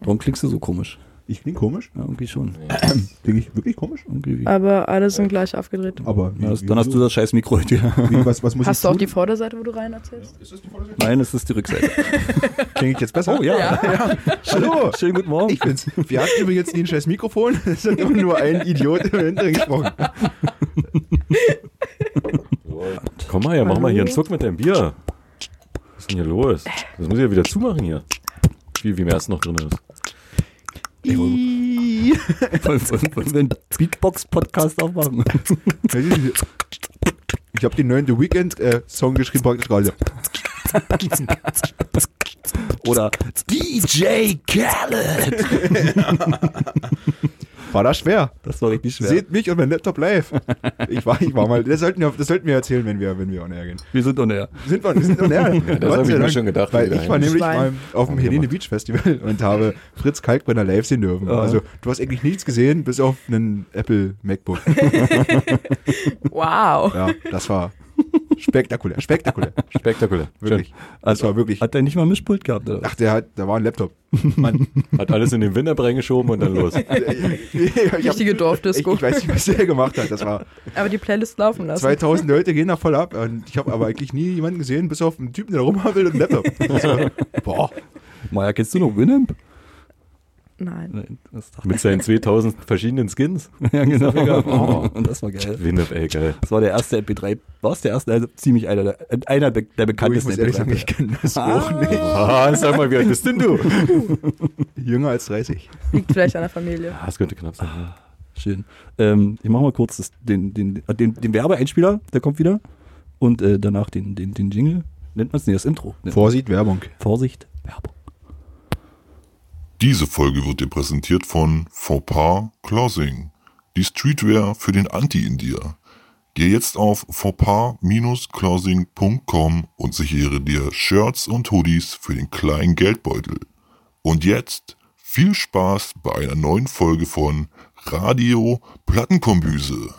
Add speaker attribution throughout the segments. Speaker 1: Warum klingst du so komisch?
Speaker 2: Ich klinge komisch?
Speaker 1: Ja, irgendwie schon.
Speaker 2: Klinge ich wirklich komisch?
Speaker 1: Irgendwie wie.
Speaker 3: Aber alle
Speaker 4: Äh,
Speaker 3: sind gleich abgedreht.
Speaker 2: Aber
Speaker 1: Na, das- dann hast du das scheiß Mikro hier.
Speaker 2: wie, was, was muss ich
Speaker 3: Hast du auch
Speaker 2: tun?
Speaker 3: die Vorderseite, wo du rein erzählst?
Speaker 1: Nein, es ist die Rückseite.
Speaker 4: Klinge ich jetzt besser?
Speaker 1: Oh ja.
Speaker 4: Hallo.
Speaker 1: Schönen guten Morgen.
Speaker 4: Ich bin's. Wir hatten übrigens nie ein scheiß Mikrofon. Es hat immer nur ein Idiot im Hintern gesprochen.
Speaker 5: Komm mal her, mach mal hier einen
Speaker 3: Hallo.
Speaker 5: Zuck mit deinem Bier. Was ist denn hier los? Das muss ich ja wieder zumachen hier. Wie, wie mehr ist noch drin ist.
Speaker 4: Ii.
Speaker 1: Wollen wollen- wollen wir einen Beatbox-Podcast aufmachen?
Speaker 4: Ich habe den neuen The Weekend äh, Song geschrieben praktisch gerade.
Speaker 1: Oder DJ Khaled.
Speaker 4: War das schwer?
Speaker 1: Das war richtig schwer.
Speaker 4: Seht mich und mein Laptop live. Ich war, ich war mal. Das sollten wir, das sollten wir erzählen, wenn wir, wenn wir on air gehen.
Speaker 1: wir sind on air.
Speaker 4: Sind wir, sind on air. Ja,
Speaker 5: das hab ich mir schon gedacht,
Speaker 4: Weil
Speaker 5: wie
Speaker 4: ich war
Speaker 5: dahin.
Speaker 4: nämlich mal
Speaker 3: Schwein.
Speaker 4: auf dem Helene Beach Festival und habe Fritz Kalkbrenner live sehen dürfen.
Speaker 1: Ja.
Speaker 4: Also du hast eigentlich nichts gesehen, bis auf einen Apple MacBook.
Speaker 3: Wow.
Speaker 4: Ja, das war spektakulär, spektakulär,
Speaker 5: Spektakulär.
Speaker 4: wirklich. Das war wirklich.
Speaker 1: Hat er nicht mal ein Mischpult gehabt? Oder?
Speaker 4: Ach, der hat, da war ein Laptop.
Speaker 5: Schön. Hat alles in den Winter reingeschoben und dann los.
Speaker 4: Ich hab-
Speaker 3: Richtige
Speaker 4: ich,
Speaker 3: Dorfdisco.
Speaker 4: ich weiß nicht, was der gemacht hat. Das war
Speaker 3: Aber die Playlist laufen lassen.
Speaker 4: 2000 Leute gehen da voll ab und ich habe aber eigentlich nie jemanden gesehen, bis auf einen Typen, der da rumhampelt und einen Laptop. Das war, boah,
Speaker 1: Maja, kennst du noch Winamp?
Speaker 3: Nein.
Speaker 1: Nein, das dachte
Speaker 5: Mit seinen 2000 verschiedenen Skins.
Speaker 1: ich. Ja, genau. Und das war geil.
Speaker 5: Windows, ey, geil.
Speaker 1: Das war der erste MP3. War es der erste? Also ziemlich einer der, einer be- der
Speaker 4: du, ich
Speaker 1: bekanntesten
Speaker 4: muss ehrlich sagen, ich kenne das auch nicht.
Speaker 5: Ah, sag mal, wie alt bist denn du?
Speaker 4: Jünger als 30.
Speaker 3: Liegt vielleicht an der Familie.
Speaker 5: Ah, das könnte knapp sein. ja.
Speaker 1: Schön. Ähm, ich mache mal kurz das, den, den, äh, den, den Werbeeinspieler, der kommt wieder. Und äh, danach den, den, den Jingle. Nennt man es nicht, das Intro. Nennt-
Speaker 4: Vorsicht, Werbung.
Speaker 1: Vorsicht, Werbung.
Speaker 6: Diese Folge wird dir präsentiert von Fauxpas Clothing, die Streetwear für den Anti-Indier. Geh jetzt auf fauxpas-clothing.com und sichere dir Shirts und Hoodies für den kleinen Geldbeutel. Und jetzt viel Spaß bei einer neuen Folge von Radio Plattenkombüse.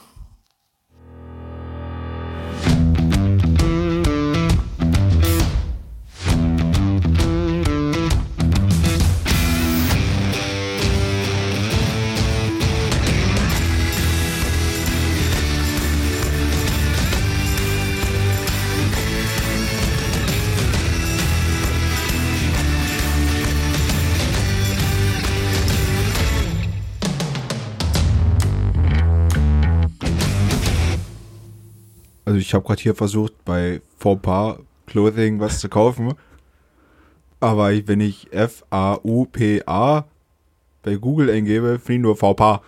Speaker 4: Also ich habe gerade hier versucht, bei Fauxpas Clothing was zu kaufen. Aber ich- wenn ich F-A-U-P-A bei Google eingebe, finde ich nur Fauxpas.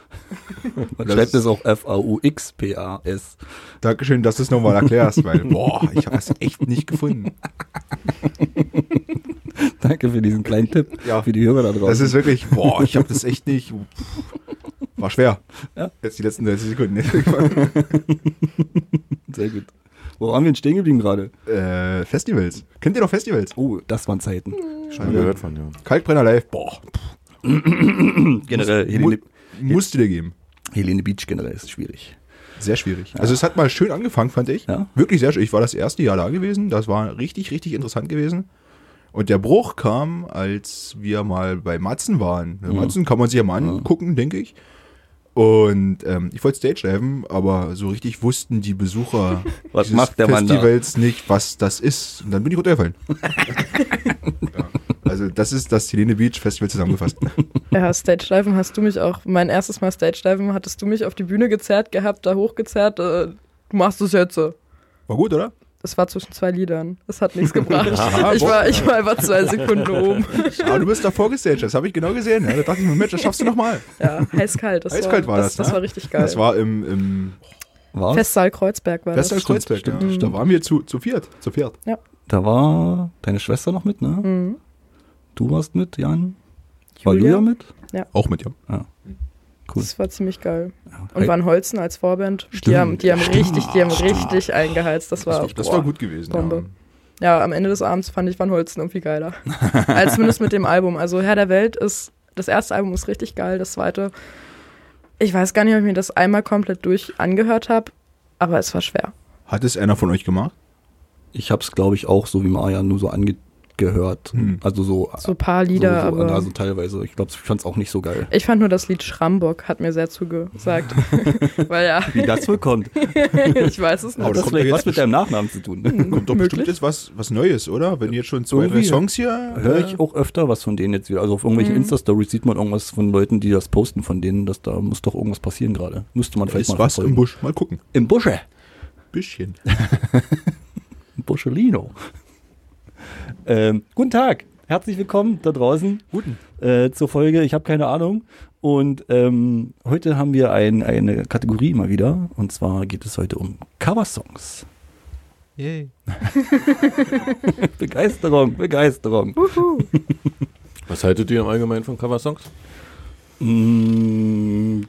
Speaker 1: Man
Speaker 4: Das
Speaker 1: schreibt
Speaker 4: ist-
Speaker 1: es auch F-A-U-X-P-A-S.
Speaker 4: Dankeschön, dass du es nochmal erklärst, weil boah, ich habe es echt nicht gefunden.
Speaker 1: Danke für diesen kleinen Tipp.
Speaker 4: Ja.
Speaker 1: Für die Hörer da draußen.
Speaker 4: Das ist wirklich, boah, ich habe das echt nicht. War schwer.
Speaker 1: Ja.
Speaker 4: Jetzt die letzten 30 Sekunden.
Speaker 1: sehr gut. Wo waren wir denn stehen geblieben gerade?
Speaker 4: äh, Festivals. Kennt ihr noch Festivals?
Speaker 1: Oh, das waren Zeiten.
Speaker 4: Mhm.
Speaker 5: Schon gehört von, ja.
Speaker 4: Kalkbrenner Live, boah,
Speaker 1: Generell,
Speaker 4: mu
Speaker 1: Helene,
Speaker 4: musste dir geben.
Speaker 1: Helene Beach generell ist schwierig.
Speaker 4: Sehr schwierig. Also es hat mal schön angefangen, fand ich.
Speaker 1: Ja.
Speaker 4: Wirklich sehr schön. Ich war das erste Jahr da gewesen. Das war richtig, richtig interessant gewesen. Und der Bruch kam, als wir mal bei Matzen waren. Bei Matzen kann man sich ja mal angucken, denke ich. Und ähm, ich wollte Stage diven, aber so richtig wussten die Besucher
Speaker 1: Was
Speaker 4: dieses
Speaker 1: macht der Mann da?
Speaker 4: Festivals nicht, was das ist. Und dann bin ich runtergefallen. ja. Also das ist das Helene Beach Festival zusammengefasst.
Speaker 3: Ja, Stage Diven hast du mich auch. Mein erstes Mal Stage Diven hattest du mich auf die Bühne gezerrt gehabt, da hochgezerrt. äh, Du machst es jetzt. so.
Speaker 4: War gut, oder?
Speaker 3: Es war zwischen zwei Liedern. Es hat nichts gebracht.
Speaker 4: Aha,
Speaker 3: ich, war, ich war einfach zwei Sekunden oben.
Speaker 4: Aber Ah, du bist davor gestaged, das habe ich genau gesehen. Ja, da dachte ich mir, Mensch, das schaffst du nochmal.
Speaker 3: Ja, heiß-kalt. Das
Speaker 4: Eiskalt war das,
Speaker 3: Das,
Speaker 4: ne?
Speaker 3: war richtig geil.
Speaker 4: Das war im, im
Speaker 1: War
Speaker 3: Festsaal Kreuzberg war
Speaker 4: Festsaal
Speaker 3: das.
Speaker 4: Kreuzberg.
Speaker 1: stimmt,
Speaker 4: ja.
Speaker 1: stimmt.
Speaker 4: Da waren wir zu, zu viert. Zu viert.
Speaker 1: Da war deine Schwester noch mit, ne?
Speaker 4: Mhm.
Speaker 1: Du warst mit, Jan. War
Speaker 3: Julia.
Speaker 1: Julia mit? Ah.
Speaker 4: Auch mit, ja.
Speaker 1: Cool.
Speaker 3: Das war ziemlich geil.
Speaker 1: Hey.
Speaker 3: Und Van Holzen als Vorband.
Speaker 1: Stimmt.
Speaker 3: Die haben, die haben richtig, die haben richtig eingeheizt. Das war,
Speaker 4: Das
Speaker 3: boah.
Speaker 4: war gut gewesen. Ja.
Speaker 3: Bombe. Ja, am Ende des Abends fand ich Van Holzen irgendwie geiler. Als zumindest mit dem Album. Also Herr der Welt ist, das erste Album ist richtig geil, das zweite, ich weiß gar nicht, ob ich mir das einmal komplett durch angehört habe, aber es war schwer.
Speaker 4: Hat es einer von euch gemacht?
Speaker 1: Ich hab's, glaube ich, auch so wie Maja nur so ange gehört.
Speaker 4: Hm.
Speaker 1: Also so,
Speaker 3: So ein paar Lieder,
Speaker 1: so, so,
Speaker 3: aber.
Speaker 1: also teilweise. Ich glaube, ich fand's auch nicht so geil.
Speaker 3: Ich fand nur das Lied Schrambock hat mir sehr zugesagt. Weil ja,
Speaker 1: Wie das wohl kommt. Hat
Speaker 3: ich weiß es nicht.
Speaker 1: das
Speaker 4: kommt ja
Speaker 1: vielleicht
Speaker 4: jetzt
Speaker 1: was mit deinem Nachnamen zu tun?
Speaker 3: Hm.
Speaker 4: Kommt doch bestimmt
Speaker 3: Mhm. Möglich.
Speaker 4: jetzt was, was Neues, oder? Wenn jetzt schon zwei, drei
Speaker 1: Irgendwie
Speaker 4: Songs hier.
Speaker 1: Höre
Speaker 4: äh,
Speaker 1: ich auch öfter was von denen jetzt wieder. Also auf irgendwelchen
Speaker 3: Mhm.
Speaker 1: Insta-Stories sieht man irgendwas von Leuten, die das posten, von denen, dass da muss doch irgendwas passieren gerade. Müsste man
Speaker 4: da
Speaker 1: vielleicht
Speaker 4: ist
Speaker 1: mal
Speaker 4: was
Speaker 1: verfolgen.
Speaker 4: im Busch. Mal gucken.
Speaker 1: Im Busche.
Speaker 4: Bisschen.
Speaker 1: Im Buschelino. ähm, guten Tag. Herzlich willkommen da draußen.
Speaker 4: Guten.
Speaker 1: äh, zur Folge. Ich habe keine Ahnung. Und ähm, heute haben wir ein, eine Kategorie mal wieder. Und zwar geht es heute um Coversongs.
Speaker 4: Yay.
Speaker 1: Begeisterung, Begeisterung.
Speaker 5: Was haltet ihr im Allgemeinen von Coversongs?
Speaker 1: Mm,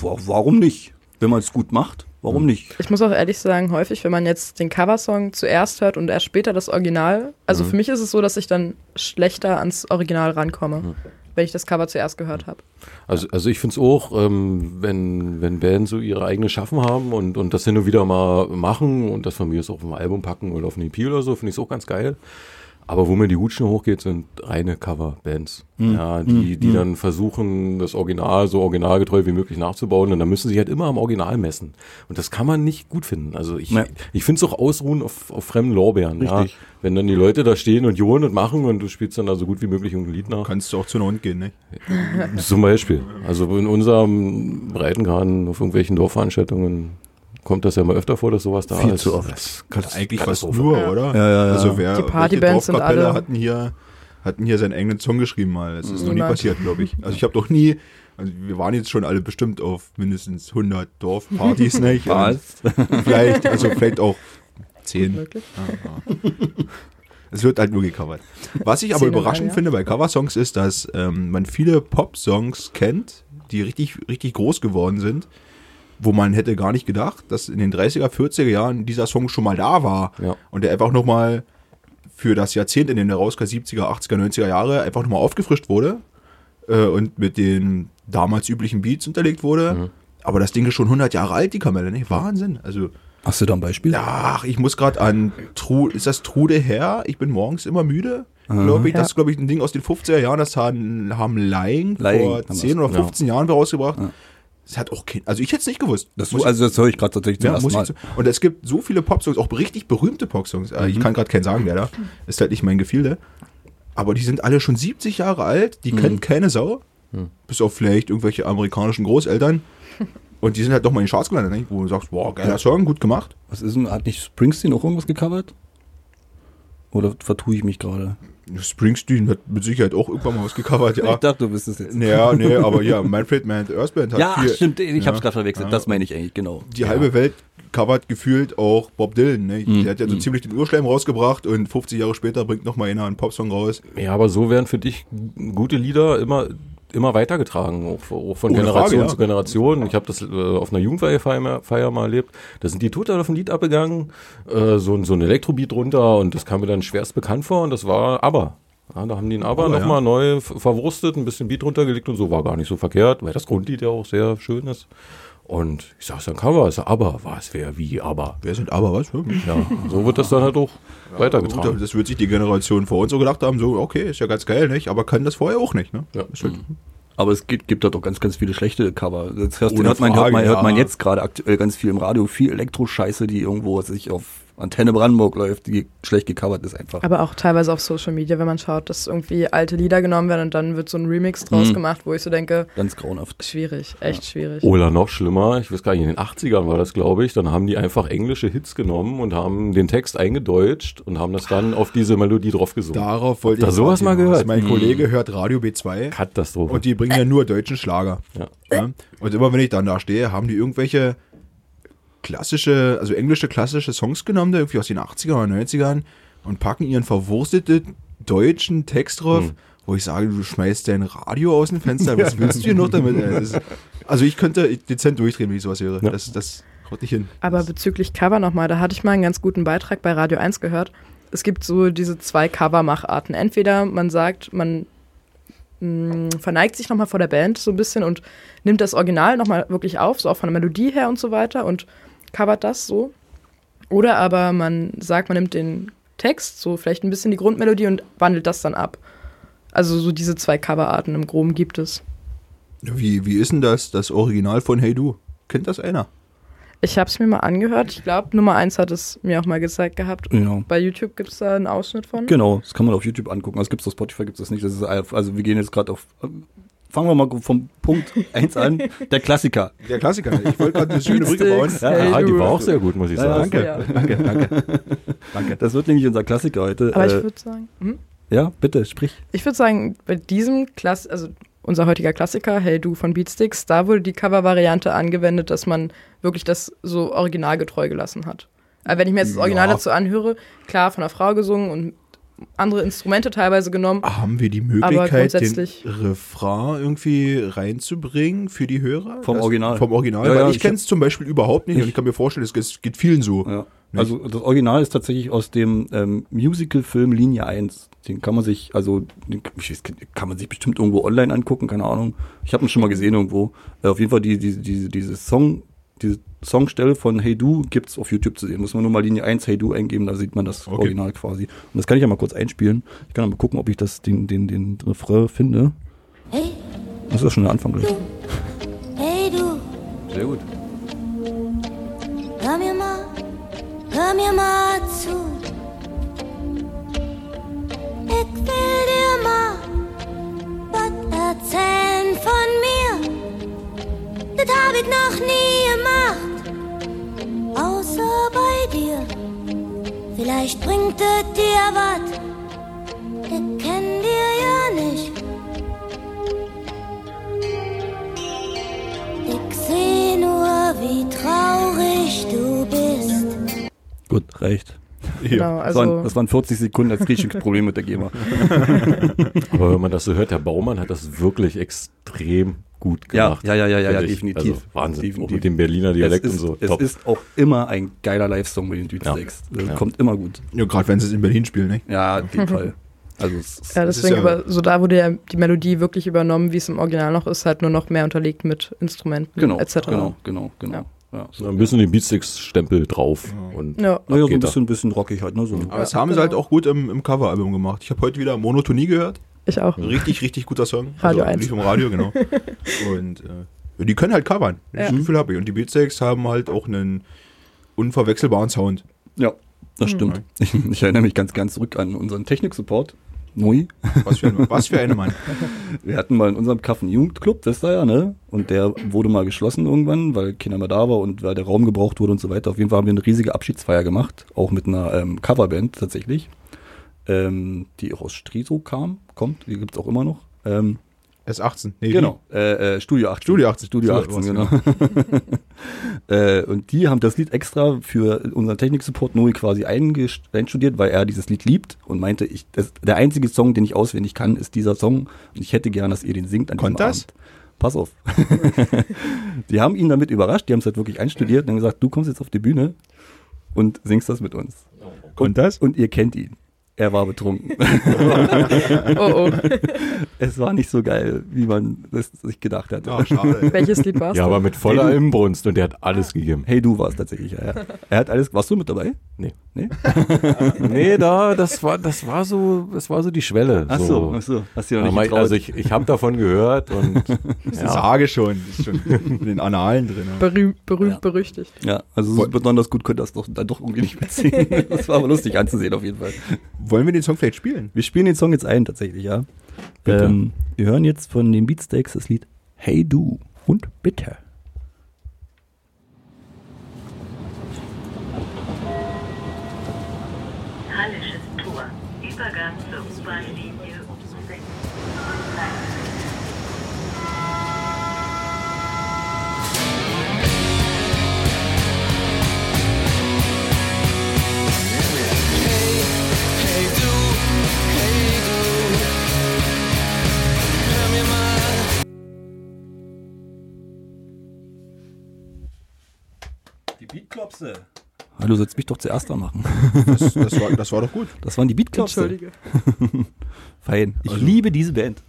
Speaker 1: wa- warum nicht? Wenn man es gut macht,
Speaker 4: Hm.
Speaker 1: warum nicht?
Speaker 3: Ich muss auch ehrlich sagen, häufig, wenn man jetzt den Coversong zuerst hört und erst später das Original, also für mich ist es so, dass ich dann schlechter ans Original rankomme, wenn ich das Cover zuerst gehört habe.
Speaker 5: Also, also ich finde es auch, ähm, wenn, wenn Bands so ihre eigene Schaffen haben und, und das hin und wieder mal machen und das von mir aus auf ein Album packen oder auf eine EP oder so, finde ich es auch ganz geil. Aber wo mir die Hutschen hochgeht, sind reine Coverbands. Ja, die, die dann versuchen, das Original so originalgetreu wie möglich nachzubauen. Und dann müssen sie halt immer am Original messen. Und das kann man nicht gut finden. Also ich,
Speaker 1: Nee.
Speaker 5: ich finde es auch ausruhen auf, auf fremden Lorbeeren. Ja.
Speaker 1: Richtig.
Speaker 5: Wenn dann die Leute da stehen und johlen und machen und du spielst dann da so gut wie möglich irgendein Lied nach.
Speaker 4: Kannst du auch zu einer Hund gehen, ne?
Speaker 5: Zum Beispiel. Also in unserem Breitengraden auf irgendwelchen Dorfveranstaltungen kommt das ja mal öfter vor, dass sowas da
Speaker 1: Viel
Speaker 5: ist.
Speaker 1: zu oft.
Speaker 5: Das kann-
Speaker 4: Das eigentlich was
Speaker 5: Katastrophe.
Speaker 4: nur,
Speaker 1: Ja,
Speaker 4: oder?
Speaker 1: ja, ja.
Speaker 4: Also wer
Speaker 3: Die Partybands
Speaker 4: welche
Speaker 3: sind
Speaker 4: Dorfkapelle
Speaker 3: alle-
Speaker 4: hatten hier hatten hier seinen eigenen Song geschrieben mal. Das ist noch nie
Speaker 3: Niemand.
Speaker 4: passiert, glaube ich. Also ich habe doch nie also wir waren jetzt schon alle bestimmt auf mindestens 100 Dorfpartys, ne? Ich- und Vielleicht, also vielleicht auch 10.
Speaker 3: Möglich?
Speaker 4: Es wird halt nur gecovert. Was ich aber
Speaker 3: Zehn oder
Speaker 4: überraschend
Speaker 3: mehr.
Speaker 4: finde bei Coversongs ist, dass ähm, man viele Pop-Songs kennt, die richtig, richtig groß geworden sind, wo man hätte gar nicht gedacht, dass in den 30er, 40er Jahren dieser Song schon mal da war.
Speaker 5: Ja.
Speaker 4: Und der einfach nochmal für das Jahrzehnt, in dem der rauskam, 70er, 80er, 90er Jahre, einfach nochmal aufgefrischt wurde äh, und mit den damals üblichen Beats unterlegt wurde. Aber das Ding ist schon 100 Jahre alt, die Kamelle, ne? Wahnsinn. Also,
Speaker 1: Hast du da ein Beispiel?
Speaker 4: Ach, ich muss gerade an Tru ist das Trude her? Ich bin morgens immer müde. Glaube ich,
Speaker 3: Ja.
Speaker 4: das ist, glaube ich, ein Ding aus den 50er Jahren, das haben, haben Lying,
Speaker 1: Lying
Speaker 4: vor
Speaker 1: haben das,
Speaker 4: 10 oder
Speaker 5: ja.
Speaker 4: 15 Jahren rausgebracht. Das hat auch kein, also ich hätte es nicht gewusst.
Speaker 1: Das,
Speaker 4: Muss ich-
Speaker 1: also das höre ich gerade tatsächlich zum
Speaker 4: ja, muss
Speaker 1: ersten
Speaker 4: ich
Speaker 1: Mal. Mhm.
Speaker 4: zu- und es gibt so viele Popsongs, auch richtig berühmte Popsongs. Äh, Ich kann gerade keinen sagen, wer da. Ist halt nicht mein Gefilde. Aber die sind alle schon 70 Jahre alt,
Speaker 1: Mhm.
Speaker 4: die kennt keine Sau. Bis auf vielleicht irgendwelche amerikanischen Großeltern. Und die sind halt doch mal in den Charts gelandet, ne? wo du sagst, wow, geiler Song, gut gemacht.
Speaker 1: Was ist denn, hat nicht Springsteen auch irgendwas gecovert? Oder vertue ich mich gerade?
Speaker 4: Springsteen hat mit Sicherheit auch irgendwann mal was gecovert, ja.
Speaker 1: dachte, du bist es jetzt.
Speaker 4: Naja, nee, aber ja, Manfred Man Earth Band hat
Speaker 1: Ja,
Speaker 4: viel,
Speaker 1: stimmt, ich habe es
Speaker 4: Ja.
Speaker 1: gerade verwechselt. Das meine ich eigentlich, genau.
Speaker 4: die halbe Welt covert gefühlt auch Bob Dylan, ne?
Speaker 5: Mhm.
Speaker 4: Der hat ja so ziemlich den Urschleim rausgebracht und 50 Jahre später bringt nochmal einer einen Popsong raus.
Speaker 5: Ja, aber so werden für dich g- gute Lieder immer immer weitergetragen, auch, auch von
Speaker 4: Ohne
Speaker 5: Generation
Speaker 4: Frage, ja.
Speaker 5: zu Generation. Ich habe das äh, auf einer Jugendweihe mal- Feier mal erlebt. Da sind die total auf ein Lied abgegangen, äh, so, ein- so ein Elektrobeat runter und das kam mir dann schwerst bekannt vor und das war Aber. Ja, da haben die ein Aber,
Speaker 4: Aber, ja.
Speaker 5: noch nochmal neu f- verwurstet, ein bisschen Beat runtergelegt und so, war gar nicht so verkehrt, weil das Grundlied ja auch sehr schön ist. Und ich sag's dann Cover, ist Aber, was wäre wie Aber.
Speaker 4: Wer sind aber was? Hm.
Speaker 5: Ja, so wird das dann halt auch
Speaker 4: Gut,
Speaker 5: weitergetragen.
Speaker 4: das wird sich die Generation vor uns so gedacht haben, so, okay, ist ja ganz geil, nicht? Aber kann das vorher auch nicht, ne?
Speaker 5: Ja. Mhm.
Speaker 4: Ist halt,
Speaker 1: Aber es gibt, gibt dort auch ganz, ganz viele schlechte Cover. Das hörst,
Speaker 4: Ohne
Speaker 1: hört, man, hört,
Speaker 4: Frage,
Speaker 1: man, hört man
Speaker 4: ja.
Speaker 1: jetzt gerade aktuell ganz viel im Radio. Viel Elektroscheiße, die irgendwo sich auf Antenne Brandenburg läuft, die schlecht gecovert ist einfach.
Speaker 3: Aber auch teilweise auf Social Media, wenn man schaut, dass irgendwie alte Lieder genommen werden und dann wird so ein Remix draus gemacht, wo ich so denke,
Speaker 1: ganz grauenhaft.
Speaker 3: schwierig, echt schwierig.
Speaker 5: Oder noch schlimmer, ich weiß gar nicht, in den 80ern war das, glaube ich, dann haben die einfach englische Hits genommen und haben den Text eingedeutscht und haben das dann auf diese Melodie drauf gesungen.
Speaker 4: Darauf wollte
Speaker 5: Da
Speaker 4: ich
Speaker 5: sowas mal
Speaker 4: hinaus.
Speaker 5: gehört. Mhm.
Speaker 4: Mein Kollege hört Radio B2.
Speaker 5: Katastrophe.
Speaker 4: Und die bringen ja nur deutschen Schlager.
Speaker 5: Ja.
Speaker 4: Ja? Und immer wenn ich dann da stehe, haben die irgendwelche klassische, also englische klassische Songs genommen, da irgendwie aus den 80er oder 90ern und packen ihren verwursteten deutschen Text drauf,
Speaker 5: Hm.
Speaker 4: wo ich sage, du schmeißt dein Radio aus dem Fenster, was willst du hier noch damit? ey? Das ist, also ich könnte dezent durchdrehen, wenn ich sowas höre.
Speaker 5: Ja.
Speaker 4: Das, das haut nicht hin.
Speaker 3: Aber bezüglich Cover nochmal, da hatte ich mal einen ganz guten Beitrag bei Radio 1 gehört. Es gibt so diese zwei Covermacharten. Entweder man sagt, man mh, verneigt sich nochmal vor der Band so ein bisschen und nimmt das Original nochmal wirklich auf, so auch von der Melodie her und so weiter und covert das so. Oder aber man sagt, man nimmt den Text, so vielleicht ein bisschen die Grundmelodie und wandelt das dann ab. Also so diese zwei Coverarten im Groben gibt es.
Speaker 4: Wie, wie ist denn das, das Original von Hey Du? Kennt das einer?
Speaker 3: Ich habe es mir mal angehört. Ich glaube, Nummer eins hat es mir auch mal gezeigt gehabt.
Speaker 1: Genau.
Speaker 3: Bei YouTube gibt es da einen Ausschnitt von.
Speaker 1: Genau, das kann man auf YouTube angucken. Also gibt es auf Spotify, gibt es das nicht. Das ist, also wir gehen jetzt gerade auf. Fangen wir mal vom Punkt 1 an. Der Klassiker.
Speaker 4: Der Klassiker. Ich wollte gerade eine schöne Brücke bauen.
Speaker 3: Beats,
Speaker 1: Ja,
Speaker 3: Hey
Speaker 5: Ja, die
Speaker 3: Du.
Speaker 5: war auch sehr gut, muss ich
Speaker 1: Ja,
Speaker 5: sagen.
Speaker 1: danke.
Speaker 3: Ja.
Speaker 4: Danke, danke. danke.
Speaker 1: Das wird nämlich unser Klassiker heute.
Speaker 3: Aber
Speaker 1: Äh,
Speaker 3: ich würde sagen, hm?
Speaker 1: ja, bitte, sprich.
Speaker 3: ich würde sagen, bei diesem Klass, also unser heutiger Klassiker, Hey Du von Beatsticks, da wurde die Cover-Variante angewendet, dass man wirklich das so originalgetreu gelassen hat. Aber wenn ich mir jetzt das Original
Speaker 4: Ja.
Speaker 3: dazu anhöre, klar, von einer Frau gesungen und andere Instrumente teilweise genommen.
Speaker 4: Haben wir die
Speaker 3: Aber
Speaker 4: Möglichkeit, den
Speaker 3: grundsätzlich-
Speaker 4: Refrain irgendwie reinzubringen für die Hörer? Also
Speaker 1: Vom Original.
Speaker 4: Vom Original,
Speaker 1: Ja,
Speaker 4: weil
Speaker 1: ja,
Speaker 4: ich
Speaker 1: ich-
Speaker 4: kenne es zum Beispiel überhaupt nicht und
Speaker 1: Ich-
Speaker 4: ich kann mir vorstellen, es geht- es geht vielen so.
Speaker 1: Ja.
Speaker 4: Nicht?
Speaker 1: Also das Original ist tatsächlich aus dem ähm, Musical-Film Linie 1. Den kann man sich, also den, ich weiß, kann man sich bestimmt irgendwo online angucken, keine Ahnung. Ich habe ihn schon mal gesehen irgendwo. Äh, auf jeden Fall die, die, diese diese Song, diese Songstelle von Hey Du gibt's auf YouTube zu sehen. Muss man nur mal Linie 1 Hey Du eingeben, da sieht man das
Speaker 4: Okay.
Speaker 1: Original quasi. Und das kann ich ja mal kurz einspielen. Ich kann ja mal gucken, ob ich das den, den, den Refrain finde. Das ist ja schon der Anfang. gleich.
Speaker 7: Hey du,
Speaker 5: Sehr gut.
Speaker 7: hör mir mal, hör mir mal zu. Ich will dir mal was erzählen von mir. Das hab ich noch nie gemacht, außer bei dir. Vielleicht bringt es dir was. Ich kenn dir ja nicht. Ich seh nur, wie traurig du bist.
Speaker 1: Gut, reicht.
Speaker 3: Genau,
Speaker 1: Das
Speaker 3: also
Speaker 1: waren, das waren 40 Sekunden, als krieg ich ein Problem mit der GEMA.
Speaker 5: Aber wenn man das so hört, der Baumann hat das wirklich extrem gut
Speaker 1: Ja,
Speaker 5: gemacht.
Speaker 1: ja, ja, ja, ja,
Speaker 5: finde
Speaker 1: ja,
Speaker 5: ich.
Speaker 1: definitiv.
Speaker 5: Also, Wahnsinn. Auch
Speaker 1: Definitiv.
Speaker 5: mit dem Berliner Dialekt
Speaker 1: es
Speaker 5: und
Speaker 1: ist,
Speaker 5: so.
Speaker 1: Es
Speaker 5: Top.
Speaker 1: ist auch immer ein geiler Live-Song bei den Beatsteaks.
Speaker 5: Ja.
Speaker 1: Das
Speaker 5: Ja.
Speaker 1: Kommt immer gut.
Speaker 4: Ja, gerade wenn sie es in Berlin spielen, ne?
Speaker 1: Ja, auf jeden Fall. Also es ist,
Speaker 3: Ja,
Speaker 4: Das ist
Speaker 3: deswegen,
Speaker 4: ja-
Speaker 3: über, so da wurde ja die Melodie wirklich übernommen, wie es im Original noch ist, halt nur noch mehr unterlegt mit Instrumenten
Speaker 1: genau,
Speaker 3: etc.
Speaker 1: genau, genau, genau.
Speaker 3: Ja.
Speaker 1: Ja. so.
Speaker 5: Na, ein bisschen den Beatsteaks-Stempel drauf. Und
Speaker 3: Ja.
Speaker 5: ab
Speaker 1: Naja, so ein
Speaker 5: geht er.
Speaker 1: bisschen, ein bisschen rockig halt, ne? So.
Speaker 4: Aber das
Speaker 3: genau.
Speaker 4: haben sie halt auch gut im, im Coveralbum gemacht. Ich habe heute wieder Monotonie gehört.
Speaker 3: Ich auch. Oh,
Speaker 4: Richtig, richtig guter Song.
Speaker 3: Radio
Speaker 4: also,
Speaker 3: 1.
Speaker 4: Lief im Radio, genau. Und äh, die können halt covern. Das Gefühl habe ich. Und die Beatsteaks haben halt auch einen unverwechselbaren Sound.
Speaker 1: Ja, das stimmt. Ich, ich erinnere mich ganz gern zurück an unseren Technik-Support. Nui.
Speaker 4: Was für, ein, was für eine Mann.
Speaker 1: Wir hatten mal in unserem Kaff einen Jugendclub, wisst ihr ja, ne? Und der wurde mal geschlossen irgendwann, weil keiner mehr da war und weil der Raum gebraucht wurde und so weiter. Auf jeden Fall haben wir eine riesige Abschiedsfeier gemacht, auch mit einer ähm, Coverband tatsächlich, ähm, die auch aus Striso kam, kommt, die gibt's auch immer noch. Ähm,
Speaker 4: S18. Nee,
Speaker 1: genau, äh, äh, Studio 18.
Speaker 4: Studio 18.
Speaker 1: Studio 18, genau.
Speaker 4: genau.
Speaker 1: äh, und die haben das Lied extra für unseren Technik-Support Noe quasi eingest- einstudiert, weil er dieses Lied liebt und meinte, ich, das, der einzige Song, den ich auswendig kann, ist dieser Song und ich hätte gern, dass ihr den singt an diesem
Speaker 4: Konnt das?
Speaker 1: Abend. Pass auf. die haben ihn damit überrascht, die haben es halt wirklich einstudiert und haben gesagt, du kommst jetzt auf die Bühne und singst das mit uns.
Speaker 2: Und das?
Speaker 1: Und ihr kennt ihn. Er war betrunken.
Speaker 3: Oh oh.
Speaker 1: es war nicht so geil, wie man das sich gedacht hatte.
Speaker 4: Ach, schade.
Speaker 3: Welches Lied war's?
Speaker 5: Ja,
Speaker 3: denn?
Speaker 5: aber mit voller Imbrunst und der hat alles gegeben.
Speaker 1: Hey, du warst tatsächlich. Ja, ja. Er hat alles. Warst du mit dabei?
Speaker 5: Nee.
Speaker 1: Nee?
Speaker 5: Nee, da, das war, das war so, das war so die Schwelle.
Speaker 1: Ach so,
Speaker 5: so.
Speaker 1: ach so. Hast du dir noch
Speaker 5: Aber
Speaker 1: nicht
Speaker 5: ich-
Speaker 1: getraut.
Speaker 5: also ich, ich habe davon gehört und
Speaker 4: Ich sage schon. Ist schon in den Analen drin. ne?
Speaker 3: berühmt, berühmt berüchtigt.
Speaker 1: ja, also so besonders gut könnte das doch, dann doch irgendwie nicht beziehen. das war aber lustig anzusehen auf jeden Fall.
Speaker 4: Wollen wir den Song vielleicht spielen?
Speaker 1: Wir spielen den Song jetzt ein tatsächlich, ja.
Speaker 5: Bitte.
Speaker 1: Ähm, wir hören jetzt von den Beatsteaks das Lied Hey Du und Bitte.
Speaker 8: Hallisches Tor. Übergang zur U-Bahn-Linie um 6.
Speaker 1: Die Beatklopse. Hallo, sollst mich doch zuerst anmachen.
Speaker 4: Das, das, war, das war doch gut.
Speaker 1: Das waren die Beatklopse.
Speaker 3: Entschuldige.
Speaker 1: Fein. Ich liebe diese Band.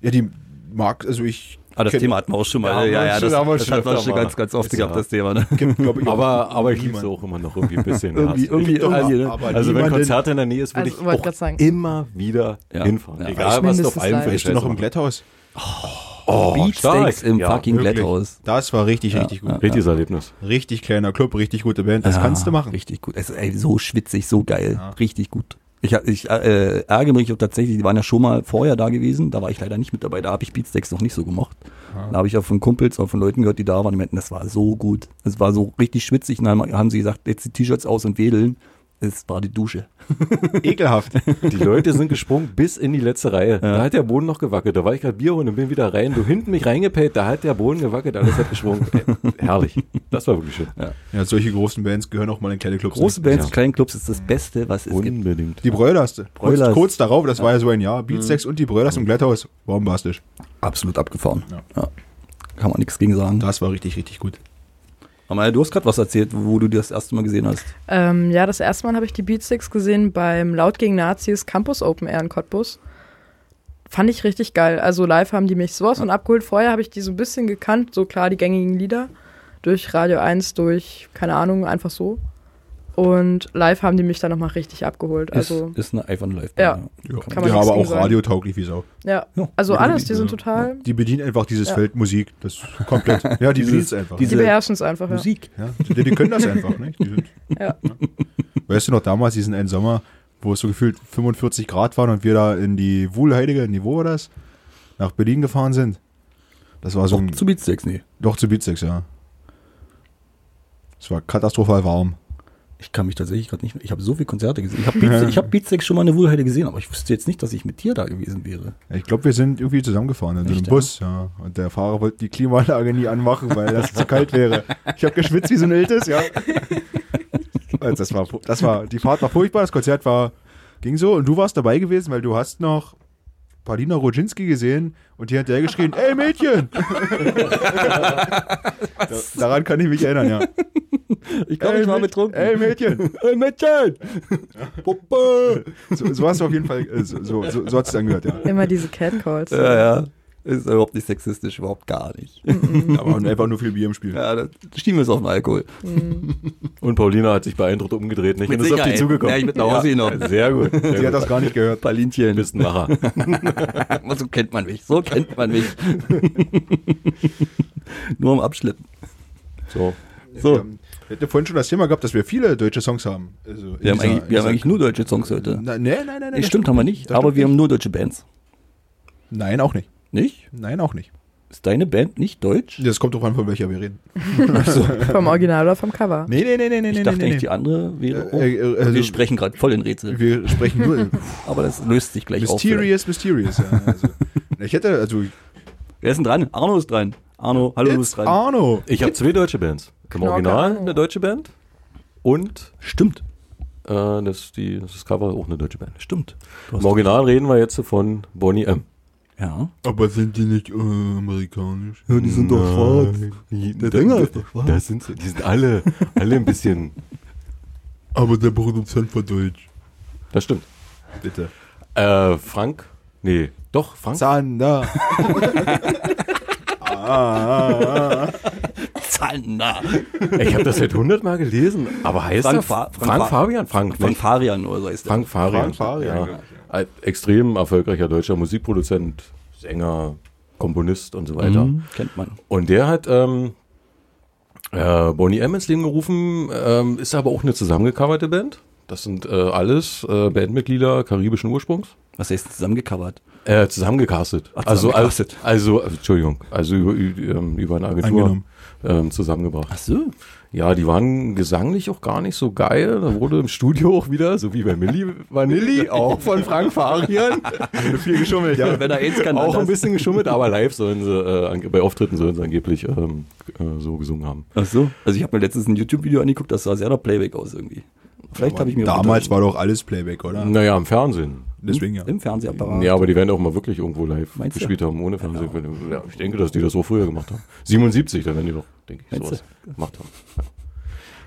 Speaker 4: Ja, die mag, also ich
Speaker 1: Ah, das
Speaker 4: Genau.
Speaker 1: Thema hatten wir auch schon mal.
Speaker 4: Ja,
Speaker 1: Ja, ja,
Speaker 4: haben wir
Speaker 1: das,
Speaker 4: schon-
Speaker 1: das hat
Speaker 4: haben wir schon
Speaker 1: man
Speaker 4: öfter
Speaker 1: schon
Speaker 4: mal.
Speaker 1: ganz, ganz oft
Speaker 5: Ist
Speaker 1: gehabt,
Speaker 5: ja-
Speaker 1: das Thema. Ne?
Speaker 4: Glaub ich auch.
Speaker 5: Aber, aber ich liebe
Speaker 4: Niemand.
Speaker 5: es auch immer noch irgendwie ein bisschen. ja.
Speaker 1: Irgendwie, irgendwie,
Speaker 4: doch,
Speaker 1: irgendwie. ne?
Speaker 4: aber-
Speaker 5: also wenn
Speaker 4: niemanden-
Speaker 5: Konzerte in der Nähe ist, würde
Speaker 3: Also,
Speaker 5: ich
Speaker 3: wollte
Speaker 5: auch
Speaker 3: grad sagen.
Speaker 5: immer wieder
Speaker 1: Ja.
Speaker 5: hinfahren.
Speaker 1: Ja.
Speaker 5: Egal, was du auf
Speaker 3: Mindestens
Speaker 5: allen
Speaker 3: live.
Speaker 5: Fällen
Speaker 4: Bist du noch im Glätthaus?
Speaker 5: oh,
Speaker 1: Beatsteaks im
Speaker 5: Ja,
Speaker 1: fucking
Speaker 4: wirklich.
Speaker 1: Glätthaus.
Speaker 4: Das war richtig, richtig gut.
Speaker 5: Richtiges Erlebnis.
Speaker 4: Richtig kleiner Club, richtig gute Band. Das kannst du machen.
Speaker 1: Ah, Richtig gut. Es ist ey, so schwitzig, so geil. Richtig gut. Ich, hab- ich äh, ärgere mich auch tatsächlich, die waren ja schon mal vorher da gewesen, da war ich leider nicht mit dabei, da habe ich Beatsteaks noch nicht so gemocht. Da habe ich auch von Kumpels, auch von Leuten gehört, die da waren, die meinten, das war so gut. Es war so richtig schwitzig und dann haben sie gesagt, jetzt die T-Shirts aus und wedeln. Es war die Dusche.
Speaker 4: Ekelhaft.
Speaker 5: Die Leute sind gesprungen bis in die letzte Reihe. Da hat der Boden noch gewackelt. Da war ich gerade Bier holen und bin wieder rein. Du hinten mich reingepellt, da hat der Boden gewackelt, alles hat geschwungen. Äh, herrlich. Das war wirklich schön.
Speaker 4: Ja, solche großen Bands gehören auch mal in kleine Clubs. ne?
Speaker 1: Große Bands,
Speaker 5: Ja.
Speaker 1: kleinen Clubs ist das Beste, was es gibt.
Speaker 5: Unbedingt.
Speaker 4: Die Bräulerste. Kurz,
Speaker 1: Broilers.
Speaker 4: kurz darauf, das war ja so ein Jahr. Beatsex und die Bräulers im Glätthaus. Bombastisch.
Speaker 1: Absolut abgefahren. Ja. Kann man nichts gegen sagen.
Speaker 4: Das war richtig, richtig gut.
Speaker 1: Aber du hast gerade was erzählt, wo du dir das erste Mal gesehen hast.
Speaker 3: Ähm, ja, das erste Mal habe ich die Beatsticks gesehen beim Laut gegen Nazis Campus Open Air in Cottbus. Fand ich richtig geil. Also live haben die mich sowas und abgeholt. Vorher habe ich die so ein bisschen gekannt, so klar die gängigen Lieder. Durch Radio 1, durch, keine Ahnung, einfach so. Und live haben die mich dann nochmal richtig abgeholt. Also,
Speaker 1: ist, ist eine, einfach eine live
Speaker 3: Ja.
Speaker 4: Ja,
Speaker 3: Kann man
Speaker 4: ja
Speaker 3: nichts
Speaker 4: aber
Speaker 3: gegen
Speaker 4: auch
Speaker 3: sagen.
Speaker 4: radiotauglich wie Sau.
Speaker 3: ja.
Speaker 1: Ja,
Speaker 3: Also
Speaker 1: die-
Speaker 3: alles,
Speaker 1: die-
Speaker 3: die sind total.
Speaker 4: Die bedienen einfach dieses
Speaker 3: Ja.
Speaker 4: Feld Musik. Das komplett. Ja, die
Speaker 1: Dieses-
Speaker 4: bedienen es einfach.
Speaker 3: Die
Speaker 1: diese-
Speaker 3: beherrschen es einfach. Ja.
Speaker 1: Musik.
Speaker 4: Ja, die, die können das einfach, nicht? Die sind, ne?
Speaker 3: Ja.
Speaker 4: Weißt du noch damals diesen einen Sommer, wo es so gefühlt 45 Grad waren und wir da in die Wuhlheilige, in die wo war das? Nach Berlin gefahren sind? Das war so
Speaker 1: Doch,
Speaker 4: ein,
Speaker 1: zu Beatsteaks, nee.
Speaker 4: doch zu Beatsex, ja. Es war katastrophal warm.
Speaker 1: Ich kann mich tatsächlich gerade nicht mehr. Ich habe so viele Konzerte gesehen. Ich habe Beatsteaks, hab Beatsteaks schon mal eine Wohlheide gesehen, aber ich wusste jetzt nicht, dass ich mit dir da gewesen wäre.
Speaker 4: Ich glaube, wir sind irgendwie zusammengefahren in so einem
Speaker 1: Echt, ja?
Speaker 4: Bus, ja. Und der Fahrer wollte die Klimaanlage nie anmachen, weil das zu kalt wäre. Ich habe geschwitzt wie so ein Iltis, ja. Also das war, fu- das war, die Fahrt war furchtbar, das Konzert war, ging so und du warst dabei gewesen, weil du hast noch Paulina Rodzinski gesehen und die hat der geschrien, ey Mädchen! Da- Daran kann ich mich erinnern, ja.
Speaker 1: Ich
Speaker 4: Ey, Mäd- Ey Mädchen!
Speaker 1: Ey, halt! Mädchen! Puppe!
Speaker 4: So, so hast du auf jeden Fall, äh, so, so, so, so hat es dann gehört, ja.
Speaker 3: Immer diese Catcalls.
Speaker 1: Ja, ja. Ist überhaupt nicht sexistisch, überhaupt gar nicht.
Speaker 4: Aber einfach nur viel Bier im Spiel.
Speaker 1: Ja, da schieben wir es auf den Alkohol.
Speaker 5: Und Paulina hat sich beeindruckt umgedreht, nicht?
Speaker 1: Mit
Speaker 5: und ist auf die
Speaker 1: Sicherheit.
Speaker 5: zugekommen.
Speaker 1: Ja, ich mit nach Hause genommen.
Speaker 5: Sehr gut. Sehr
Speaker 4: Sie hat das gar nicht gehört.
Speaker 1: Palinchen.
Speaker 5: Bist ein Macher.
Speaker 1: so kennt man mich. So kennt man mich. Nur am Abschleppen.
Speaker 5: So.
Speaker 1: So,
Speaker 4: Ähm, Wir hatten ja vorhin schon das Thema gehabt, dass wir viele deutsche Songs haben. Also in
Speaker 1: wir haben,
Speaker 4: dieser-
Speaker 1: eigentlich,
Speaker 4: in
Speaker 1: wir haben
Speaker 4: dieser-
Speaker 1: eigentlich nur deutsche Songs heute.
Speaker 4: Na, nee, nein, nein,
Speaker 1: Nee,
Speaker 4: nein.
Speaker 1: stimmt, haben wir nicht.
Speaker 4: das
Speaker 1: Aber
Speaker 4: stimmt
Speaker 1: wir haben nur deutsche Bands.
Speaker 4: Nein, auch nicht.
Speaker 1: Nicht?
Speaker 4: Nein, auch nicht.
Speaker 1: Ist deine Band nicht deutsch?
Speaker 4: Das kommt doch an, von welcher wir reden.
Speaker 3: Vom Original oder vom Cover.
Speaker 4: Nee, nee, nee, nee, nee,
Speaker 1: Ich
Speaker 4: nee,
Speaker 1: dachte
Speaker 4: nee,
Speaker 1: eigentlich,
Speaker 4: nee.
Speaker 1: die andere wäre.
Speaker 4: Äh, äh,
Speaker 1: auch-
Speaker 4: also-
Speaker 1: wir sprechen gerade voll in Rätsel.
Speaker 4: Wir sprechen nur
Speaker 1: Aber das löst sich gleich auf. vielleicht.
Speaker 4: Mysterious, Mysterious. Ja, also. Ich hätte, also,
Speaker 1: Wer ist denn dran? Arno ist dran. Arno, hallo, du
Speaker 4: it's
Speaker 1: bist dran.
Speaker 4: Arno.
Speaker 5: Ich habe zwei deutsche Bands. Im
Speaker 3: Knorke.
Speaker 5: Original eine deutsche Band und
Speaker 1: Stimmt,
Speaker 5: äh, das, die, das Cover auch eine deutsche Band.
Speaker 1: stimmt. Du hast-
Speaker 5: Im Original reden wir jetzt von Bonnie M.
Speaker 1: Ja.
Speaker 4: Aber sind die nicht äh, amerikanisch?
Speaker 5: Ja, die sind doch schwarz. Der Sänger ist doch schwarz. Das sind, sie- die sind alle, alle ein bisschen.
Speaker 4: Aber der Produzent war deutsch.
Speaker 5: Das stimmt.
Speaker 4: Bitte.
Speaker 5: Äh, Frank? Nee, doch, Frank.
Speaker 4: Sander.
Speaker 1: Zander.
Speaker 5: ich habe das jetzt hundertmal gelesen, aber heißt
Speaker 1: Frank
Speaker 5: er
Speaker 1: Fa-
Speaker 5: Frank,
Speaker 1: Frank Fa-
Speaker 5: Fabian? Frank,
Speaker 1: Von
Speaker 5: nicht?
Speaker 1: Farian oder so heißt der.
Speaker 5: Frank Farian.
Speaker 4: Frank Farian, glaub
Speaker 5: ja. Ein Extrem erfolgreicher deutscher Musikproduzent, Sänger, Komponist und so weiter.
Speaker 1: Mhm, Kennt man.
Speaker 5: Und der hat ähm, äh, Bonnie M ins Leben gerufen, ähm, ist aber auch eine zusammengecoverte Band. Das sind äh, alles äh, Bandmitglieder karibischen Ursprungs.
Speaker 1: Was heißt denn zusammengecovert?
Speaker 5: Äh, zusammengecastet.
Speaker 1: Ach,
Speaker 5: also, also,
Speaker 1: zusammengecastet.
Speaker 5: also, Entschuldigung, also über, ü- ähm, über eine Agentur
Speaker 4: Angenommen.
Speaker 5: ähm, zusammengebracht.
Speaker 1: so.
Speaker 5: Ja, die waren gesanglich auch gar nicht so geil. Da wurde im Studio auch wieder, so wie bei Milli Vanilli, auch von Frank Farian,
Speaker 4: Viel geschummelt, ja.
Speaker 1: Wenn er eins kann,
Speaker 5: auch
Speaker 1: dann
Speaker 5: ein
Speaker 1: das.
Speaker 5: bisschen geschummelt, aber live sollen sie, äh, ange- bei Auftritten sollen sie angeblich ähm, äh, so gesungen haben.
Speaker 1: Ach so. Also ich habe mir letztens ein YouTube-Video angeguckt, das sah sehr nach Playback aus irgendwie. Vielleicht habe ich mir
Speaker 4: Damals war doch alles Playback, oder?
Speaker 5: Naja, im Fernsehen.
Speaker 4: Deswegen ja.
Speaker 1: im Fernsehapparat.
Speaker 5: Ja, aber die werden auch mal wirklich irgendwo live
Speaker 1: Meinst du?
Speaker 5: gespielt haben, ohne Fernsehen. Ja, ich denke, dass die das so früher gemacht haben. 77, da werden die doch, denke ich,
Speaker 1: Meinst
Speaker 5: sowas gemacht haben.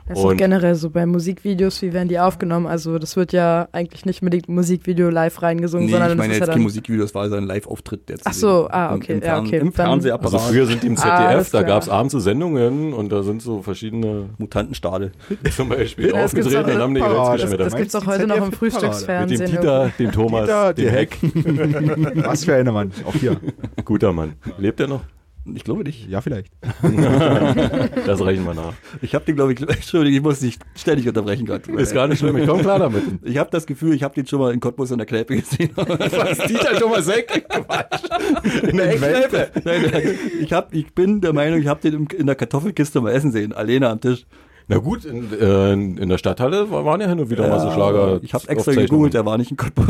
Speaker 3: Das ist auch
Speaker 5: Und-
Speaker 3: generell so bei Musikvideos, wie werden die aufgenommen? Also das wird ja eigentlich nicht unbedingt ein Musikvideo live reingesungen,
Speaker 1: Nee,
Speaker 3: sondern
Speaker 1: ich meine
Speaker 3: das ist
Speaker 1: jetzt
Speaker 3: ja
Speaker 1: kein
Speaker 3: dann
Speaker 1: Musikvideo, das war sein Live-Auftritt jetzt.
Speaker 3: Ach so, ah, okay,
Speaker 1: Im, im,
Speaker 3: ja,
Speaker 1: Fern-
Speaker 3: okay,
Speaker 1: im
Speaker 3: dann-
Speaker 1: Fernsehapparat,
Speaker 5: Also früher sind die im
Speaker 3: Ah,
Speaker 5: ZDF,
Speaker 3: alles
Speaker 5: da
Speaker 3: klar.
Speaker 5: gab es abends so Sendungen und da sind so verschiedene
Speaker 1: Mutantenstade.
Speaker 5: zum Beispiel
Speaker 3: das gibt's
Speaker 5: aufgetreten
Speaker 3: doch-
Speaker 5: und haben die
Speaker 4: Parade.
Speaker 5: Events
Speaker 3: Das
Speaker 5: geschmettert.
Speaker 3: gibt's auch
Speaker 4: Die
Speaker 3: heute noch
Speaker 4: ZDF
Speaker 3: im
Speaker 4: Parade.
Speaker 5: Mit
Speaker 3: Frühstücksfernsehen.
Speaker 5: dem Peter, dem Thomas,
Speaker 4: Peter,
Speaker 5: dem
Speaker 4: der
Speaker 5: Heck.
Speaker 4: Was für einer, Mann. Auch hier.
Speaker 5: Guter Mann. Lebt er noch?
Speaker 1: Ich glaube nicht.
Speaker 4: Ja, vielleicht.
Speaker 5: Das reichen wir nach.
Speaker 1: Ich habe den, glaube ich, Entschuldigung, ich muss dich ständig unterbrechen gerade.
Speaker 5: Ist gar nicht schlimm, ich komme klar damit.
Speaker 1: Ich habe das Gefühl, ich habe den schon mal in Cottbus in der Kneipe gesehen.
Speaker 5: Was?
Speaker 1: halt
Speaker 5: Dieter Thomas Heck?
Speaker 1: In der Kneipe? Nein, nein. Ich, hab, ich bin der Meinung, ich habe den im, in der Kartoffelkiste mal essen sehen, alleine am Tisch.
Speaker 5: Na gut, in, äh, in der Stadthalle war- waren ja hin und wieder mal so Schlager.
Speaker 1: Ich habe extra gegoogelt, der war nicht in Cottbus.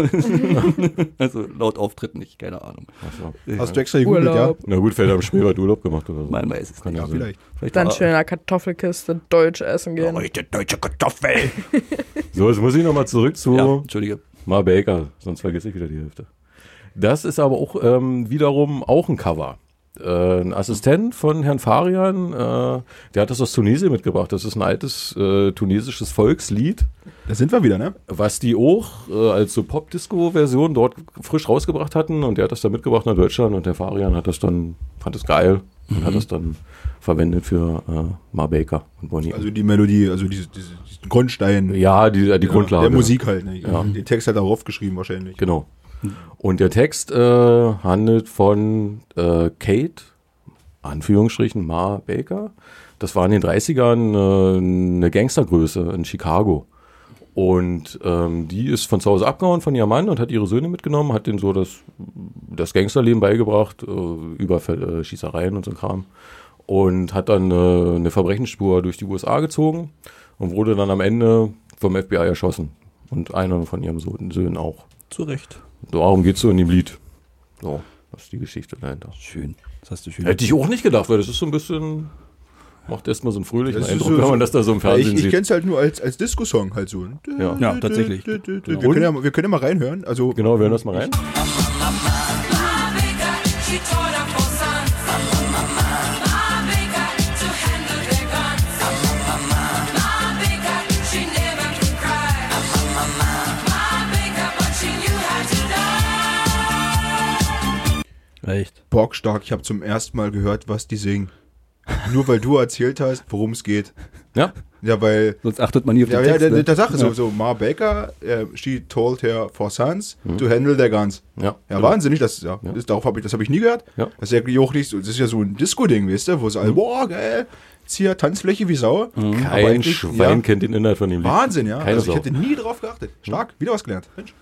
Speaker 1: also laut Auftritt nicht, keine Ahnung.
Speaker 4: Hast du extra gegoogelt, ja?
Speaker 3: Urlaub.
Speaker 5: Na gut, vielleicht haben Schmier Urlaub gemacht oder so.
Speaker 1: Man weiß es
Speaker 5: Kann
Speaker 1: nicht.
Speaker 5: ja,
Speaker 4: Ja,
Speaker 5: sein.
Speaker 4: vielleicht.
Speaker 1: Vielleicht
Speaker 3: Dann
Speaker 1: war-
Speaker 3: schön in einer Kartoffelkiste deutsch essen gehen.
Speaker 1: Heute deutsche Kartoffel.
Speaker 5: So, jetzt muss ich nochmal zurück zu
Speaker 1: Ja, entschuldige.
Speaker 5: Mar Baker, sonst vergesse ich wieder die Hälfte. Das ist aber auch ähm, wiederum auch ein Cover. Äh, ein Assistent von Herrn Farian, äh, der hat das aus Tunesien mitgebracht. Das ist ein altes äh, tunesisches Volkslied,
Speaker 4: Da sind wir wieder, ne?
Speaker 5: was die auch äh, als so Pop-Disco-Version dort frisch rausgebracht hatten. Und der hat das dann mitgebracht nach Deutschland. Und Herr Farian hat das dann, fand es geil und
Speaker 4: Mhm.
Speaker 5: hat das dann verwendet für äh, Mar Baker und Bonnie.
Speaker 4: Also die Melodie, also diese, diese, diesen Grundstein.
Speaker 5: ja, die, die Grundlage.
Speaker 4: Der Musik halt, ne?
Speaker 5: Ja.
Speaker 4: Den Text hat er raufgeschrieben wahrscheinlich.
Speaker 5: Genau. Und der Text äh, handelt von äh, Kate, Anführungsstrichen Ma Baker. Das war in den 30ern äh, eine Gangstergröße in Chicago. Und ähm, die ist von zu Hause abgehauen von ihrem Mann und hat ihre Söhne mitgenommen, hat denen so das, das Gangsterleben beigebracht, äh, Überfälle, äh, Schießereien und so ein Kram. Und hat dann äh, eine Verbrechensspur durch die USA gezogen und wurde dann am Ende vom FBI erschossen. Und einer von ihren Sohn- Söhnen auch.
Speaker 1: Zu Recht.
Speaker 5: Darum geht's so in dem Lied. So, das ist die Geschichte dahinter.
Speaker 1: Schön. Das hast du schön.
Speaker 5: Hätte ich auch nicht gedacht, weil das ist so ein bisschen. Macht erstmal so einen fröhlichen
Speaker 4: Das ist
Speaker 5: Eindruck,
Speaker 4: so-
Speaker 5: wenn man das da so im
Speaker 4: Ja, ich
Speaker 5: Fernsehen
Speaker 4: ich
Speaker 5: sieht.
Speaker 4: kenn's halt nur als, als Disco-Song halt so.
Speaker 5: Ja.
Speaker 1: Ja, tatsächlich.
Speaker 4: Wir können ja, wir können ja mal reinhören. Also,
Speaker 5: Genau, wir hören das mal rein.
Speaker 1: Recht.
Speaker 4: Borgstark, ich habe zum ersten Mal gehört, was die singen. Nur weil du erzählt hast, worum es geht.
Speaker 5: Ja,
Speaker 4: Ja, weil
Speaker 1: Sonst achtet man nie auf den
Speaker 4: Ja, ja,
Speaker 1: Text.
Speaker 4: der,
Speaker 1: ne?
Speaker 4: der, der Sache so, so Ma Baker, äh, she told her four sons to handle their guns.
Speaker 5: Mhm. Ja. also-
Speaker 4: ja wahnsinnig, das, ja, Das, darauf habe ich, das habe ich nie gehört.
Speaker 5: Ja. Mhm.
Speaker 4: Das ist ja auch nicht so, das ist ja so ein Disco-Ding, weißt du, wo es alle, boah, geil, zieh ja Tanzfläche wie Sau. Mhm.
Speaker 5: kein Schwein kennt den Inhalt von dem Lied.
Speaker 4: Wahnsinn, ja.
Speaker 5: Keine
Speaker 4: also ich
Speaker 5: Sau. Mhm.
Speaker 4: hätte nie drauf geachtet. Stark, wieder was gelernt. Mensch,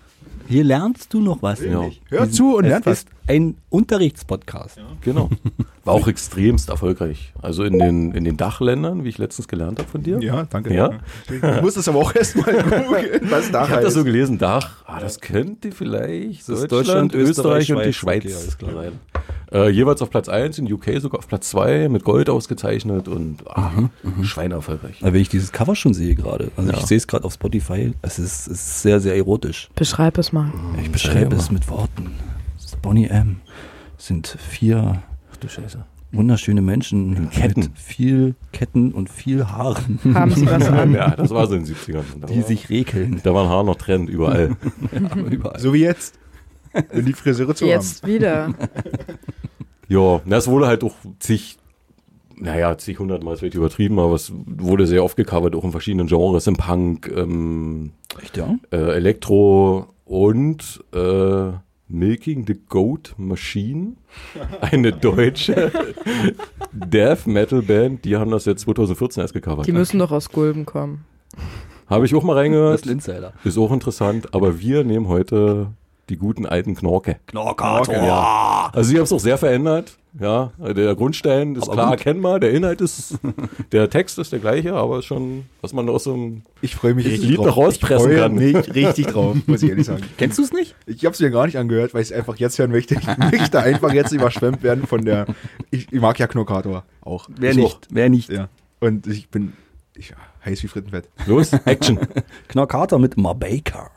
Speaker 1: Hier lernst du noch was.
Speaker 5: Ja.
Speaker 4: hör zu und
Speaker 1: es
Speaker 4: lern was.
Speaker 1: ist ein Unterrichtspodcast.
Speaker 5: Genau. War auch extremst erfolgreich. Also in den, in den Dachländern, wie ich letztens gelernt habe von dir.
Speaker 4: Ja, danke.
Speaker 5: Ja.
Speaker 4: Ich muss das aber auch erstmal googeln, was da
Speaker 5: Ich habe das
Speaker 4: heißt.
Speaker 5: so gelesen, Dach. Ah, das könnt ihr vielleicht.
Speaker 1: Das ist Deutschland,
Speaker 5: Deutschland, Österreich,
Speaker 1: Österreich,
Speaker 5: und die
Speaker 1: Schweiz. Okay,
Speaker 5: Schweiz.
Speaker 1: alles klar.
Speaker 5: rein. Äh, jeweils auf Platz 1, in UK sogar auf Platz 2, mit Gold ausgezeichnet und ah, Schwein erfolgreich.
Speaker 1: Aber wenn ich dieses Cover schon sehe gerade, also
Speaker 5: Ja.
Speaker 1: ich sehe es gerade auf Spotify, es ist, es ist sehr, sehr erotisch.
Speaker 3: Beschreib es mal.
Speaker 1: Ich beschreibe es mit Worten. Es ist Bonnie M. Es sind vier
Speaker 5: Ach du Scheiße.
Speaker 1: wunderschöne Menschen
Speaker 5: Ketten.
Speaker 1: mit viel Ketten und viel Haaren,
Speaker 3: Haben Sie was an?
Speaker 5: Ja, das war so in den 70ern. Da,
Speaker 1: die
Speaker 5: war,
Speaker 1: sich rekeln.
Speaker 5: da waren Haare noch Trend überall.
Speaker 1: Überall.
Speaker 4: So wie jetzt. Wenn die Friseure zu
Speaker 3: Jetzt wieder.
Speaker 5: ja, das wurde halt auch zig, naja, zig hundertmal ist vielleicht übertrieben, aber es wurde sehr oft gecovert, auch in verschiedenen Genres, im Punk, ähm,
Speaker 1: Echt, ja?
Speaker 5: äh, Elektro und äh, Milking the Goat Machine, eine deutsche Death Metal Band, die haben das jetzt 2014 erst gecovert.
Speaker 3: Die müssen doch aus Gulben kommen.
Speaker 5: Habe ich auch mal
Speaker 1: Das
Speaker 5: reingehört,
Speaker 1: ist ein Insider.
Speaker 5: ist auch interessant, aber wir nehmen heute die guten alten Knorke.
Speaker 1: Knorkator.
Speaker 5: Also ich habe es auch sehr verändert, ja, der Grundstein ist
Speaker 1: Aber
Speaker 5: klar
Speaker 1: gut.
Speaker 5: erkennbar, der Inhalt ist, der Text ist der gleiche, aber ist schon, was man aus so einem
Speaker 4: Ich freue mich
Speaker 5: Ich
Speaker 4: richtig
Speaker 5: lieb
Speaker 4: drauf.
Speaker 5: noch rauspressen
Speaker 4: ich freue
Speaker 5: kann.
Speaker 4: mich richtig drauf, muss ich ehrlich sagen.
Speaker 1: Kennst du es nicht?
Speaker 4: Ich habe es mir gar nicht angehört, weil ich es einfach jetzt hören möchte. Ich möchte einfach jetzt überschwemmt werden von der. Ich, ich mag ja Knockator auch.
Speaker 1: Wer
Speaker 4: Ich
Speaker 1: nicht? Wer nicht?
Speaker 4: Auch. Ja. Und ich bin ich, heiß wie Frittenfett.
Speaker 5: Los, Action.
Speaker 1: Knorkator mit Ma Baker.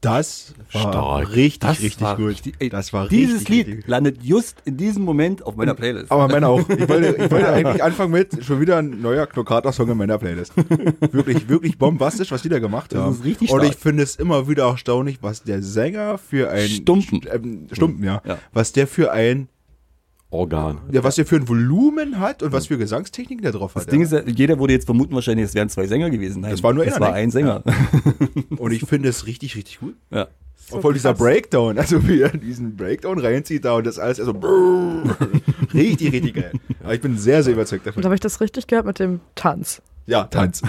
Speaker 4: Das war
Speaker 5: Stark.
Speaker 4: richtig,
Speaker 1: Das
Speaker 4: richtig
Speaker 1: war
Speaker 4: gut.
Speaker 1: richtig- ey,
Speaker 4: das war
Speaker 1: Dieses
Speaker 4: richtig,
Speaker 1: Lied
Speaker 4: richtig gut.
Speaker 1: landet just in diesem Moment auf meiner Playlist.
Speaker 4: Aber meine auch. Ich wollte, ich wollte eigentlich anfangen mit schon wieder ein neuer Knockator-Song in meiner Playlist. Wirklich, wirklich bombastisch, was die da gemacht
Speaker 1: Das
Speaker 4: haben.
Speaker 1: ist richtig
Speaker 4: Und
Speaker 1: stark.
Speaker 4: ich finde es immer wieder erstaunlich, was der Sänger für ein
Speaker 1: Stumpen. Hm.
Speaker 4: St- ähm, Stumpen, ja.
Speaker 1: Ja.
Speaker 4: Was der für ein,
Speaker 5: Organ.
Speaker 4: ja, was der für ein Volumen hat und was für Gesangstechniken der drauf hat.
Speaker 1: das Ding
Speaker 4: ja.
Speaker 1: ist, ja, jeder würde jetzt vermuten wahrscheinlich, es wären zwei Sänger gewesen. Nein,
Speaker 4: Das war nur
Speaker 1: es
Speaker 4: einer,
Speaker 1: war
Speaker 4: ne?
Speaker 1: ein Sänger.
Speaker 4: und ich finde es richtig, richtig gut.
Speaker 1: Ja.
Speaker 3: So
Speaker 4: Obwohl dieser
Speaker 3: krass.
Speaker 4: Breakdown, also wie er diesen Breakdown reinzieht da und das alles, also richtig, richtig geil. Aber ich bin sehr, sehr überzeugt
Speaker 3: Und
Speaker 4: davon.
Speaker 3: habe ich das richtig gehört mit dem Tanz?
Speaker 4: Ja, Tanz.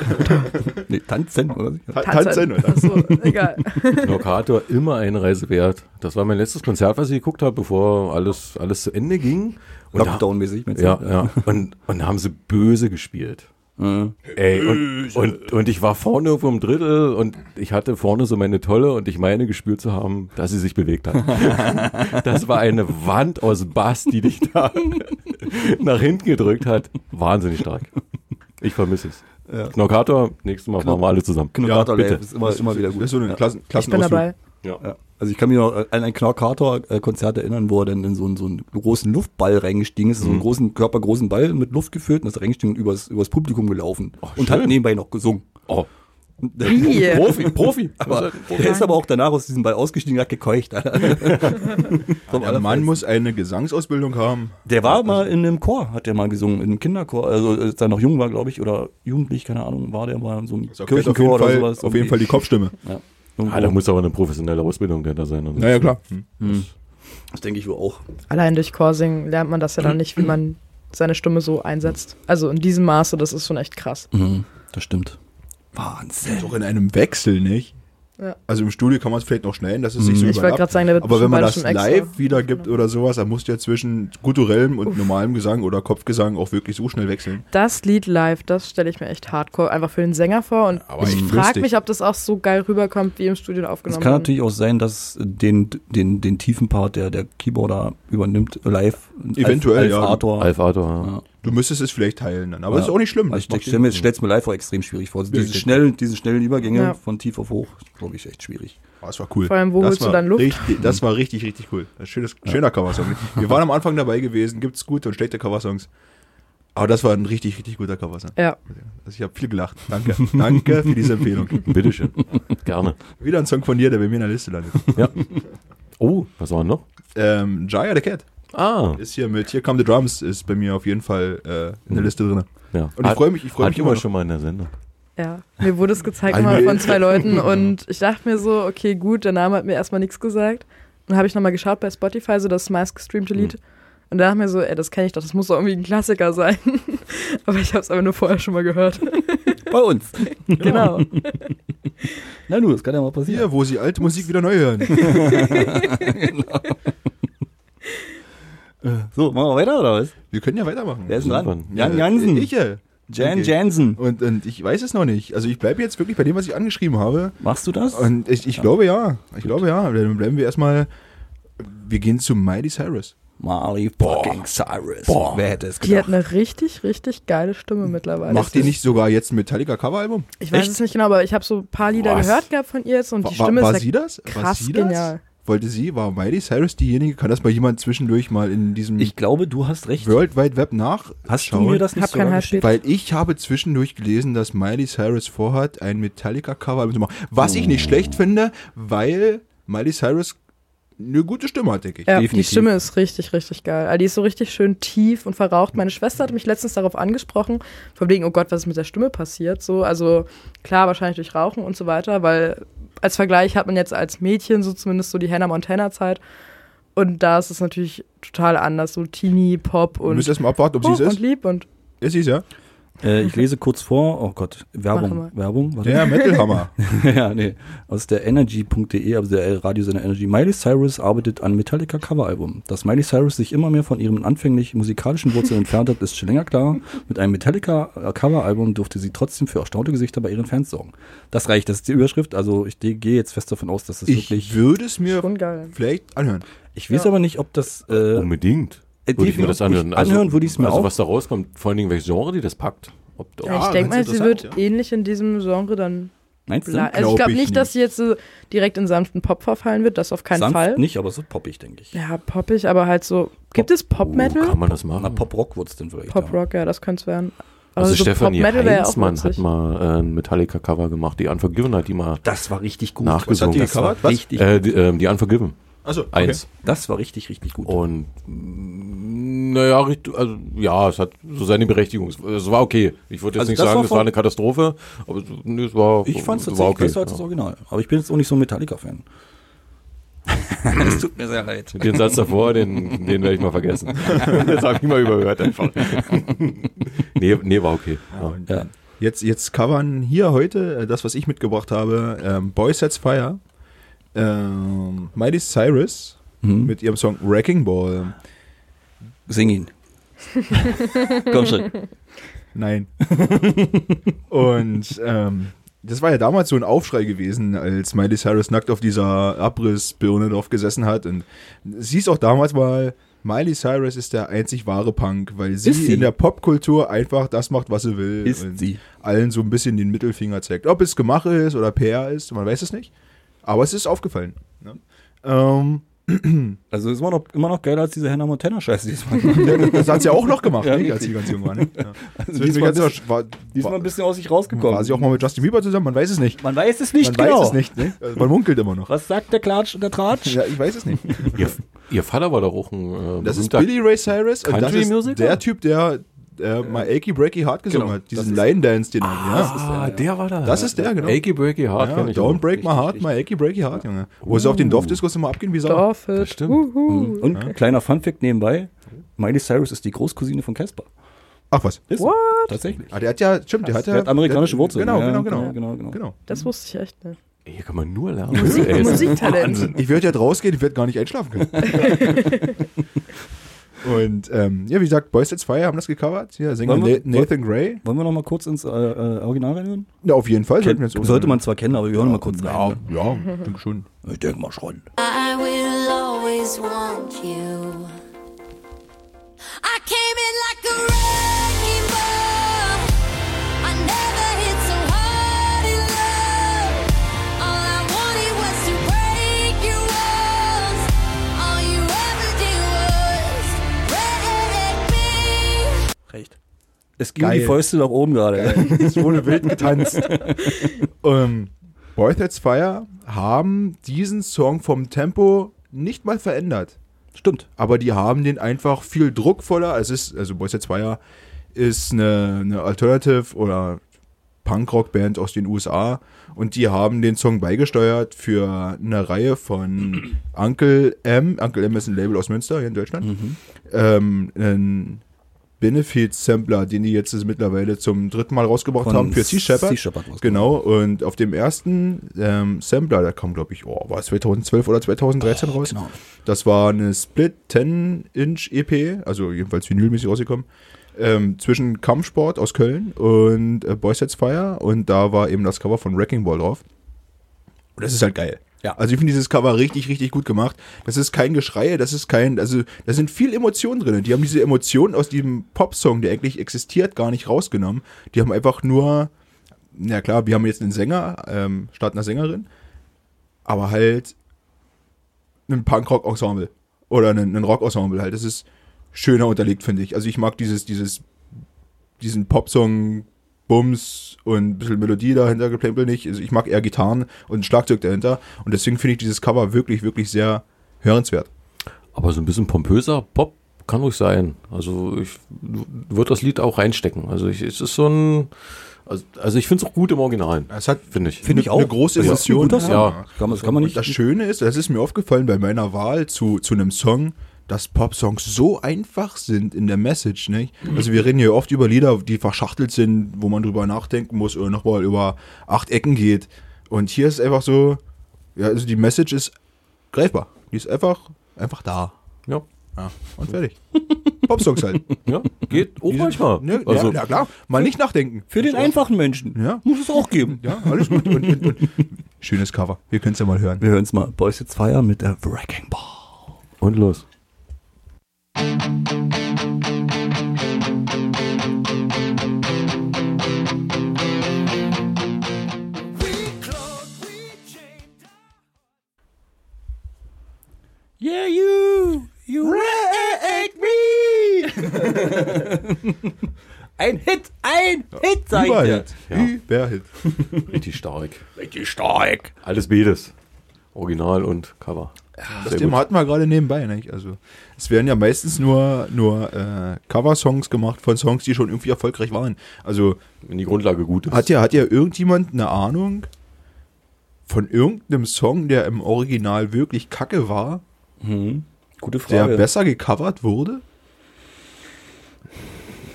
Speaker 1: Nee, tanzen, oder?
Speaker 4: Ta-
Speaker 1: halt.
Speaker 4: Tanzen. oder?
Speaker 3: Achso, egal.
Speaker 5: Knockator immer eine Reise wert. Das war mein letztes Konzert, was ich geguckt habe, bevor alles, alles zu Ende ging. Und da-
Speaker 1: Lockdown-mäßig. meinst du?
Speaker 5: Ja, ja. Und, und da haben sie böse gespielt.
Speaker 1: Mhm.
Speaker 5: Ey, und, und, und ich war vorne irgendwo im Drittel und ich hatte vorne so meine Tolle und ich meine gespürt zu haben, dass sie sich bewegt hat. das war eine Wand aus Bass, die dich da nach hinten gedrückt hat. Wahnsinnig stark. Ich vermisse es. Knockator, nächstes Mal machen wir alle zusammen.
Speaker 1: Knockator
Speaker 5: bitte.
Speaker 1: Live ist immer, immer wieder gut.
Speaker 4: Das ist so eine Klassen
Speaker 3: Ich bin
Speaker 4: Klassenausflug.
Speaker 3: dabei.
Speaker 1: Ja. Also ich kann mich noch an ein Knorr-Carter-Konzert erinnern, wo er dann in so einen, so einen großen Luftball reingestiegen ist, so
Speaker 4: Mhm.
Speaker 1: einen großen, körpergroßen Ball mit Luft gefüllt und ist reingestiegen und übers, übers Publikum gelaufen und hat nebenbei noch gesungen.
Speaker 5: Oh,
Speaker 1: Und-
Speaker 3: Yeah.
Speaker 5: Profi, Profi.
Speaker 1: Aber der ist aber auch danach aus diesem Ball ausgestiegen und hat gekeucht. Vom
Speaker 4: Der Mann
Speaker 1: Allerfeinsten.
Speaker 4: muss eine Gesangsausbildung haben.
Speaker 1: der war mal
Speaker 4: also
Speaker 1: in einem Chor, hat der mal gesungen, in einem Kinderchor, also als er noch jung war, glaube ich, oder jugendlich, keine Ahnung, war der mal in so einem
Speaker 4: Also kennt auf jeden,
Speaker 1: Kirchenchor oder
Speaker 4: Fall,
Speaker 1: sowas.
Speaker 4: auf jeden Fall die Kopfstimme.
Speaker 1: Ja.
Speaker 5: ah, da muss aber eine professionelle Ausbildung dahinter sein. Und
Speaker 4: Naja, klar. Hm.
Speaker 1: das denke ich wohl auch.
Speaker 3: Allein durch Chorsingen lernt man das ja dann nicht, wie man seine Stimme so einsetzt. Also in diesem Maße, das ist schon echt krass.
Speaker 1: Mhm, das stimmt. Wahnsinn.
Speaker 4: Doch in einem Wechsel, nicht?
Speaker 3: Ja.
Speaker 4: Also im Studio kann man es vielleicht noch schneiden, dass es
Speaker 1: Mhm.
Speaker 4: sich so
Speaker 3: Ich wollte
Speaker 4: überlappt.
Speaker 3: gerade sagen, da wird
Speaker 4: Aber wenn
Speaker 3: bestimmt
Speaker 4: man
Speaker 3: beides
Speaker 4: das
Speaker 3: schon extra. Genau.
Speaker 4: live wiedergibt oder sowas, dann musst du ja zwischen gutturellem und normalem Gesang oder Kopfgesang auch wirklich so schnell wechseln.
Speaker 3: Das Lied live, das stelle ich mir echt hardcore einfach für den Sänger vor. Und
Speaker 4: Aber
Speaker 3: ich
Speaker 4: echt
Speaker 3: frage
Speaker 4: lustig.
Speaker 3: mich, ob das auch so geil rüberkommt, wie im Studio
Speaker 1: Es
Speaker 3: aufgenommen
Speaker 1: kann
Speaker 3: worden.
Speaker 1: natürlich auch sein, dass den, den, den tiefen Part, der der Keyboarder übernimmt, live.
Speaker 4: Eventuell,
Speaker 1: als, als
Speaker 4: ja.
Speaker 1: Arthur.
Speaker 5: Alphator. Ja.
Speaker 4: Du müsstest es vielleicht teilen dann, aber
Speaker 1: Ja.
Speaker 4: das ist auch nicht schlimm.
Speaker 1: Also
Speaker 4: Das
Speaker 1: ich denke,
Speaker 4: macht
Speaker 1: stell mir, stelle es mir live auch extrem schwierig vor. Diese
Speaker 4: denke
Speaker 1: schnellen, diese schnellen Übergänge
Speaker 3: Ja.
Speaker 1: von tief auf hoch, glaube ich, echt schwierig.
Speaker 4: Oh, das war cool.
Speaker 3: Vor allem, wo
Speaker 4: das
Speaker 3: holst du
Speaker 4: war
Speaker 3: dann Luft?
Speaker 4: Richtig, das war richtig, richtig cool. Ein schönes, schöner Coversong. Wir waren am Anfang dabei gewesen, gibt's gute und schlechte Coversongs. Aber das war ein richtig, richtig guter Coversong.
Speaker 3: Ja,
Speaker 4: Also ich habe viel gelacht. Danke. Danke für diese Empfehlung.
Speaker 5: Bitteschön. Gerne.
Speaker 4: Wieder ein Song von dir, der bei mir in der Liste landet.
Speaker 5: Ja. Oh, was war noch?
Speaker 4: Ähm, Jaya the Cat
Speaker 5: Ah,
Speaker 4: ist hier mit Here Come the Drums, ist bei mir auf jeden Fall äh,
Speaker 1: Mhm.
Speaker 4: in der Liste drin.
Speaker 5: ja.
Speaker 4: Und ich freue mich, ich freue mich immer
Speaker 5: immer
Speaker 4: noch.
Speaker 5: schon mal in der Sendung.
Speaker 3: ja. Mir wurde es gezeigt
Speaker 4: Ein
Speaker 3: mal
Speaker 4: Bild.
Speaker 3: von zwei Leuten und ich dachte mir so, okay, gut, der Name hat mir erstmal nichts gesagt. Dann habe ich nochmal geschaut bei Spotify, so das meistgestreamte
Speaker 4: Hm.
Speaker 3: Lied. Und da dachte ich mir so, ey, das kenne ich doch, das muss doch irgendwie ein Klassiker sein. aber ich habe es aber nur vorher schon mal gehört.
Speaker 1: Bei uns.
Speaker 3: genau.
Speaker 1: Na du, das kann ja mal passieren.
Speaker 4: Hier, wo sie alte Musik wieder neu hören.
Speaker 1: So, machen wir weiter oder was?
Speaker 4: Wir können ja weitermachen.
Speaker 1: Wer ist denn dran?
Speaker 5: Irgendwann.
Speaker 1: Jan Jansen.
Speaker 4: Jansen. Ich, äh,
Speaker 1: Jan
Speaker 4: Okay.
Speaker 1: Jansen.
Speaker 4: Und, und ich weiß es noch nicht. Also ich bleibe jetzt wirklich bei dem, was ich angeschrieben habe.
Speaker 1: Machst du das?
Speaker 4: Und ich, ich glaube ja. Ich glaube ja. Dann bleiben wir erstmal. Wir gehen zu Miley Cyrus.
Speaker 1: Marley fucking Cyrus.
Speaker 5: Boah.
Speaker 1: Wer hätte es
Speaker 3: Die hat
Speaker 1: gedacht?
Speaker 3: eine richtig, richtig geile Stimme mittlerweile.
Speaker 4: Macht die nicht sogar jetzt ein Metallica-Coveralbum?
Speaker 3: Ich weiß
Speaker 1: Echt?
Speaker 3: es nicht genau, aber ich habe so ein paar Lieder
Speaker 5: Was?
Speaker 3: gehört gehabt von ihr jetzt und die
Speaker 4: Wa-
Speaker 3: Stimme
Speaker 4: war, war
Speaker 3: ist halt
Speaker 4: sie das? war
Speaker 3: krass
Speaker 4: sie das?
Speaker 3: genial.
Speaker 4: Wollte sie, war Miley Cyrus diejenige? Kann das mal jemand zwischendurch mal in diesem
Speaker 1: Ich glaube, du hast recht.
Speaker 4: World Wide Web nach?
Speaker 1: Hast du mir das
Speaker 3: Ich
Speaker 1: nicht
Speaker 3: habe kein
Speaker 1: sogar geschickt?
Speaker 3: Halsbild.
Speaker 4: Weil ich habe zwischendurch gelesen, dass Miley Cyrus vorhat, ein Metallica-Cover zu machen. Was ich nicht schlecht finde, weil Miley Cyrus eine gute Stimme hat, denke ich.
Speaker 3: Ja, die
Speaker 1: Definitiv.
Speaker 3: Stimme ist richtig, richtig geil. Also die ist so richtig schön tief und verraucht. Meine Schwester hat mich letztens darauf angesprochen, von wegen, oh Gott, was ist mit der Stimme passiert? So, also klar, wahrscheinlich durch Rauchen und so weiter, weil als Vergleich hat man jetzt als Mädchen so zumindest so die Hannah Montana Zeit und da ist es natürlich total anders, so Teenie Pop
Speaker 4: Wir
Speaker 3: und
Speaker 4: müssen erstmal abwarten, ob
Speaker 3: hoch
Speaker 4: sie es
Speaker 3: und
Speaker 4: ist.
Speaker 3: lieb und
Speaker 4: Ist sie es, ja?
Speaker 1: Äh, ich lese kurz vor. Oh Gott, Werbung.
Speaker 3: Machen
Speaker 1: Werbung? Warte.
Speaker 4: Ja, Metalhammer.
Speaker 1: ja, nee. Aus der energy.de, also der Radiosender Energy. Miley Cyrus arbeitet an Metallica Coveralbum. Dass Miley Cyrus sich immer mehr von ihren anfänglich musikalischen Wurzeln entfernt hat, ist schon länger klar. Mit einem Metallica äh, Coveralbum durfte sie trotzdem für erstaunte Gesichter bei ihren Fans sorgen. Das reicht, das ist die Überschrift. Also ich de- gehe jetzt fest davon aus, dass das
Speaker 4: Ich
Speaker 1: wirklich.
Speaker 4: würde es mir
Speaker 3: schon geil.
Speaker 4: vielleicht anhören.
Speaker 1: Ich weiß aber nicht, ob das. Äh,
Speaker 5: Unbedingt.
Speaker 1: Äh,
Speaker 5: Würde ich mir das anhören.
Speaker 1: definitiv. Anhören würde ich's mir
Speaker 5: Also
Speaker 1: auch.
Speaker 5: was da rauskommt, vor allen Dingen welches Genre die das packt. Ob, ob,
Speaker 3: ich
Speaker 4: ganz
Speaker 3: denke mal, sie
Speaker 4: interessant,
Speaker 3: wird
Speaker 4: ja.
Speaker 3: ähnlich in diesem Genre dann
Speaker 1: Meinst du?
Speaker 3: bla. Also ich
Speaker 4: Glaub
Speaker 3: glaube
Speaker 4: ich
Speaker 3: nicht,
Speaker 4: nicht.
Speaker 3: dass sie jetzt so direkt in sanften Pop verfallen wird, das auf keinen
Speaker 1: Sanft
Speaker 3: Fall.
Speaker 1: nicht, aber so poppig, denke ich.
Speaker 3: Ja, poppig, aber halt so. Gibt es
Speaker 5: Oh,
Speaker 3: Pop-Metal?
Speaker 5: kann man das machen?
Speaker 1: Na, Pop-Rock wurde es denn vielleicht. ja.
Speaker 3: Pop-Rock, ja, das könnte es werden. Aber
Speaker 5: also
Speaker 3: so
Speaker 5: Stefanie
Speaker 3: Pop-Metal wär ja auch
Speaker 5: Heinzmann hat
Speaker 3: witzig.
Speaker 5: mal äh, ein Metallica-Cover gemacht, die Unforgiven hat die mal
Speaker 1: Das war richtig gut.
Speaker 5: nachgesungen.
Speaker 4: hat die
Speaker 5: Das war
Speaker 4: gecovert? Was?
Speaker 1: Richtig,
Speaker 5: Äh, die, ähm, die Unforgiven.
Speaker 4: Achso, Also, okay.
Speaker 5: Eins.
Speaker 1: das war richtig, richtig gut.
Speaker 5: Und mm, naja, richt- also, ja, es hat so seine Berechtigung. Es- Es war okay. Ich würde jetzt
Speaker 1: Also
Speaker 5: nicht
Speaker 1: das
Speaker 5: sagen,
Speaker 1: war
Speaker 5: es
Speaker 1: von-
Speaker 5: war eine Katastrophe, aber es- nee, es war.
Speaker 1: ich fand es
Speaker 5: war
Speaker 1: tatsächlich
Speaker 5: okay,
Speaker 1: besser als das
Speaker 5: ja.
Speaker 1: Original. Aber ich bin jetzt auch nicht so ein Metallica-Fan. es tut mir sehr leid.
Speaker 5: Den Satz davor, den, den werde ich mal vergessen. das habe ich mal überhört einfach. nee, nee, war okay. Ja.
Speaker 1: Ja.
Speaker 4: Jetzt, jetzt covern hier heute äh, das, was ich mitgebracht habe: ähm, Boy Sets Fire, ähm, Mighty Cyrus mit ihrem Song Wrecking Ball.
Speaker 1: Sing ihn. Komm schon.
Speaker 4: Nein. Und ähm, das war ja damals so ein Aufschrei gewesen, als Miley Cyrus nackt auf dieser Abrissbirne drauf gesessen hat. Und sie ist auch damals mal, Miley Cyrus ist der einzig wahre Punk, weil sie,
Speaker 1: Ist sie.
Speaker 4: in der Popkultur einfach das macht, was sie will.
Speaker 1: Ist
Speaker 4: und
Speaker 1: sie.
Speaker 4: Allen so ein bisschen den Mittelfinger zeigt. Ob es Gemache ist oder PR ist, man weiß es nicht. Aber es ist aufgefallen. Ne? Ähm,
Speaker 1: Also es war noch, immer noch geiler als diese Hannah Montana-Scheiße, die es mal gemacht
Speaker 4: das hat sie auch noch gemacht,
Speaker 1: Ja,
Speaker 4: nicht, als
Speaker 1: richtig.
Speaker 4: sie ganz jung war. Ne? Ja.
Speaker 1: hat.
Speaker 4: Zwischendurch
Speaker 1: diesmal,
Speaker 4: hat sie
Speaker 1: ein bisschen-
Speaker 4: auch- war,
Speaker 1: diesmal ein
Speaker 4: war,
Speaker 1: bisschen aus sich rausgekommen.
Speaker 4: war sie auch mal mit Justin Bieber zusammen, man weiß es nicht.
Speaker 1: Man weiß es nicht
Speaker 4: Man
Speaker 1: genau.
Speaker 4: weiß es nicht, ne? Also Man munkelt immer noch.
Speaker 1: Was sagt der Klatsch und der Tratsch?
Speaker 4: Ja, ich weiß es nicht.
Speaker 5: Ihr, ihr Vater war doch auch ein. Äh,
Speaker 4: Das ist
Speaker 5: berühmter-
Speaker 4: Billy Ray Cyrus und das ist
Speaker 1: Country-Musiker?
Speaker 4: der Typ, der äh, mal Achy Breaky Hard gesungen
Speaker 1: Genau,
Speaker 4: hat.
Speaker 1: das
Speaker 4: Diesen
Speaker 1: ist-
Speaker 4: Line Dance, den er
Speaker 5: Ah, der war da.
Speaker 4: Das ist der, genau.
Speaker 5: Achy Breaky
Speaker 4: ja.
Speaker 5: Hard
Speaker 4: ja,
Speaker 5: kenn ich.
Speaker 4: Don't
Speaker 5: noch.
Speaker 4: Break My Heart, My Achy Breaky Heart, Junge. Wo sie auf
Speaker 1: Oh.
Speaker 4: den Dorfdiskus immer abgehen, wie sauer.
Speaker 3: Dorfit.
Speaker 5: Das stimmt.
Speaker 3: Uhu.
Speaker 1: Und kleiner Funfact nebenbei, Miley Cyrus ist die Großcousine von Casper.
Speaker 4: Ach was.
Speaker 1: Ist What? Tatsächlich.
Speaker 4: Ah, der hat ja, stimmt, der hat ja.
Speaker 1: Der hat amerikanische
Speaker 4: der-
Speaker 1: Wurzeln.
Speaker 4: Genau,
Speaker 1: Ja,
Speaker 4: genau, genau.
Speaker 1: genau, genau, genau.
Speaker 4: genau.
Speaker 3: Das wusste ich echt nicht.
Speaker 5: Ey, Hier kann man nur lernen.
Speaker 3: Musik-
Speaker 5: Ey, ist-
Speaker 3: Musiktalent.
Speaker 4: Also, Ich werde jetzt rausgehen, ich werde gar nicht einschlafen können. Und ähm, ja, wie gesagt, Boys That's Fire haben das gecovert. Ja, Sänger
Speaker 1: Wollen wir-
Speaker 4: Na- Nathan Gray.
Speaker 1: Wollen wir noch mal kurz ins äh, äh, Original reinhören?
Speaker 4: Ja, auf jeden Fall. sollten wir jetzt auch-
Speaker 1: Sollte man zwar kennen, aber wir hören mal kurz
Speaker 4: Ja,
Speaker 1: rein.
Speaker 4: ja, denke schon.
Speaker 1: Ne? Ich denke mal schon.
Speaker 7: I will always want you. I came in like a wrecking ball. I never hit so hard in love. All I wanted was to break your walls. All you ever did was wreck me.
Speaker 1: Recht. Es ging
Speaker 4: Geil.
Speaker 1: die Fäuste nach oben gerade.
Speaker 4: Es wurde wild getanzt. ähm, Boy That's Fire haben diesen Song vom Tempo nicht mal verändert.
Speaker 1: Stimmt.
Speaker 4: Aber die haben den einfach viel druckvoller. Es ist, also Boy That's Fire ist eine, eine Alternative oder Punkrock-Band aus den USA und die haben den Song beigesteuert für eine Reihe von Uncle M. Uncle M ist ein Label aus Münster hier in Deutschland.
Speaker 1: Mhm.
Speaker 4: Ähm, ein Benefit-Sampler, den die jetzt mittlerweile zum dritten Mal rausgebracht
Speaker 1: Von
Speaker 4: haben für Sea Shepherd.
Speaker 1: Sea Shepherd rausgebracht.
Speaker 4: genau, und auf dem ersten ähm, Sampler, da kam glaube ich, oh, war es 2012 oder 2013 raus.
Speaker 1: genau.
Speaker 4: Das war eine Split 10-Inch EP, also jedenfalls vinylmäßig rausgekommen ähm, zwischen Kampfsport aus Köln und äh, Boy Sets Fire und da war eben das Cover von Wrecking Ball drauf. Und das ist halt geil.
Speaker 1: Ja.
Speaker 4: Also ich finde dieses Cover richtig, richtig gut gemacht. Das ist kein Geschrei, das ist kein, also da sind viel Emotionen drin. Die haben diese Emotionen aus diesem Popsong, der eigentlich existiert, gar nicht rausgenommen. Die haben einfach nur, na klar, wir haben jetzt einen Sänger, ähm, statt einer Sängerin, aber halt ein Punkrock-Ensemble oder ein, ein Rock-Ensemble halt. Das ist schöner unterlegt, finde ich. Also ich mag dieses, dieses, diesen Popsong Bums und ein bisschen Melodie dahinter geplempelt nicht. Also ich mag eher Gitarren und ein Schlagzeug dahinter und deswegen finde ich dieses Cover wirklich, wirklich sehr hörenswert.
Speaker 5: Aber so ein bisschen pompöser Pop kann ruhig sein. Also ich würde das Lied auch reinstecken. Also ich, es ist so ein. Also, also ich finde es auch gut im Original.
Speaker 4: Es hat
Speaker 5: Finde ich.
Speaker 1: Finde ich auch.
Speaker 4: eine große
Speaker 1: Ja.
Speaker 4: Emotion.
Speaker 1: Guter Song.
Speaker 5: Ja.
Speaker 1: Kann man, das kann man
Speaker 4: Und
Speaker 1: nicht.
Speaker 4: das Schöne ist, das ist mir aufgefallen bei meiner Wahl zu, zu einem Song, dass Popsongs so einfach sind in der Message, nicht? Also wir reden hier oft über Lieder, die verschachtelt sind, wo man drüber nachdenken muss oder nochmal über acht Ecken geht. Und hier ist einfach so, ja, also die Message ist greifbar. Die ist einfach, einfach da.
Speaker 5: Ja.
Speaker 4: Ja, und fertig. Popsongs halt.
Speaker 5: Ja, geht auch
Speaker 4: Die sind-
Speaker 5: manchmal.
Speaker 4: Ne,
Speaker 5: also,
Speaker 4: ja, na klar, mal nicht nachdenken.
Speaker 1: Für den einfachen Menschen
Speaker 4: Ja.
Speaker 1: muss es auch geben.
Speaker 4: Ja, alles gut. Und, und, und. Schönes Cover. Wir können es ja mal hören.
Speaker 1: Wir hören es mal. Boys It's Fire mit der Wrecking Ball.
Speaker 5: Und los.
Speaker 7: We
Speaker 4: Überhit.
Speaker 5: Ja.
Speaker 4: Überhit.
Speaker 5: Richtig stark.
Speaker 1: Richtig stark.
Speaker 5: Alles Bedes. Original und Cover.
Speaker 4: Das
Speaker 5: Sehr
Speaker 4: Thema
Speaker 5: gut.
Speaker 4: hatten wir gerade nebenbei, nicht? Also, es werden ja meistens nur, nur äh, Cover-Songs gemacht von Songs, die schon irgendwie erfolgreich waren. Also,
Speaker 5: Wenn die Grundlage gut ist.
Speaker 4: hat ja, hat ja irgendjemand eine Ahnung von irgendeinem Song, der im Original wirklich kacke war,
Speaker 1: Gute
Speaker 4: der
Speaker 1: Frage.
Speaker 4: besser gecovert wurde?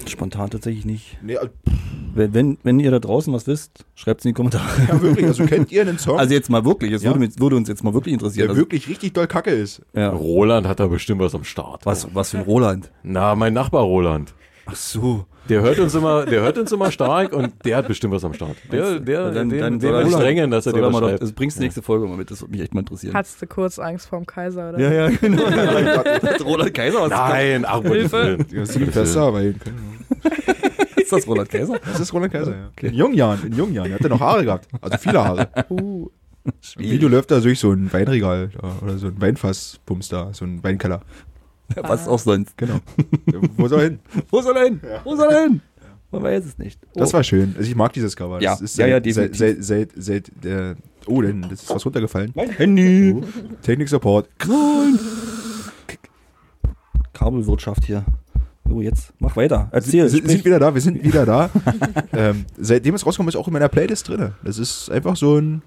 Speaker 1: Spontan tatsächlich nicht.
Speaker 4: Nee, also,
Speaker 1: Wenn, wenn, wenn ihr da draußen was wisst, schreibt es in die Kommentare.
Speaker 4: ja, wirklich. Also, kennt ihr einen Song,
Speaker 1: Also jetzt mal wirklich, es
Speaker 4: Ja.
Speaker 1: würde, mich- würde uns jetzt mal wirklich interessieren.
Speaker 4: der
Speaker 1: Also,
Speaker 4: wirklich richtig doll kacke ist?
Speaker 1: ja.
Speaker 5: Roland hat da bestimmt was am Start.
Speaker 1: Was, was für ein Roland?
Speaker 5: Na, mein Nachbar Roland.
Speaker 1: Ach so.
Speaker 5: Der hört uns immer, der hört uns immer stark und der hat bestimmt was am Start. Der, der,
Speaker 1: Dann-
Speaker 5: den,
Speaker 1: dann
Speaker 5: den
Speaker 1: soll
Speaker 5: wir
Speaker 1: er-
Speaker 5: strengen, dass er
Speaker 1: soll er
Speaker 5: dir was
Speaker 1: mal doch-
Speaker 5: schreibt.
Speaker 1: Das bringst du nächste Folge mal mit, das würde mich echt mal interessieren.
Speaker 3: Hattest du kurz Angst vorm Kaiser, oder?
Speaker 1: Ja, ja, genau. Roland Kaiser, was
Speaker 5: Nein, ach, Hilfe.
Speaker 4: um Ja, Silvester, weil.
Speaker 1: ist das Roland Kaiser?
Speaker 4: Das ist Roland Kaiser, ja. In jungen Jahren, in jungen Jahren. Er hatte noch Haare gehabt. Also viele Haare. Uh. Im Video läuft da durch so ein Weinregal da, oder so ein Weinfassbums da, so ein Weinkeller.
Speaker 1: Was auch sonst.
Speaker 4: Genau. Wo soll er hin?
Speaker 1: Wo soll er hin? Wo soll er hin? Man weiß es nicht. Oh.
Speaker 4: Das war schön. Also ich mag dieses Cover.
Speaker 1: Ja.
Speaker 4: Das ist
Speaker 1: Ja,
Speaker 4: seit,
Speaker 1: ja,
Speaker 4: seit,
Speaker 1: definitiv.
Speaker 4: seit, seit, seit äh, Oh, denn das ist was runtergefallen. Uh,
Speaker 1: mein Handy.
Speaker 4: Technik Support.
Speaker 1: Kabelwirtschaft hier. So, jetzt mach weiter. Erzähl.
Speaker 4: Wir sind,
Speaker 1: sprich.
Speaker 4: sind wieder da, wir sind wieder da. ähm, seitdem es rauskommt, ist auch in meiner Playlist drin. Das ist einfach so ein.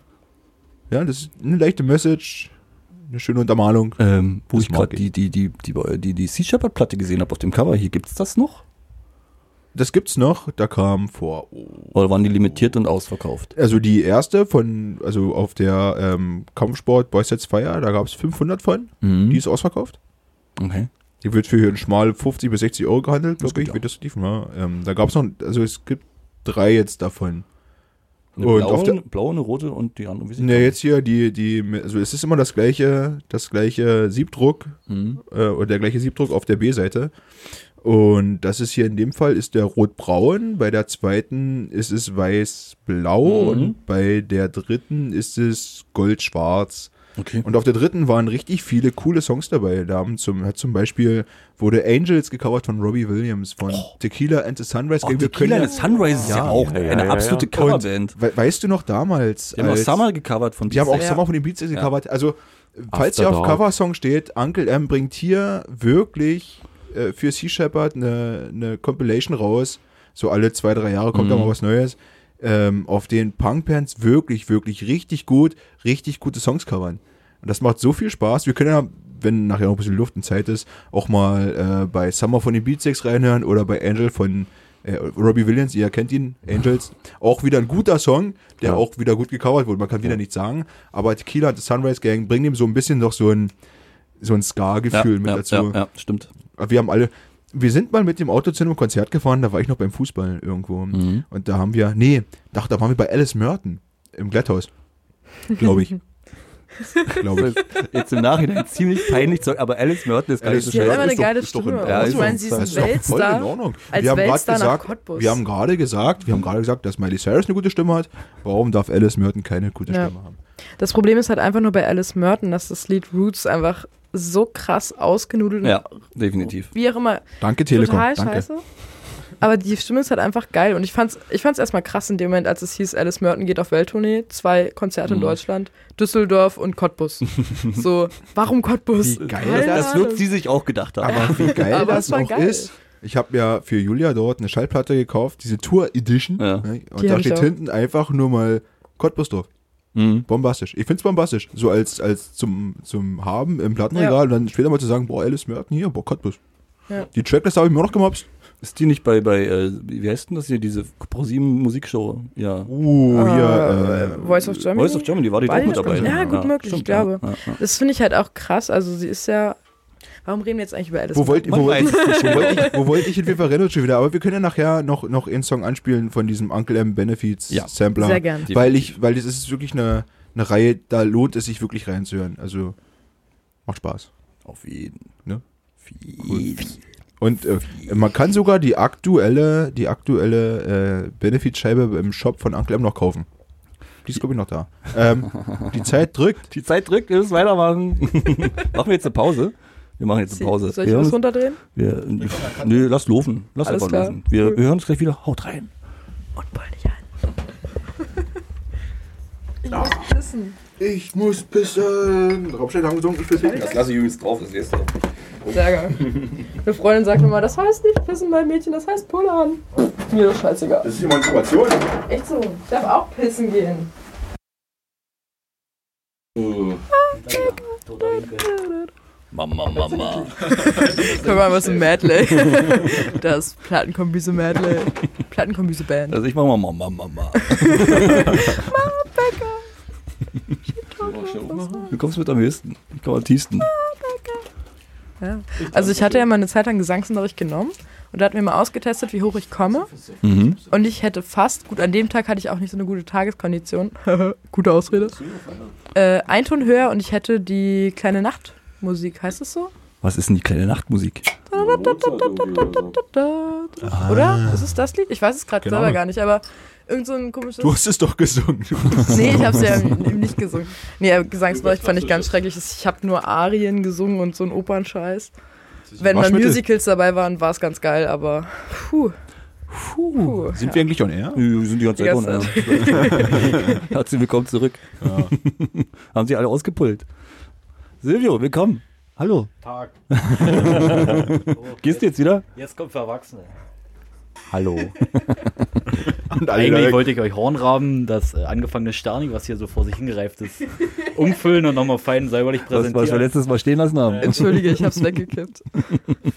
Speaker 4: Ja, das ist eine leichte Message, eine schöne Untermalung.
Speaker 1: Ähm, wo
Speaker 4: Das
Speaker 1: ich gerade
Speaker 4: mag
Speaker 1: die, die, die, die, die, die Sea Shepherd Platte gesehen habe auf dem Cover. Hier gibt's das noch?
Speaker 4: Das gibt's noch, da kam vor. Oh,
Speaker 1: Oder waren die limitiert und ausverkauft?
Speaker 4: also die erste von, also auf der ähm, Kampfsport Boy Sets Fire, da gab's 500 von.
Speaker 1: Mhm.
Speaker 4: Die ist ausverkauft.
Speaker 1: Okay.
Speaker 4: Die wird für einen schmal 50 bis 60 Euro gehandelt,
Speaker 1: Das
Speaker 4: glaube ich,
Speaker 1: geht
Speaker 4: wird das tiefen, ja. ähm, Da gab's noch, also es gibt drei jetzt davon.
Speaker 1: Eine
Speaker 4: Und
Speaker 1: blaue,
Speaker 4: auf der-
Speaker 1: blaue, eine rote und die andere. Wie sie
Speaker 4: Ne, jetzt hier die, die, also es ist immer das gleiche, das gleiche Siebdruck
Speaker 1: Mhm.
Speaker 4: äh, oder der gleiche Siebdruck auf der B-Seite. Und das ist hier in dem Fall ist der rotbraun, bei der zweiten ist es weiß-blau
Speaker 1: Mhm.
Speaker 4: und bei der dritten ist es goldschwarz.
Speaker 1: Okay.
Speaker 4: Und auf der dritten waren richtig viele coole Songs dabei. Da haben zum, hat zum Beispiel wurde Angels gecovert von Robbie Williams, von Tequila and the Sunrise.
Speaker 1: Oh,
Speaker 4: Gang.
Speaker 1: die Killer des Sunrise ist ja, auch
Speaker 5: ja, ja,
Speaker 1: eine
Speaker 5: ja,
Speaker 1: absolute
Speaker 5: ja.
Speaker 1: Coverband.
Speaker 4: We weißt du noch damals?
Speaker 1: Die haben auch
Speaker 4: als-
Speaker 1: Summer gecovert von
Speaker 4: Die haben auch
Speaker 1: Beatles.
Speaker 4: Summer von den Beats gecovert. Also, falls
Speaker 5: After
Speaker 4: ihr auf
Speaker 5: Dark.
Speaker 4: Coversong steht, Uncle M bringt hier wirklich äh, für Sea Shepherd eine, eine Compilation raus. So alle zwei, drei Jahre kommt da mal was Neues. Ähm, auf den Punkbands wirklich, wirklich richtig gut, richtig gute Songs covern. Und das macht so viel Spaß. Wir können ja, wenn nachher noch ein bisschen Luft und Zeit ist, auch mal äh, bei Summer von den Beatsex reinhören oder bei Angel von äh, Robbie Williams, ihr kennt ihn, Angels. Auch wieder ein guter Song, der auch wieder gut gecovert wurde. Man kann wieder nichts sagen. Aber Tequila und die Sunrise Gang bringen ihm so ein bisschen noch so ein, so ein
Speaker 1: ja,
Speaker 4: Ska-Gefühl mit
Speaker 1: ja,
Speaker 4: dazu.
Speaker 1: Ja, ja, stimmt.
Speaker 4: Wir haben alle. Wir sind mal mit dem Auto zu einem Konzert gefahren, da war ich noch beim Fußball irgendwo.
Speaker 1: Mhm.
Speaker 4: Und da haben wir, nee, dachte, da waren wir bei Alice Merton im Glatthaus. Glaube ich. Glaube ich.
Speaker 1: Jetzt im Nachhinein ziemlich peinlich, Zeug, aber Alice Merton ist gar
Speaker 4: Alice
Speaker 1: nicht so
Speaker 3: Die
Speaker 1: schlecht.
Speaker 3: hat
Speaker 4: Scheiße,
Speaker 3: immer eine
Speaker 4: ist doch-
Speaker 3: geile
Speaker 4: ist doch in-
Speaker 3: Stimme.
Speaker 1: Ja,
Speaker 3: ich
Speaker 1: ist-
Speaker 3: meine, sie
Speaker 1: das
Speaker 4: Das
Speaker 3: ist
Speaker 4: ist
Speaker 1: doch
Speaker 3: ein
Speaker 4: doch voll in
Speaker 3: Weltstar.
Speaker 4: Ordnung.
Speaker 3: als
Speaker 4: wir haben gerade
Speaker 3: Weltstar nach
Speaker 4: gesagt,
Speaker 3: Cottbus.
Speaker 4: wir haben gerade gesagt, wir haben gerade gesagt, dass Miley Cyrus eine gute Stimme hat. Warum darf Alice Merton keine gute
Speaker 3: Ja.
Speaker 4: Stimme haben?
Speaker 3: Das Problem ist halt einfach nur bei Alice Merton, dass das Lied Roots einfach so krass ausgenudelt und
Speaker 1: Ja, definitiv.
Speaker 3: wie auch immer
Speaker 4: Danke Telekom.
Speaker 3: total
Speaker 4: Danke.
Speaker 3: scheiße. Aber die Stimme ist halt einfach geil und ich fand's, ich fand's erstmal krass in dem Moment, als es hieß, Alice Merton geht auf Welttournee, zwei Konzerte
Speaker 1: Mhm.
Speaker 3: in Deutschland, Düsseldorf und Cottbus. so, warum Cottbus?
Speaker 4: Wie geil
Speaker 3: Keine
Speaker 1: Das
Speaker 3: Ahnung.
Speaker 1: wird sie sich auch gedacht haben.
Speaker 4: Aber wie geil
Speaker 3: Aber
Speaker 4: das
Speaker 3: es war
Speaker 4: auch
Speaker 3: geil.
Speaker 4: ist. Ich habe ja für Julia dort eine Schallplatte gekauft, diese Tour Edition.
Speaker 1: Ja.
Speaker 4: Ne? Und
Speaker 3: Die
Speaker 4: da
Speaker 3: hab ich
Speaker 4: steht
Speaker 3: auch.
Speaker 4: hinten einfach nur mal Cottbus drauf.
Speaker 1: Mhm.
Speaker 4: Bombastisch. Ich find's bombastisch. So als, als zum, zum Haben im Plattenregal
Speaker 3: Ja.
Speaker 4: und dann später mal zu sagen, boah, Alice Merton hier, boah, Cottbus.
Speaker 3: Ja.
Speaker 4: Die Tracklist habe ich mir auch noch gemobst.
Speaker 1: Ist die nicht bei, bei äh, wie heißt denn das hier, diese ProSieben Musikshow? Ja.
Speaker 4: Uh,
Speaker 3: Ah.
Speaker 4: hier, äh,
Speaker 3: Voice of Germany.
Speaker 1: Voice of Germany war die
Speaker 3: War
Speaker 1: doch
Speaker 3: die
Speaker 1: mit
Speaker 3: das
Speaker 1: dabei. ne?
Speaker 3: schon? Ja, gut möglich, ich glaube.
Speaker 1: Ja, ja, ja.
Speaker 3: Das finde ich halt auch krass. Also sie ist ja. Warum reden wir jetzt eigentlich über Alice?
Speaker 4: Wo wollt,
Speaker 1: Also, Man
Speaker 4: wo, wollt,
Speaker 1: weiß es
Speaker 4: wo, wollt ich, wo wollt ich hin? Wir verrennen schon wieder. Aber wir können ja nachher noch, noch einen Song anspielen von diesem Uncle M Benefits
Speaker 1: Ja.
Speaker 4: Sampler.
Speaker 3: Sehr gern.
Speaker 4: Weil ich, weil es ist wirklich eine, eine Reihe, da lohnt es sich wirklich reinzuhören. Also macht Spaß.
Speaker 1: Auf jeden.
Speaker 4: Ne?
Speaker 1: Auf jeden.
Speaker 4: Und äh, man kann sogar die aktuelle, die aktuelle äh, Benefitscheibe im Shop von Uncle M noch kaufen. Die ist, glaube ich, noch da. Ähm, die Zeit drückt.
Speaker 1: Die Zeit drückt, wir müssen weitermachen. machen wir jetzt eine Pause? Wir machen jetzt
Speaker 3: Sie-
Speaker 1: eine Pause.
Speaker 3: Soll ich
Speaker 1: wir
Speaker 3: das
Speaker 1: hören
Speaker 3: runterdrehen?
Speaker 1: uns- wir, nö, lass laufen. Lass
Speaker 3: Alles
Speaker 1: einfach
Speaker 3: klar.
Speaker 1: laufen. Wir, wir hören uns gleich wieder. Haut rein.
Speaker 3: Und beul dich an. ich muss pissen.
Speaker 4: Ich muss pissen. Raumstein haben gesungen, ich will pissen.
Speaker 1: Das lasse ich übrigens drauf, das nächste.
Speaker 3: Sehr geil. Eine Freundin sagt immer, das heißt nicht pissen bei Mädchen, das heißt pullern. Mir doch scheißegal.
Speaker 4: Das ist die Masturbation.
Speaker 3: Echt so, ich darf auch pissen gehen.
Speaker 1: Mama, Mama.
Speaker 3: Guck mal, was ein Medley. Das Plattenkombüse Medley. Plattenkombüse Band.
Speaker 1: Also ich mach mal Mama, Mama. Du kommst mit am höchsten. Ich komme am tiefsten.
Speaker 3: Ja. Also ich hatte ja mal eine Zeit lang Gesangsunterricht genommen und da hatten wir mal ausgetestet, wie hoch ich komme.
Speaker 1: Mhm.
Speaker 3: Und ich hätte fast, gut, an dem Tag hatte ich auch nicht so eine gute Tageskondition. Gute Ausrede. Äh, ein Ton höher und ich hätte die kleine Nachtmusik, heißt es so?
Speaker 1: Was ist denn die kleine Nachtmusik?
Speaker 3: Da, Oder? Ist es das Lied? Ich weiß es gerade
Speaker 4: Keine
Speaker 3: selber
Speaker 4: Ahnung.
Speaker 3: gar nicht, aber irgend so ein komisches.
Speaker 4: Du hast es doch gesungen.
Speaker 3: Nee, ich hab's ja eben nicht gesungen. Nee, aber Gesangsunterricht fand ich ganz schrecklich. Ich habe nur Arien gesungen und so einen Opernscheiß. Wenn mal
Speaker 4: Waschmittel.
Speaker 3: Musicals dabei waren, war es ganz geil, aber puh. Puh.
Speaker 4: Sind wir eigentlich on air?
Speaker 1: Wir sind die ganze Zeit
Speaker 3: Die
Speaker 1: ohne.
Speaker 3: ganze
Speaker 1: Herzlich willkommen zurück. Haben sie alle ausgepullt. Silvio, willkommen. Hallo.
Speaker 9: Tag.
Speaker 1: Gehst du jetzt wieder?
Speaker 9: Jetzt kommt für Erwachsene.
Speaker 1: Hallo.
Speaker 4: Und alle
Speaker 9: Eigentlich
Speaker 4: da-
Speaker 9: wollte ich euch Hornraben, das äh, angefangene Sterni, was hier so vor sich hingereift ist, umfüllen und nochmal fein säuberlich
Speaker 1: Das, was wir
Speaker 9: präsentieren.
Speaker 1: letztes Mal stehen lassen haben.
Speaker 3: Entschuldige, ich hab's weggekippt.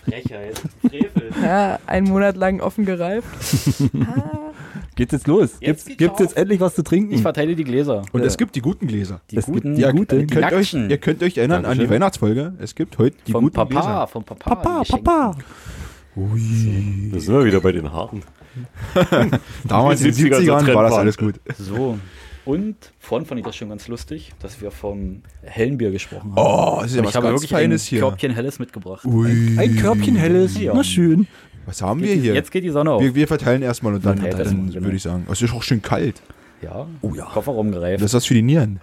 Speaker 9: Frechheit. Frevel.
Speaker 3: Ja, einen Monat lang offen gereift.
Speaker 1: Geht's jetzt los? Gibt's
Speaker 9: Jetzt
Speaker 1: jetzt,
Speaker 9: geht's
Speaker 1: gibt's jetzt
Speaker 9: auf.
Speaker 1: endlich was zu trinken?
Speaker 9: Ich verteile die Gläser.
Speaker 4: Und es gibt die guten Gläser.
Speaker 9: Die
Speaker 1: es gibt
Speaker 9: guten,
Speaker 1: die
Speaker 9: die
Speaker 1: guten.
Speaker 4: Ihr könnt, euch, ihr
Speaker 9: Nackten.
Speaker 4: könnt euch erinnern an die
Speaker 5: Dankeschön.
Speaker 4: Weihnachtsfolge. Es gibt heute die
Speaker 9: Vom
Speaker 4: guten
Speaker 9: Papa,
Speaker 4: Gläser.
Speaker 9: vom Papa.
Speaker 1: Papa,
Speaker 9: die Geschenke.
Speaker 1: Papa.
Speaker 5: Da sind wir wieder bei den Harten.
Speaker 4: Damals in den
Speaker 5: 70er so
Speaker 4: 70ern war das
Speaker 5: Trend
Speaker 4: alles gut.
Speaker 9: So. Und vorhin fand ich das schon ganz lustig, dass wir vom hellen Bier gesprochen haben.
Speaker 4: Oh, es ist ja
Speaker 9: Und
Speaker 4: was
Speaker 9: ich habe
Speaker 4: ganz
Speaker 9: wirklich ein
Speaker 4: Feines hier.
Speaker 9: Körbchen Helles mitgebracht.
Speaker 4: Ui.
Speaker 1: Ein Körbchen helles.
Speaker 9: Ja.
Speaker 1: Na schön.
Speaker 4: Was haben wir hier?
Speaker 9: Jetzt geht die Sonne auf.
Speaker 4: Wir, wir verteilen erstmal und dann,
Speaker 9: Verteilt
Speaker 4: dann
Speaker 9: erstmal, genau.
Speaker 4: würde ich sagen. Es ist auch schön kalt.
Speaker 9: Ja.
Speaker 1: Oh ja.
Speaker 9: Kofferraum gereift.
Speaker 4: Das ist was für die Nieren.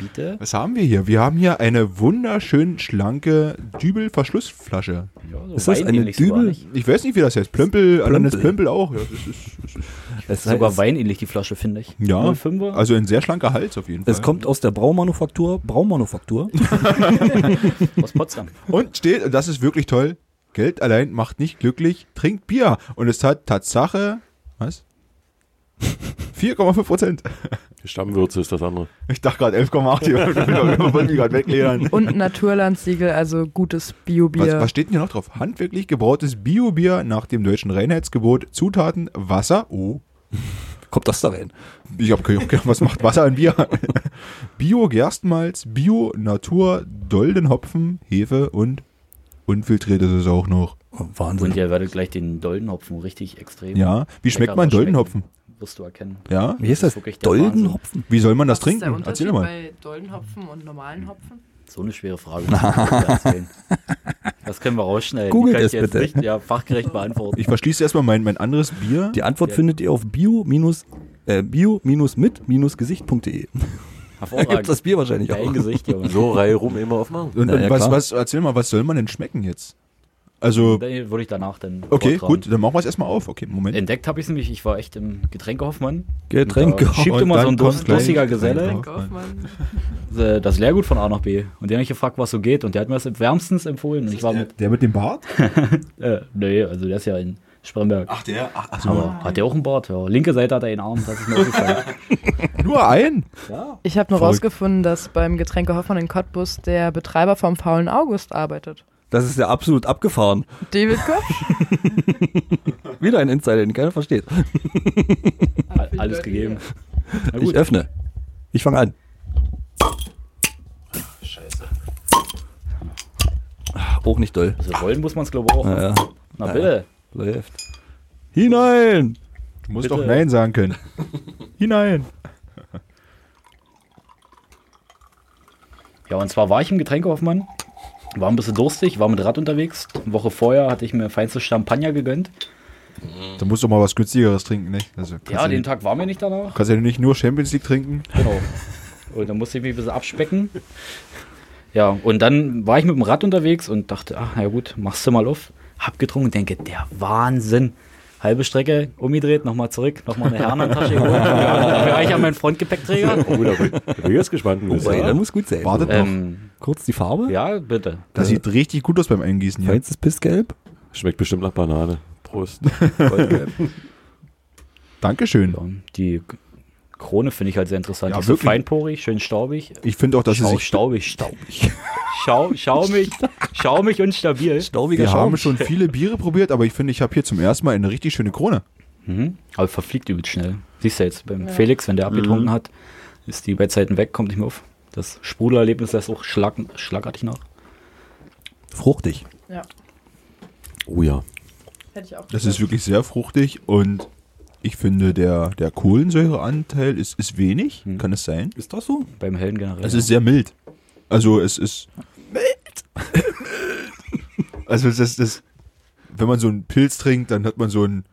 Speaker 9: Bitte.
Speaker 4: Was haben wir hier? Wir haben hier eine wunderschön schlanke Dübel-Verschlussflasche.
Speaker 9: Ja, so
Speaker 1: Ist das eine
Speaker 9: weinähnlich sogar
Speaker 1: Dübel?
Speaker 9: nicht.
Speaker 4: Ich weiß nicht, wie das heißt. Plömpel, anderen ist
Speaker 1: Plömpel.
Speaker 4: Plömpel auch. Ja, das ist, das ist,
Speaker 1: Es,
Speaker 9: Sogar
Speaker 1: es,
Speaker 9: weinähnlich die Flasche, finde ich.
Speaker 4: ja.
Speaker 9: 05er.
Speaker 4: also ein sehr schlanker Hals auf jeden Fall.
Speaker 1: es kommt aus der Braumanufaktur. Braumanufaktur.
Speaker 9: aus Potsdam.
Speaker 4: Und steht, und das ist wirklich toll, Geld allein macht nicht glücklich, trinkt Bier. Und es hat Tatsache, was? 4,5 Prozent.
Speaker 5: Die Stammwürze ist das andere.
Speaker 4: Ich dachte gerade 11,8, die wollen die gerade wegledern.
Speaker 3: Und ein Naturlandsiegel, also gutes
Speaker 4: Was,
Speaker 3: Biobier.
Speaker 4: was steht denn hier noch drauf? Handwerklich gebrautes Biobier nach dem deutschen Reinheitsgebot. Zutaten Wasser. Oh,
Speaker 1: Kommt das da rein?
Speaker 4: ich habe keine Ahnung, was macht Wasser in Bier? Bio Gerstenmalz, Bio Natur, Doldenhopfen, Hefe und unfiltriert ist es auch noch.
Speaker 1: Oh, Wahnsinn.
Speaker 9: Und ihr werdet gleich den Doldenhopfen richtig extrem.
Speaker 4: Ja, wie schmeckt
Speaker 9: lecker
Speaker 4: man
Speaker 9: rausschmecken.
Speaker 4: Doldenhopfen?
Speaker 9: Wirst du erkennen.
Speaker 4: Ja,
Speaker 1: Wie heißt
Speaker 9: Das
Speaker 1: das?
Speaker 9: ist wirklich der
Speaker 1: Doldenhopfen.
Speaker 4: wie soll man das trinken? Erzähl mal.
Speaker 3: bei Doldenhopfen und normalen Hopfen?
Speaker 9: So eine schwere Frage. muss ich dir erzählen. Das können wir rausschneiden. Die
Speaker 1: Googelt
Speaker 9: kann ich
Speaker 1: es
Speaker 9: jetzt
Speaker 1: bitte.
Speaker 9: Nicht, ja, fachgerecht beantworten.
Speaker 4: Ich verschließe erstmal mein, mein anderes Bier.
Speaker 1: Die Antwort findet ihr auf bio- minus- äh, bio-mit-gesicht.de.
Speaker 9: Hervorragend.
Speaker 1: gibt's das Bier wahrscheinlich
Speaker 9: Dein
Speaker 1: auch.
Speaker 9: Gesicht, Junge.
Speaker 5: So, Reihe rum immer aufmachen.
Speaker 4: und
Speaker 1: Na ja,
Speaker 4: und was,
Speaker 1: klar.
Speaker 4: was, erzähl mal, was soll man denn schmecken jetzt? Also,
Speaker 9: Dann würde ich danach dann.
Speaker 4: okay,
Speaker 9: vortragen.
Speaker 4: gut, dann machen wir es erstmal auf. Okay, Moment.
Speaker 9: Entdeckt habe ich es nämlich. Ich war echt im Getränkehoffmann.
Speaker 1: Getränke.
Speaker 9: Und da Schiebt
Speaker 4: Und
Speaker 9: immer
Speaker 4: dann
Speaker 9: so ein
Speaker 4: kommt
Speaker 9: dus-
Speaker 4: gleich-
Speaker 9: lustiger Geselle
Speaker 3: Kaufmann.
Speaker 9: äh, das Lehrgut von A nach B. Und den habe ich gefragt, was so geht. Und der hat mir das wärmstens empfohlen. Und ich war mit.
Speaker 4: mit dem Bart?
Speaker 9: Äh, nee, also der ist ja in Spremberg.
Speaker 4: Ach, der? Ach, ach,
Speaker 9: Aber hat der auch einen Bart? Ja. Linke Seite hat er einen Arm. Das ist mir aufgefallen.
Speaker 4: nur ein?
Speaker 9: Ja.
Speaker 3: Ich habe nur
Speaker 4: Verrückt.
Speaker 3: rausgefunden, dass beim Getränke Hoffmann in Cottbus der Betreiber vom faulen August arbeitet.
Speaker 1: Das ist ja absolut abgefahren.
Speaker 3: David Koch?
Speaker 1: Wieder ein Insider, den keiner versteht.
Speaker 9: Al- Alles gegeben. Na
Speaker 1: Ich öffne. Ich fange an. Scheiße. Auch nicht doll.
Speaker 9: Also rollen muss man es, glaube ich, auch.
Speaker 1: Ja, ja.
Speaker 9: Na bitte.
Speaker 1: Läuft. Hinein!
Speaker 4: Du musst
Speaker 9: Bitte.
Speaker 4: doch Nein sagen können. Hinein.
Speaker 9: Ja, und zwar war ich im Getränkehoffmann, war ein bisschen durstig, war mit Rad unterwegs. Eine Woche vorher hatte ich mir feinstes Champagner gegönnt.
Speaker 4: Dann musst du mal was günstigeres trinken, nicht? Also, kannst
Speaker 9: Ja,
Speaker 4: du
Speaker 9: den
Speaker 4: nicht,
Speaker 9: Tag war mir nicht danach.
Speaker 4: Kannst du nicht nur Champions League trinken?
Speaker 9: Genau. Und dann musste ich mich ein bisschen abspecken. Ja, und dann war ich mit dem Rad unterwegs und dachte, ach, na gut, machst du mal auf. Hab getrunken und denke, der Wahnsinn. halbe Strecke umgedreht, nochmal zurück, nochmal eine Hernantasche geholt. Für euch an meinen Frontgepäckträger.
Speaker 5: Oh, da bin, da bin ich jetzt gespannt. wie das
Speaker 1: Wobei,
Speaker 5: ist.
Speaker 1: der Also, muss gut sein. Also,
Speaker 4: Wartet noch.
Speaker 9: Ähm,
Speaker 1: Kurz die Farbe.
Speaker 9: ja, bitte.
Speaker 4: Das sieht richtig gut aus beim Eingießen hier.
Speaker 1: Jetzt ist Pissgelb.
Speaker 5: Schmeckt bestimmt nach Banane. Prost.
Speaker 4: Dankeschön.
Speaker 9: Ja, Die Krone finde ich halt sehr interessant.
Speaker 4: Ja,
Speaker 9: die ist so
Speaker 4: wirklich.
Speaker 9: feinporig, schön staubig.
Speaker 4: Ich finde auch, dass sie
Speaker 9: Schau,
Speaker 4: sich.
Speaker 9: staubig, staubig. Schau, schaumig, schaumig und stabil.
Speaker 1: Staubiger
Speaker 4: Wir haben
Speaker 1: Schaum.
Speaker 4: schon viele Biere probiert, aber ich finde, ich habe hier zum ersten Mal eine richtig schöne Krone.
Speaker 9: Mhm. Aber verfliegt übelst schnell. Siehst du jetzt beim Felix, wenn der abgetrunken hat, ist die bei Zeiten weg, kommt nicht mehr auf. Das Sprudelerlebnis lässt auch schlag, schlagartig nach.
Speaker 1: Fruchtig.
Speaker 3: Ja,
Speaker 5: Oh ja.
Speaker 3: hätte ich auch.
Speaker 4: Das ist wirklich sehr fruchtig und ich finde, der, der Kohlensäureanteil ist, ist wenig. Kann es sein?
Speaker 1: Ist das so?
Speaker 9: Beim Hellen generell.
Speaker 4: Es ist sehr mild. Also, es ist. Mild! also, das, das, wenn man so einen Pilz trinkt, dann hat man so ein,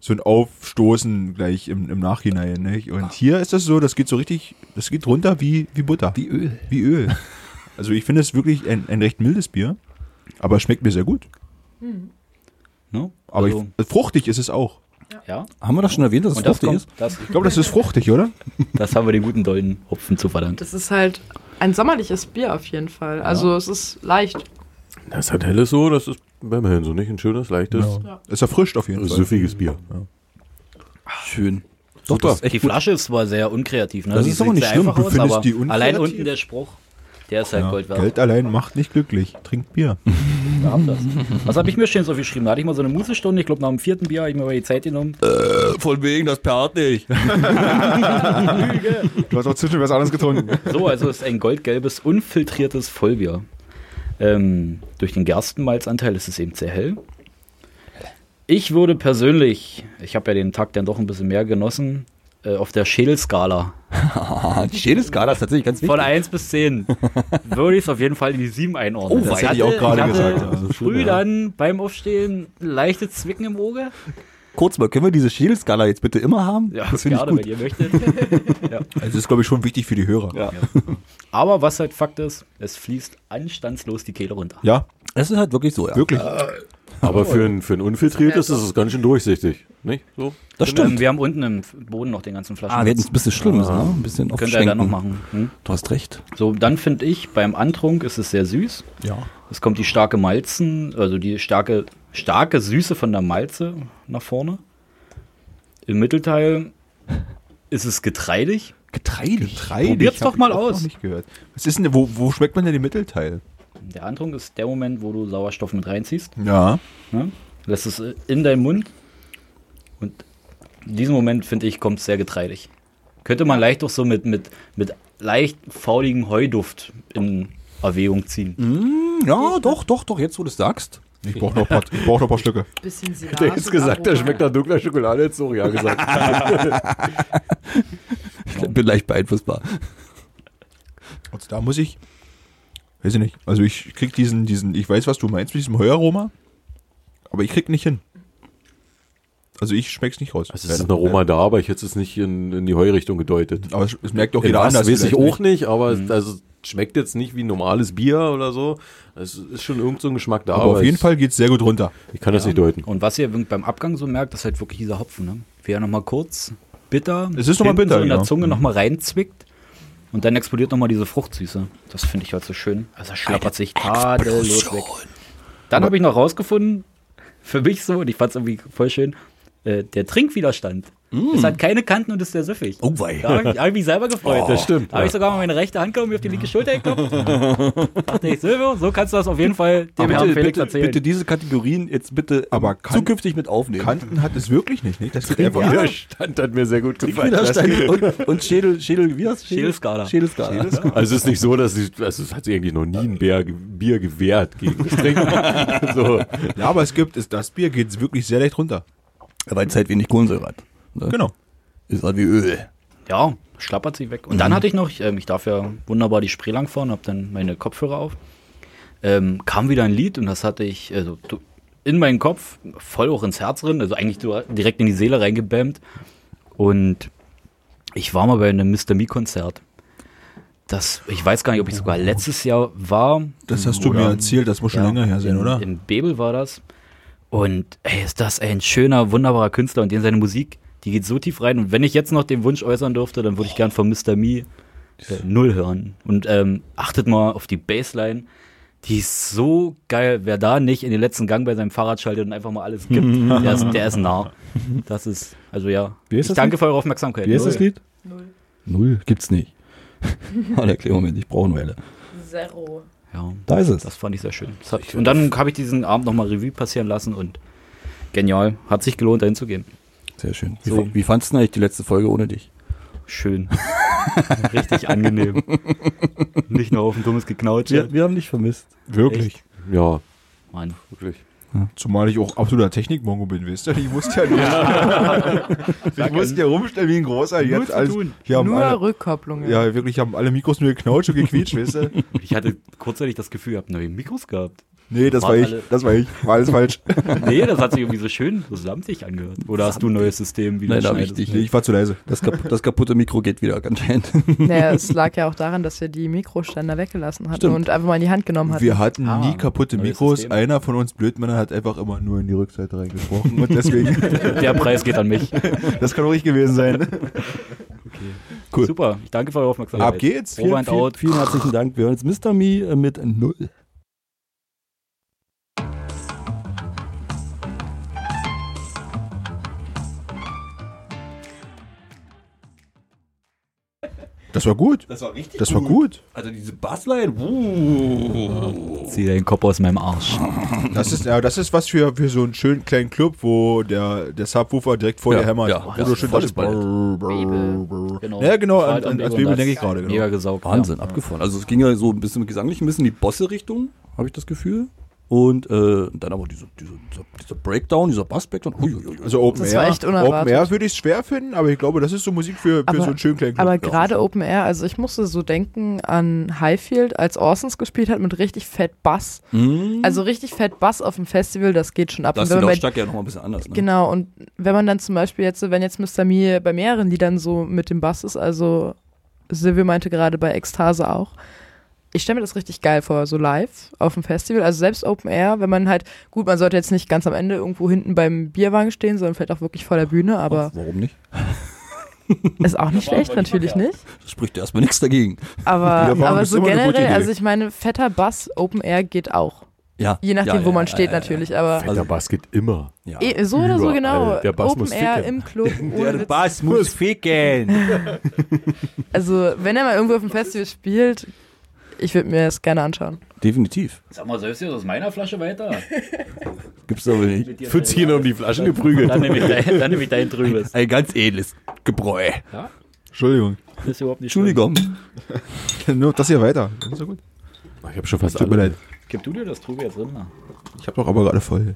Speaker 4: so ein Aufstoßen gleich im, im Nachhinein. Nicht? Und hier ist das so, das geht so richtig, das geht runter wie, wie Butter.
Speaker 1: Wie Öl.
Speaker 4: Wie Öl. Also ich finde es wirklich ein, ein recht mildes Bier, aber es schmeckt mir sehr gut.
Speaker 9: ne?
Speaker 4: Aber
Speaker 9: also,
Speaker 4: ich, fruchtig ist es auch.
Speaker 9: ja.
Speaker 1: Haben wir das schon erwähnt, dass es
Speaker 9: Und das
Speaker 1: fruchtig
Speaker 9: kommt,
Speaker 1: ist?
Speaker 9: das,
Speaker 4: Ich glaube, das ist fruchtig, oder?
Speaker 9: das haben wir den guten dollen Hopfen zu verdanken.
Speaker 3: Das ist halt ein sommerliches Bier auf jeden Fall. Also es ist leicht.
Speaker 5: Das hat helles so, das ist beim Hellen so nicht ein schönes, leichtes,
Speaker 4: Es erfrischt auf jeden Fall.
Speaker 5: süffiges Bier.
Speaker 1: Schön. Doch, das ist
Speaker 9: Die
Speaker 1: echt gut.
Speaker 9: Flasche ist zwar sehr unkreativ. Ne?
Speaker 1: Das
Speaker 9: Die
Speaker 1: ist aber
Speaker 9: sieht
Speaker 1: nicht
Speaker 9: sehr
Speaker 1: schlimm.
Speaker 9: einfach
Speaker 4: Du findest
Speaker 9: aber
Speaker 4: die unkreativ?
Speaker 9: Allein unten der Spruch, der ist halt
Speaker 4: Ja.
Speaker 9: Gold wert.
Speaker 4: Geld allein macht nicht glücklich. Trinkt Bier.
Speaker 9: Ja, hab das. Was habe ich mir stehen so geschrieben? Da hatte ich mal so eine Musestunde. Ich glaube, nach dem vierten Bier habe ich mir mal die Zeit genommen.
Speaker 1: Von wegen, das perlt nicht.
Speaker 4: Du hast auch zwischen was anderes getrunken.
Speaker 9: So, also ist ein goldgelbes, unfiltriertes Vollbier. Ähm, durch den Gerstenmalzanteil ist es eben sehr hell. Ich würde persönlich, ich habe ja den Tag dann doch ein bisschen mehr genossen, äh, auf der Schädelskala
Speaker 1: Ah, die Schädelskala ist tatsächlich ganz
Speaker 9: von
Speaker 1: wichtig.
Speaker 9: 1 bis 10 würde ich es auf jeden Fall in die 7 einordnen.
Speaker 4: Oh, das hätte ich auch gerade gesagt. Also
Speaker 9: früh dann beim Aufstehen leichte Zwicken im Auge.
Speaker 1: Kurz mal, können wir diese Schädelskala jetzt bitte immer haben?
Speaker 9: Ja,
Speaker 1: das finde ich
Speaker 9: gerne,
Speaker 1: gut. Also,
Speaker 9: wenn ihr möchtet.
Speaker 4: das ist, glaube ich, schon wichtig für die Hörer. Ja.
Speaker 9: Aber was halt Fakt ist, es fließt anstandslos die Kehle runter.
Speaker 1: Es ist halt wirklich so, ja.
Speaker 4: wirklich.
Speaker 5: Aber für ein, für ein unfiltriertes ist es ganz schön durchsichtig. Nicht? So?
Speaker 1: Das
Speaker 9: Ähm,
Speaker 1: stimmt.
Speaker 9: wir haben unten im Boden noch den ganzen Flaschen.
Speaker 1: Ah, wir hätten es ein bisschen schlimm müssen, ne? Ein bisschen
Speaker 9: Könnt ihr ja dann noch
Speaker 1: aufschwenken.
Speaker 9: machen. Hm?
Speaker 1: Du hast recht.
Speaker 9: So, dann finde ich, beim Antrunk ist es sehr süß.
Speaker 4: Ja.
Speaker 9: Es kommt die starke Malzen, also die starke, starke Süße von der Malze nach vorne. Im Mittelteil ist es getreidig.
Speaker 1: Getreidig.
Speaker 4: Getreidig.
Speaker 9: Probiert's
Speaker 4: hab
Speaker 9: doch mal
Speaker 4: ich auch
Speaker 9: aus.
Speaker 4: Noch nicht gehört. Was ist denn, wo, wo schmeckt man denn den Mittelteil?
Speaker 9: Der Antrunk ist der Moment, wo du Sauerstoff mit reinziehst.
Speaker 4: Ja.
Speaker 9: Ne? Lässt es in deinen Mund. Und in diesem Moment, finde ich, kommt es sehr getreidig. Könnte man leicht auch so mit, mit, mit leicht fauligem Heuduft in Erwägung ziehen.
Speaker 1: Ja, doch, doch, doch, jetzt wo du es sagst.
Speaker 4: Ich brauche noch, ein paar- ich brauch noch ein paar Stücke.
Speaker 3: Bisschen Silas.
Speaker 5: Der ist gesagt, der schmeckt nach dunkler Schokolade, jetzt so ja gesagt.
Speaker 1: Ich bin leicht beeinflussbar.
Speaker 4: Und da muss ich, weiß ich nicht, also ich krieg diesen, diesen, ich weiß, was du meinst mit diesem Heuaroma, aber ich krieg nicht hin. Also ich schmeck's nicht raus.
Speaker 5: Also es ist ein Aroma da, aber ich hätte es nicht in, in die Heurichtung gedeutet.
Speaker 4: Aber es, es merkt auch
Speaker 5: In
Speaker 4: jeder
Speaker 5: was,
Speaker 4: anders.
Speaker 5: weiß ich
Speaker 4: vielleicht,
Speaker 5: auch nicht, aber es also, es schmeckt jetzt nicht wie ein normales Bier oder so. Es ist schon irgend so ein Geschmack da.
Speaker 4: Aber auf jeden
Speaker 5: es-
Speaker 4: Fall geht's sehr gut runter.
Speaker 5: Ich kann das nicht deuten.
Speaker 9: Und was ihr beim Abgang so merkt, ist halt wirklich dieser Hopfen. Ne? Wie er nochmal kurz bitter,
Speaker 4: Es ist noch mal
Speaker 9: hinten
Speaker 4: bitter,
Speaker 9: so in der
Speaker 4: ja.
Speaker 9: Zunge nochmal reinzwickt und dann explodiert nochmal diese Fruchtsüße. Das finde ich halt so schön. Also er schlappert sich tadellos weg. Dann habe ich noch rausgefunden, für mich so, und ich fand es irgendwie voll schön, äh, der Trinkwiderstand. Es hat keine Kanten und ist sehr süffig.
Speaker 1: Oh wei.
Speaker 9: Da habe ich, hab ich mich selber gefreut.
Speaker 5: das stimmt,
Speaker 9: Da habe
Speaker 5: ja.
Speaker 9: ich sogar mal meine rechte Hand genommen, mir auf die linke Schulter geklopft. Dachte ich, Silvio, so kannst du das auf jeden Fall dem Herrn
Speaker 1: bitte,
Speaker 9: Felix
Speaker 1: bitte,
Speaker 9: erzählen.
Speaker 1: bitte diese Kategorien jetzt bitte
Speaker 4: Aber kann-
Speaker 1: zukünftig mit aufnehmen.
Speaker 4: Kanten hat es wirklich nicht, nicht? Das geht einfach
Speaker 5: Der Stand hat mir sehr gut gefallen.
Speaker 1: Widerstand und, und Schädel, Schädel, wie heißt Schädel?
Speaker 9: Schädelskala.
Speaker 1: Schädelskala.
Speaker 5: Also es ist nicht so, dass ich, also es hat sich eigentlich noch nie ein Bär, Bier gewehrt gegen das Trinken. so.
Speaker 4: Ja, aber es gibt, es, das Bier geht's wirklich sehr leicht runter.
Speaker 1: Weil es halt wenig Kohlensäure hat. Ne?
Speaker 4: Genau.
Speaker 1: Ist halt wie Öl.
Speaker 9: ja, schlappert sie weg. Und dann hatte ich noch, ich, ähm, ich darf ja wunderbar die Spree lang fahren, habe dann meine Kopfhörer auf. Ähm, kam wieder ein Lied und das hatte ich also, du- in meinen Kopf, voll auch ins Herz drin, also eigentlich so direkt in die Seele reingebämmt. Und ich war mal bei einem Mr. Me-Konzert. Das, ich weiß gar nicht, ob ich sogar letztes Jahr
Speaker 1: Oh
Speaker 9: war.
Speaker 2: Also
Speaker 4: Das hast du mir erzählt, das muss schon länger her sein,
Speaker 9: in,
Speaker 4: oder?
Speaker 9: In Bebel war das. Und ey, ist das ein schöner, wunderbarer Künstler und den seine Musik, die geht so tief rein. Und wenn ich jetzt noch den Wunsch äußern dürfte, dann würde ich gern von Mr. Me äh, Null hören. Und ähm, achtet mal auf die Bassline. Die ist so geil. Wer da nicht in den letzten Gang bei seinem Fahrrad schaltet und einfach mal alles gibt, der ist, der ist nah. Das ist, also ja.
Speaker 2: Wie ist
Speaker 9: ich
Speaker 2: das
Speaker 9: danke für eure Aufmerksamkeit.
Speaker 2: Wie ist das
Speaker 9: Null.
Speaker 2: Lied?
Speaker 3: Null.
Speaker 1: Null gibt's nicht. Hat der Cleo Moment, ich brauche eine Welle.
Speaker 3: Zero.
Speaker 9: Ja.
Speaker 2: Da ist es.
Speaker 9: Das fand ich sehr schön. Das hat, und dann habe ich diesen Abend nochmal Revue passieren lassen und genial. Hat sich gelohnt, dahin zu gehen.
Speaker 1: Sehr schön. Wie,
Speaker 9: So.
Speaker 1: fa- wie fandst du denn eigentlich die letzte Folge ohne dich?
Speaker 9: Schön. Richtig angenehm. Nicht nur auf ein dummes Geknautsche.
Speaker 1: wir haben dich vermisst.
Speaker 4: Wirklich.
Speaker 5: Ja,
Speaker 9: Mann.
Speaker 5: wirklich.
Speaker 4: Zumal ich auch absoluter Technikmongo bin, wisst ihr? Ich wusste ja nicht. ich musste ja rumstellen wie ein großer. Jetzt
Speaker 9: zu
Speaker 4: alles,
Speaker 9: tun.
Speaker 4: Hier haben
Speaker 3: Nur
Speaker 4: alle,
Speaker 3: Rückkopplungen.
Speaker 4: ja, wirklich haben alle Mikros nur geknautscht und gequietscht, wisst ihr?
Speaker 9: Ich hatte kurzzeitig das Gefühl, ihr habt neue Mikros gehabt.
Speaker 4: Nee, das war
Speaker 9: Waren
Speaker 4: ich.
Speaker 9: alle-
Speaker 4: Das war ich. War alles falsch.
Speaker 9: Nee, das hat sich irgendwie so schön, so samtig angehört. Oder hast du ein neues System, wie du
Speaker 1: Nein, da hab ich
Speaker 9: schneidest?
Speaker 1: dich
Speaker 4: Nee,
Speaker 1: nicht.
Speaker 4: ich war zu leise.
Speaker 1: Das, kap das kaputte Mikro geht wieder anscheinend.
Speaker 3: Naja, es lag ja auch daran, dass wir die Mikroständer weggelassen hatten
Speaker 1: Stimmt.
Speaker 3: und einfach mal in die Hand genommen hatten.
Speaker 4: Wir hatten
Speaker 9: Ah,
Speaker 4: nie kaputte
Speaker 9: neues
Speaker 4: Mikros.
Speaker 9: System.
Speaker 4: Einer von uns Blödmännern hat einfach immer nur in die Rückseite reingesprochen. Und deswegen,
Speaker 9: Der Preis geht an mich.
Speaker 4: das kann auch ich gewesen sein. Cool.
Speaker 9: Super, ich danke für eure Aufmerksamkeit.
Speaker 4: Ab geht's.
Speaker 1: Vielen,
Speaker 9: Over and
Speaker 1: vielen,
Speaker 9: out.
Speaker 1: vielen herzlichen Dank. Wir hören jetzt Mr. Me äh, mit Null.
Speaker 4: Das war gut.
Speaker 1: Das war richtig
Speaker 4: Das war gut.
Speaker 1: Also diese Bassline. wuh.
Speaker 9: Zieh deinen Kopf aus meinem Arsch.
Speaker 4: Das ist, ja, das ist was für, für so einen schönen kleinen Club, wo der, der Subwoofer direkt vor
Speaker 1: Ja,
Speaker 4: dir hämmert.
Speaker 1: ja.
Speaker 4: wo
Speaker 1: Ja,
Speaker 4: du schon
Speaker 1: volles
Speaker 4: dachtest, brrr, brrr, brrr.
Speaker 9: Genau.
Speaker 4: Ja, genau,
Speaker 9: Ich war halt
Speaker 4: an,
Speaker 9: am
Speaker 4: an, als
Speaker 9: Weg
Speaker 4: Bibel
Speaker 9: und
Speaker 4: denke ich
Speaker 9: das
Speaker 4: gerade. Genau.
Speaker 9: Mega gesaugt.
Speaker 1: Wahnsinn, abgefahren. Also es ging ja so ein bisschen gesanglich, ein bisschen in die Bosse-Richtung, habe ich das Gefühl. Und äh, dann aber diese, diese, dieser, dieser Breakdown, dieser Bass-Breakdown. Huiuiui.
Speaker 4: Also Open
Speaker 3: Das
Speaker 4: Air,
Speaker 3: war echt
Speaker 4: Open
Speaker 3: unerwartet.
Speaker 4: Air würde ich es schwer finden, aber ich glaube, das ist so Musik für, für
Speaker 3: Aber-
Speaker 4: so einen schönen kleinen Club.
Speaker 3: Aber gerade Open Air, also ich musste so denken an Highfield, als Orsons gespielt hat mit richtig fett Bass.
Speaker 1: Mhm.
Speaker 3: Also richtig fett Bass auf dem Festival, das geht schon ab.
Speaker 1: das
Speaker 3: Und wenn
Speaker 1: sieht
Speaker 3: man
Speaker 1: auch
Speaker 3: bei-
Speaker 1: Stack ja nochmal ein bisschen anders. Ne?
Speaker 3: Genau, und wenn man dann zum Beispiel jetzt, wenn jetzt Mr. Me bei mehreren Liedern so mit dem Bass ist, also Silvio meinte gerade bei Ekstase auch, ich stelle mir das richtig geil vor, so live auf dem Festival, also selbst Open Air, wenn man halt, gut, man sollte jetzt nicht ganz am Ende irgendwo hinten beim Bierwagen stehen, sondern vielleicht auch wirklich vor der Bühne, aber
Speaker 1: Warum nicht?
Speaker 3: ist auch nicht schlecht, natürlich nicht.
Speaker 1: Das spricht ja erstmal nichts dagegen.
Speaker 4: Die
Speaker 3: Aber,
Speaker 4: Erfahrung
Speaker 3: aber
Speaker 4: ist
Speaker 3: so
Speaker 4: immer eine gute
Speaker 3: generell,
Speaker 4: Idee.
Speaker 3: also ich meine, fetter Bass, Open Air geht auch.
Speaker 1: Ja.
Speaker 3: Je nachdem,
Speaker 1: ja, ja,
Speaker 3: wo man
Speaker 1: ja,
Speaker 3: steht
Speaker 1: ja, ja.
Speaker 3: natürlich, aber
Speaker 5: Alter, Bass geht immer.
Speaker 1: Ja.
Speaker 3: eh, so oder so
Speaker 5: Überall.
Speaker 3: genau.
Speaker 5: Der Bass
Speaker 3: Open
Speaker 5: muss
Speaker 3: Air
Speaker 5: ficken.
Speaker 3: im Club. ohne Witz.
Speaker 1: muss ficken.
Speaker 3: Also, wenn er mal irgendwo auf dem Festival spielt, ich würde mir das gerne anschauen.
Speaker 1: Definitiv.
Speaker 9: Sag mal, sollst du das aus meiner Flasche weiter?
Speaker 1: Gibt's aber nicht.
Speaker 5: Pfützchen um die Flaschen
Speaker 9: Dann
Speaker 5: geprügelt.
Speaker 9: nehme ich dein, dann nehme ich dein drübes.
Speaker 1: Ein ganz edles Gebräu.
Speaker 4: Entschuldigung.
Speaker 9: Das ist überhaupt nicht
Speaker 1: Entschuldigung.
Speaker 4: Nur das hier weiter. Das ist so gut.
Speaker 5: Ich habe schon fast
Speaker 4: Tut mir
Speaker 5: alle.
Speaker 4: leid.
Speaker 9: schlimm. Gib du dir das Trübe jetzt drin.
Speaker 4: Ich habe doch aber gerade voll.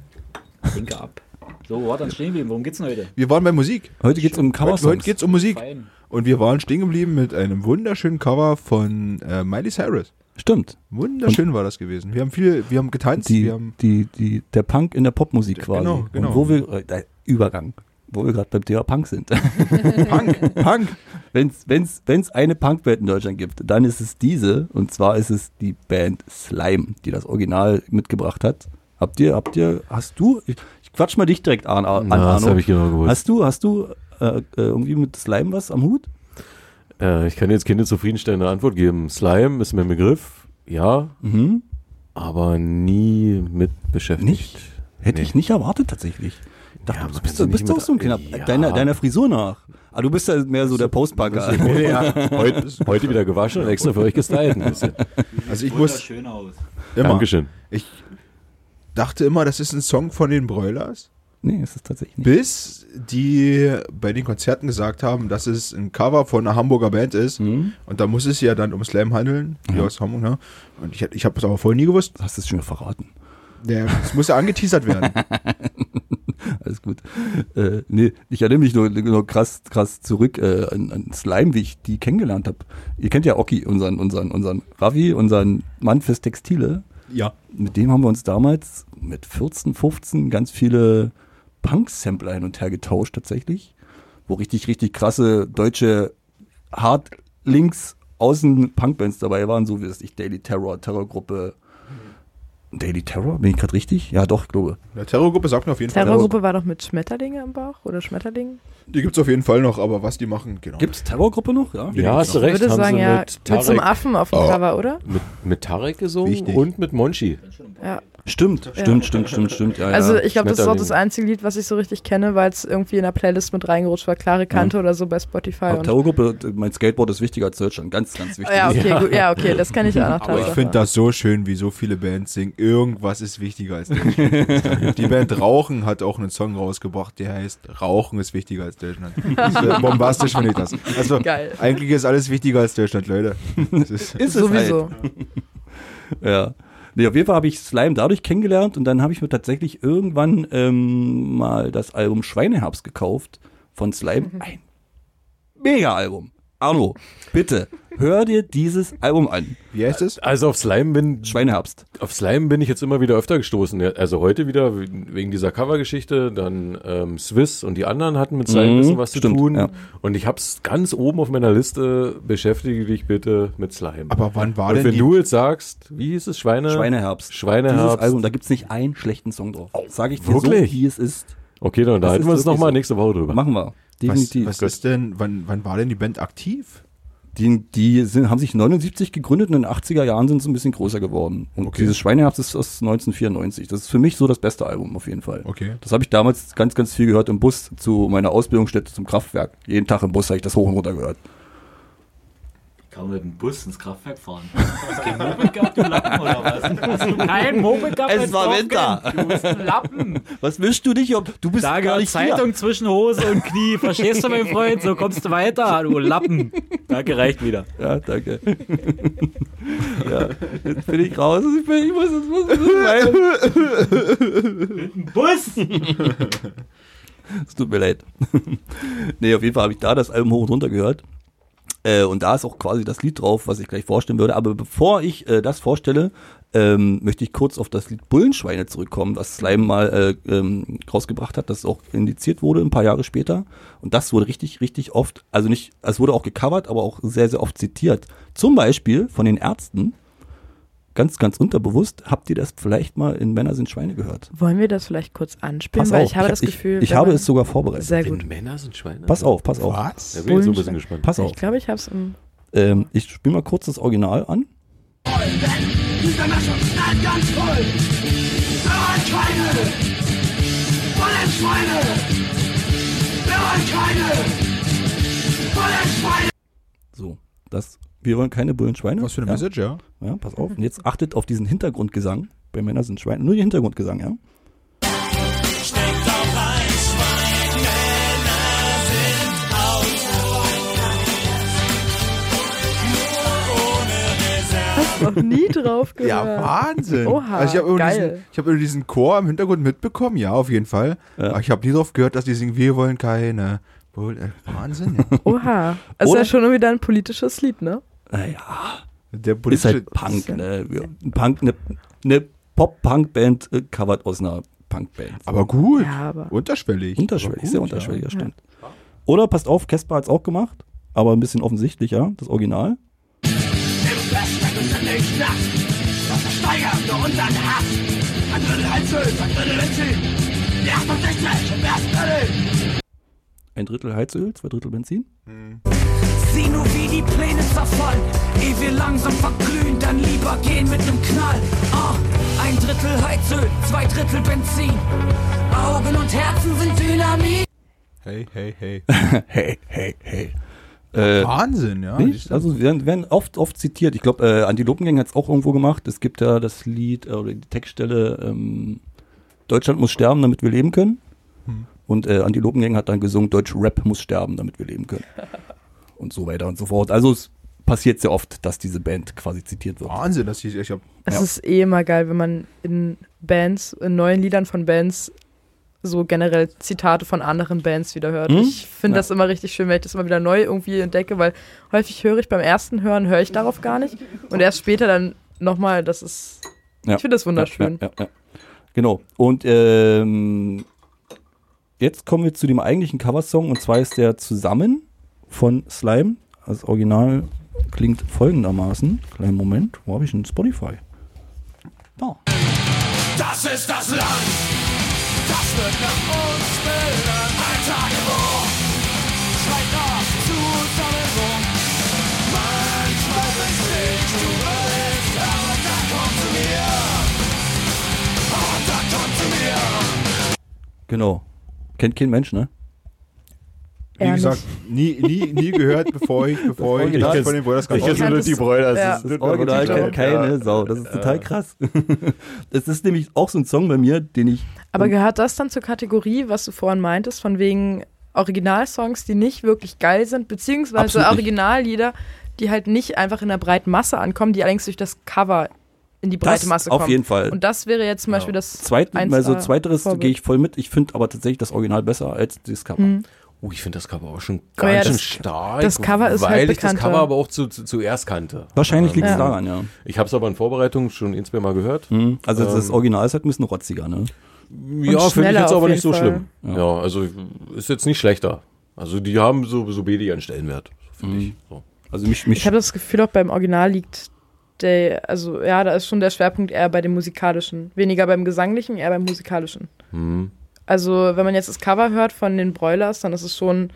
Speaker 9: Linke ab. So, warte dann stehen bleiben. Worum geht's denn heute?
Speaker 4: Wir waren bei Musik.
Speaker 1: Heute geht's um
Speaker 4: Heute, heute
Speaker 1: Coversongs.
Speaker 4: geht es um Musik.
Speaker 9: Fein.
Speaker 4: Und wir waren stehen geblieben mit einem wunderschönen Cover von äh, Miley Cyrus.
Speaker 1: Stimmt.
Speaker 4: Wunderschön war das gewesen. Wir haben viel, wir haben getanzt,
Speaker 1: die,
Speaker 4: wir haben
Speaker 1: die, die, der Punk in der Popmusik quasi.
Speaker 4: genau, genau.
Speaker 1: Und wo wir, äh, der Übergang, wo wir gerade beim Thema Punk sind. Punk, Punk. Wenn's, wenn's, wenn's eine Punkwelt in Deutschland gibt, dann ist es diese. Und zwar ist es die Band Slime, die das Original mitgebracht hat. Habt ihr, habt ihr, hast du, ich, ich quatsch mal dich direkt an, an
Speaker 5: Na, das
Speaker 1: Arno.
Speaker 5: habe ich genau gewusst.
Speaker 1: hast du, hast du äh, äh, irgendwie mit Slime was am Hut?
Speaker 5: Äh, ich kann jetzt keine zufriedenstellende Antwort geben. Slime ist mir ein Begriff, ja,
Speaker 1: Mhm.
Speaker 5: aber nie mit beschäftigt.
Speaker 1: Nicht? Hätte
Speaker 5: Nee.
Speaker 1: ich nicht erwartet tatsächlich. Ich dachte,
Speaker 5: Ja,
Speaker 1: du
Speaker 5: man
Speaker 1: bist,
Speaker 5: kann
Speaker 1: du
Speaker 5: sie
Speaker 1: bist
Speaker 5: nicht
Speaker 1: doch
Speaker 5: mit-
Speaker 1: so ein Kinder,
Speaker 5: Ja.
Speaker 1: deiner, deiner Frisur nach. Aber du bist ja mehr so der Postbanker.
Speaker 4: heute
Speaker 5: Heute wieder gewaschen und extra für euch gestylt ein bisschen.
Speaker 4: Also ich muss
Speaker 9: schön aus.
Speaker 4: immer.
Speaker 5: Dankeschön.
Speaker 4: Ich dachte immer, das ist ein Song von den Broilers,
Speaker 1: Nee, es ist tatsächlich nicht.
Speaker 4: bis die bei den Konzerten gesagt haben, dass es ein Cover von einer Hamburger Band ist. Und da muss es ja dann um Slam handeln, die aus Hamburg, ne? Und ich, ich habe es aber vorher nie gewusst.
Speaker 1: Du hast es schon verraten.
Speaker 4: Der, es muss ja angeteasert werden.
Speaker 1: Alles gut. Äh, nee, ich erinnere mich nur, nur krass, krass zurück äh, an, an Slime, wie ich die kennengelernt habe. Ihr kennt ja Oki, unseren, unseren, unseren Ravi, unseren Mann fürs Textile.
Speaker 4: ja.
Speaker 1: mit dem haben wir uns damals mit 14, 15 ganz viele Punk-Sampler hin und her getauscht tatsächlich, wo richtig, richtig krasse deutsche hart links außen Punk-Bands dabei waren, so wie das ich Daily Terror, Terrorgruppe, Daily Terror? Bin ich gerade richtig? Ja, doch, ich glaube.
Speaker 4: Ja, Terrorgruppe sagt mir auf jeden Fall.
Speaker 3: Terrorgruppe war doch mit Schmetterlinge im Bauch oder Schmetterlingen?
Speaker 4: Die gibt's auf jeden Fall noch, aber was die machen, genau.
Speaker 1: Gibt es Terrorgruppe noch? Ja.
Speaker 5: Ja, hast du
Speaker 3: Ich
Speaker 5: recht.
Speaker 3: würde
Speaker 5: haben
Speaker 3: sagen,
Speaker 5: sie
Speaker 3: ja,
Speaker 5: mit
Speaker 3: mit, so einem
Speaker 5: Tarek,
Speaker 3: Affen auf dem
Speaker 4: Oh.
Speaker 3: Cover, oder?
Speaker 5: mit, mit Tarek gesungen
Speaker 4: Wichtig.
Speaker 5: und mit Monchi.
Speaker 3: Ja.
Speaker 1: Stimmt, stimmt, stimmt, stimmt, stimmt. Ja,
Speaker 3: Also
Speaker 1: ja.
Speaker 3: ich glaube, das ist auch das
Speaker 5: Schmetterlinge.
Speaker 3: einzige Lied, was ich so richtig kenne, weil es irgendwie in der Playlist mit reingerutscht war. Klare Kante oder so bei Spotify.
Speaker 1: Aber
Speaker 3: Und
Speaker 1: Terrorgruppe, mein Skateboard ist wichtiger als Deutschland. Ganz, ganz wichtig.
Speaker 3: ja, okay, gut, ja, okay, das kenne ich auch noch.
Speaker 4: Aber ich
Speaker 3: Tatsache.
Speaker 4: finde das so schön, wie so viele Bands singen. Irgendwas ist wichtiger als Deutschland. die Band Rauchen hat auch einen Song rausgebracht, der heißt Rauchen ist wichtiger als Deutschland. Das ist bombastisch finde ich das. Also
Speaker 3: Geil.
Speaker 4: eigentlich ist alles wichtiger als Deutschland, Leute. Das ist,
Speaker 1: Ist es halt.
Speaker 3: Sowieso.
Speaker 1: Ja. Nee, auf jeden Fall habe ich Slime dadurch kennengelernt und dann habe ich mir tatsächlich irgendwann ähm, mal das Album Schweineherbst gekauft von Slime. Ein Mega-Album. Arno, bitte, hör dir dieses Album an.
Speaker 4: wie heißt es?
Speaker 5: Also auf Slime bin
Speaker 1: Schweineherbst.
Speaker 5: auf Slime bin ich jetzt immer wieder öfter gestoßen. Ja, Also heute wieder we- wegen dieser Covergeschichte, dann ähm, Swiss und die anderen hatten mit Slime ein
Speaker 1: Mhm,
Speaker 5: bisschen was zu
Speaker 1: stimmt,
Speaker 5: tun.
Speaker 1: ja.
Speaker 5: Und ich hab's ganz oben auf meiner Liste. Beschäftige dich bitte mit Slime.
Speaker 4: Aber wann war
Speaker 5: und
Speaker 4: denn
Speaker 5: wenn
Speaker 4: die?
Speaker 5: du jetzt sagst, wie hieß es, Schweine?
Speaker 1: Schweineherbst.
Speaker 5: Äh, Schweineherbst.
Speaker 1: Dieses Album, da gibt es nicht einen schlechten Song drauf. Sage ich dir
Speaker 5: Wirklich?
Speaker 1: so, wie es ist.
Speaker 5: Okay, dann unterhalten
Speaker 1: ist
Speaker 5: wir uns
Speaker 1: wirklich
Speaker 5: nochmal
Speaker 1: so.
Speaker 5: nächste Woche drüber.
Speaker 1: Machen wir.
Speaker 4: was,
Speaker 1: Definitiv.
Speaker 4: was ist denn, wann, wann war denn die Band aktiv?
Speaker 1: Die, die sind, haben sich 79 gegründet und in den 80er Jahren sind sie ein bisschen größer geworden. Und
Speaker 4: Okay.
Speaker 1: dieses Schweineherbst ist aus 1994. Das ist für mich so das beste Album auf jeden Fall.
Speaker 4: Okay.
Speaker 1: Das habe ich damals ganz, ganz viel gehört im Bus zu meiner Ausbildungsstätte zum Kraftwerk. Jeden Tag im Bus habe ich das hoch und runter gehört.
Speaker 9: Kann man mit dem Bus ins Kraftwerk fahren? Hast du kein Moped gehabt, du Lappen, oder was? Hast du kein Moped gehabt?
Speaker 1: Es
Speaker 9: als
Speaker 1: war
Speaker 9: Dorfkind?
Speaker 1: Winter.
Speaker 9: Du bist ein Lappen.
Speaker 1: Was willst du dich? um? Du bist
Speaker 9: Da gehört Zeitung zwischen Hose und Knie. Verstehst du, mein Freund? So kommst du weiter, du Lappen. Danke, reicht wieder.
Speaker 1: Ja, danke. ja, jetzt bin ich raus. Ich, bin, ich muss, ich muss, ich muss weinen.
Speaker 9: Bus!
Speaker 1: Es tut mir leid. nee, auf jeden Fall habe ich da das Album hoch und runter gehört. Äh, und da ist auch quasi das Lied drauf, was ich gleich vorstellen würde. Aber bevor ich äh, das vorstelle, ähm, möchte ich kurz auf das Lied Bullenschweine zurückkommen, was Slime mal äh, ähm, rausgebracht hat, das auch indiziert wurde ein paar Jahre später. Und das wurde richtig, richtig oft, also nicht, es wurde auch gecovert, aber auch sehr, sehr oft zitiert. Zum Beispiel von den Ärzten, ganz, ganz unterbewusst, habt ihr das vielleicht mal in Männer sind Schweine gehört?
Speaker 3: Wollen wir das vielleicht kurz anspielen?
Speaker 1: Pass
Speaker 3: Weil
Speaker 1: auf,
Speaker 3: ich habe
Speaker 1: ich-
Speaker 3: das Gefühl.
Speaker 1: ich, ich
Speaker 3: wenn
Speaker 1: habe
Speaker 3: man-
Speaker 1: es sogar vorbereitet.
Speaker 3: Sehr
Speaker 5: Wenn
Speaker 3: gut.
Speaker 5: Männer sind Schweine.
Speaker 1: Pass auf, pass auf.
Speaker 5: Da
Speaker 4: Was?
Speaker 5: bin ich so ein bisschen gespannt.
Speaker 1: Pass auf.
Speaker 3: Ich glaube, ich habe es im.
Speaker 1: Ähm, ich spiele mal kurz das Original an. So, das, wir wollen keine Bullenschweine.
Speaker 4: Was für eine
Speaker 1: ja,
Speaker 4: Message, ja?
Speaker 1: Ja, pass auf. Und jetzt achtet auf diesen Hintergrundgesang. Bei Männern sind Schweine. Nur den Hintergrundgesang, ja?
Speaker 3: Hast noch nie drauf
Speaker 4: Ja,
Speaker 3: gehört.
Speaker 4: Wahnsinn.
Speaker 3: Oha,
Speaker 4: also ich habe über,
Speaker 3: geil.
Speaker 4: diesen- ich hab über diesen Chor im Hintergrund mitbekommen, ja, auf jeden Fall. Aber ich habe nie drauf gehört, dass die singen, wir wollen keine. Wohl- äh, Wahnsinn. ja.
Speaker 3: Oha. Das ist
Speaker 1: Oder-
Speaker 3: ja schon wieder ein politisches Lied, ne?
Speaker 1: Naja,
Speaker 4: Der
Speaker 1: ist
Speaker 4: politische.
Speaker 1: halt Punk, ne? Wir- Ein Punk, eine ne, Pop-Punk-Band äh, covert aus einer Punk-Band.
Speaker 4: aber gut.
Speaker 3: Ja, aber-
Speaker 4: Unterschwellig.
Speaker 1: Unterschwellig,
Speaker 4: Aber gut,
Speaker 1: sehr unterschwellig, das
Speaker 3: ja.
Speaker 1: stimmt. Oder passt auf, Casper hat's auch gemacht, aber ein bisschen offensichtlicher, das Original. Ein Drittel Heizöl, zwei Drittel Benzin.
Speaker 10: Sieh nur wie die Pläne zerfallen, ehe wir langsam verglühen, dann lieber gehen mit nem Knall. Ah, ein Drittel Heizöl, zwei Drittel Benzin. Augen und Herzen sind Dynamit.
Speaker 4: Hey, hey, hey.
Speaker 1: Hey, hey, hey. Äh,
Speaker 4: Wahnsinn, ja.
Speaker 1: nicht? Also werden, werden oft, oft zitiert. Ich glaube, äh, Antilopengang hat es auch irgendwo gemacht. Es gibt ja das Lied äh, oder die Textstelle ähm, Deutschland muss sterben, damit wir leben können. Und äh, Antilopengang hat dann gesungen, Deutsch Rap muss sterben, damit wir leben können. und so weiter und so fort. Also es passiert sehr oft, dass diese Band quasi zitiert wird.
Speaker 4: Wahnsinn, dass ich, ich hab,
Speaker 3: Es
Speaker 1: Ja.
Speaker 3: ist eh immer geil, wenn man in Bands, in neuen Liedern von Bands so generell Zitate von anderen Bands wieder hört.
Speaker 1: Hm?
Speaker 3: Ich finde
Speaker 1: Ja.
Speaker 3: das immer richtig schön, wenn ich das immer wieder neu irgendwie entdecke, weil häufig höre ich beim ersten Hören, höre ich darauf gar nicht. Und erst später dann nochmal, das ist.
Speaker 1: Ja.
Speaker 3: Ich finde das wunderschön.
Speaker 1: Ja, ja, ja. Genau. Und ähm, jetzt kommen wir zu dem eigentlichen Coversong und zwar ist der Zusammen von Slime. Das Original klingt folgendermaßen. Kleinen Moment, wo habe ich denn Spotify? Da.
Speaker 10: Zusammen, Das ist das Land, das wird nach uns benannt. Ein Tagebuch schreit nach Zusammenbruch. Manchmal weiß ich, du willst, aber dann komm zu mir. Und dann komm zu mir.
Speaker 1: Genau. Kennt kein Mensch, ne?
Speaker 4: Wie gesagt, nie, nie, nie gehört, bevor ich, bevor ich
Speaker 1: Original
Speaker 4: das
Speaker 1: ist-
Speaker 4: von den Brothers
Speaker 3: Ich
Speaker 4: kannte.
Speaker 3: ist nur die
Speaker 2: Bräuler.
Speaker 3: das Ja. ist-
Speaker 1: Das Original kennt keine Sau. Das ist total krass. Es ist nämlich auch so ein Song bei mir, den ich.
Speaker 3: Aber gehört das dann zur Kategorie, was du vorhin meintest, von wegen Originalsongs, die nicht wirklich geil sind, beziehungsweise
Speaker 1: Absolut nicht.
Speaker 3: Originallieder, die halt nicht einfach in der breiten Masse ankommen, die allerdings durch das Cover in die breite Masse
Speaker 1: auf
Speaker 3: kommen.
Speaker 1: jeden Fall. Genau.
Speaker 3: Und das wäre jetzt zum Beispiel das
Speaker 1: Zweit,
Speaker 3: eins
Speaker 1: also
Speaker 3: da
Speaker 1: zweiteres
Speaker 3: Vorbild.
Speaker 1: gehe ich voll mit. Ich finde aber tatsächlich das Original besser als das Cover.
Speaker 3: Mhm.
Speaker 5: Oh, ich finde das Cover auch schon
Speaker 3: Aber
Speaker 5: ganz
Speaker 3: ja,
Speaker 5: schön
Speaker 3: das-
Speaker 5: stark.
Speaker 3: das Cover ist
Speaker 5: Weil
Speaker 3: halt
Speaker 5: ich das
Speaker 3: bekannter.
Speaker 5: Cover aber auch zu, zu, zuerst kannte.
Speaker 1: Wahrscheinlich liegt es
Speaker 3: Ja.
Speaker 1: daran, ja.
Speaker 5: Ich habe es aber in Vorbereitung schon ein, zwei Mal gehört.
Speaker 1: Mhm. Also das Original ist halt ein bisschen rotziger, ne?
Speaker 5: ja, finde ich
Speaker 3: schneller
Speaker 5: jetzt
Speaker 3: auf
Speaker 5: aber
Speaker 3: jeden
Speaker 5: nicht so
Speaker 3: Fall.
Speaker 5: schlimm. Ja. also ist jetzt nicht schlechter. Also die haben so, so B, die ihren Stellenwert, finde ich. So.
Speaker 1: Also mich, mich
Speaker 3: Ich habe das Gefühl, auch beim Original liegt der, also ja, da ist schon der Schwerpunkt eher bei dem musikalischen. Weniger beim gesanglichen, eher beim musikalischen.
Speaker 4: Mhm.
Speaker 3: Also, wenn man jetzt das Cover hört von den Broilers, dann ist es schon,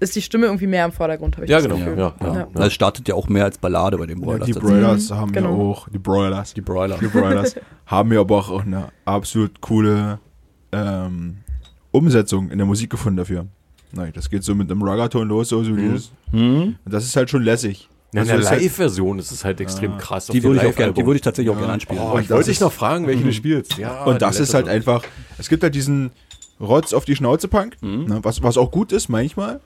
Speaker 3: ist die Stimme irgendwie mehr im Vordergrund, habe ich
Speaker 5: Ja,
Speaker 3: das
Speaker 5: genau.
Speaker 3: Gefühl.
Speaker 5: Ja, ja,
Speaker 3: Ja.
Speaker 4: Also
Speaker 1: das startet ja auch mehr als Ballade bei dem Boiler.
Speaker 4: Die Broilers haben
Speaker 3: genau.
Speaker 4: ja auch, die Broilers, die
Speaker 1: Broiler.
Speaker 4: Die Broilers haben ja aber auch eine absolut coole ähm, Umsetzung in der Musik gefunden dafür. Nein, das geht so mit einem Ruggathon los, so, so
Speaker 1: Mhm.
Speaker 4: dieses. Und das ist halt schon lässig.
Speaker 5: In
Speaker 4: Also
Speaker 5: der
Speaker 4: ist halt- Ah.
Speaker 5: Live-Version ist es halt extrem krass. auf
Speaker 1: Die
Speaker 5: dem
Speaker 1: würde ich auch gerne, die
Speaker 5: Live-Album.
Speaker 1: würde ich tatsächlich auch gerne anspielen.
Speaker 5: Oh, ich
Speaker 4: das
Speaker 5: wollte Mhm. dich
Speaker 4: ist-
Speaker 5: noch fragen, welche du spielst. Ja,
Speaker 3: Ah,
Speaker 4: Und das
Speaker 5: die
Speaker 4: ist halt
Speaker 5: letzte
Speaker 4: einfach, es gibt halt diesen Rotz auf die Schnauze Punk,
Speaker 1: Mhm.
Speaker 4: ne, was, was auch gut ist manchmal.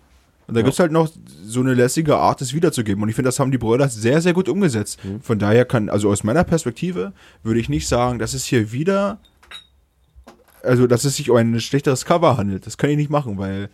Speaker 4: Und da gibt's gibt es halt noch so eine lässige Art, es wiederzugeben. Und ich finde, das haben die Broilers sehr, sehr gut umgesetzt.
Speaker 1: Mhm.
Speaker 4: Von daher kann, also aus meiner Perspektive, würde ich nicht sagen, dass es hier wieder, also dass es sich um ein schlechteres Cover handelt. Das kann ich nicht machen, weil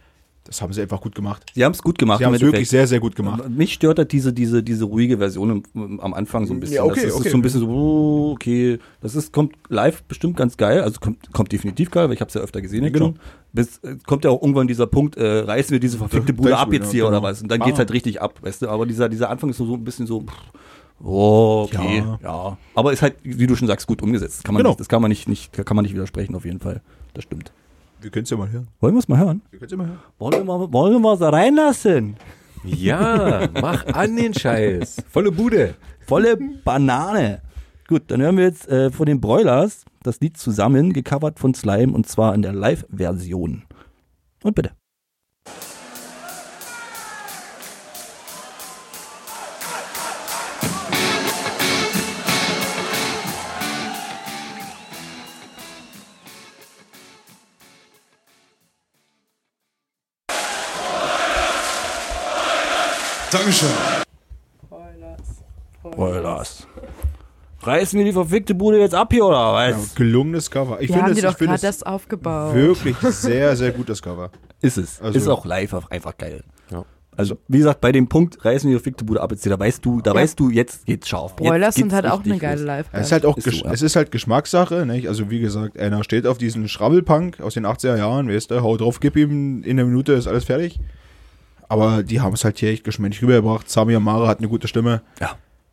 Speaker 4: das haben sie einfach gut gemacht.
Speaker 1: Sie haben es gut gemacht.
Speaker 4: Sie haben es
Speaker 1: im
Speaker 4: wirklich
Speaker 1: Endeffekt.
Speaker 4: sehr, sehr gut gemacht.
Speaker 1: Mich stört halt diese, diese, diese ruhige Version im- im, am Anfang so ein bisschen.
Speaker 4: Ja, okay,
Speaker 1: das ist
Speaker 4: okay.
Speaker 1: so ein bisschen so, oh, okay, das ist, kommt live bestimmt ganz geil, also kommt, kommt definitiv geil, weil ich habe es ja öfter gesehen. jetzt
Speaker 4: Genau.
Speaker 1: schon. Bis, äh, kommt ja auch irgendwann dieser Punkt, äh, reißen wir diese verfickte Bude ab
Speaker 4: Dashboard,
Speaker 1: jetzt
Speaker 4: ja,
Speaker 1: hier oder
Speaker 4: genau.
Speaker 1: was. Und dann geht's halt richtig ab, weißt du. Aber dieser, dieser Anfang ist so, so ein bisschen so, pff, oh, okay, ja.
Speaker 4: Ja.
Speaker 1: Aber ist halt, wie du schon sagst, gut umgesetzt. Kann man
Speaker 4: Genau.
Speaker 1: nicht, das kann man nicht, nicht, kann man nicht widersprechen auf jeden Fall. Das stimmt.
Speaker 4: Wir können es ja mal hören.
Speaker 1: Wollen wir es mal hören?
Speaker 4: Wir können's ja mal hören.
Speaker 1: Wollen wir, wollen wir es reinlassen?
Speaker 5: Version. Ja, mach an den Scheiß. Volle Bude.
Speaker 1: Volle Banane. Gut, dann hören wir jetzt äh, von den Broilers das Lied zusammen, gecovert von Slime und zwar in der Live-Version. Und bitte.
Speaker 6: Dankeschön.
Speaker 1: Broilers. Reißen wir die verfickte Bude jetzt ab hier oder
Speaker 4: Ja,
Speaker 1: was?
Speaker 4: gelungenes Cover. Ich
Speaker 3: Wir
Speaker 4: finde
Speaker 3: haben
Speaker 4: es,
Speaker 3: die
Speaker 4: ich
Speaker 3: doch
Speaker 4: finde
Speaker 3: gerade
Speaker 4: es
Speaker 3: erst aufgebaut.
Speaker 4: wirklich sehr, sehr gut, das Cover.
Speaker 1: Ist es.
Speaker 4: Also-
Speaker 1: ist auch live auch einfach geil.
Speaker 5: Ja.
Speaker 1: Also, wie gesagt, bei dem Punkt, reißen wir die verfickte Bude ab jetzt hier, da weißt du, da weißt du, jetzt geht's scharf. Jetzt geht's
Speaker 3: Broilers sind halt auch
Speaker 1: richtig
Speaker 3: eine geile
Speaker 1: los.
Speaker 3: live
Speaker 4: Es ist halt auch
Speaker 1: Ist
Speaker 4: Gesch-
Speaker 1: so, ja.
Speaker 4: es ist halt Geschmackssache, nicht? Also wie gesagt, einer steht auf diesen Schrabbelpunk aus den 80er Jahren, weißt du, hau drauf, gib ihm, in der Minute ist alles fertig. Aber die haben es halt hier echt geschmeidig rübergebracht. Sami Amara hat eine gute Stimme.
Speaker 1: Ja.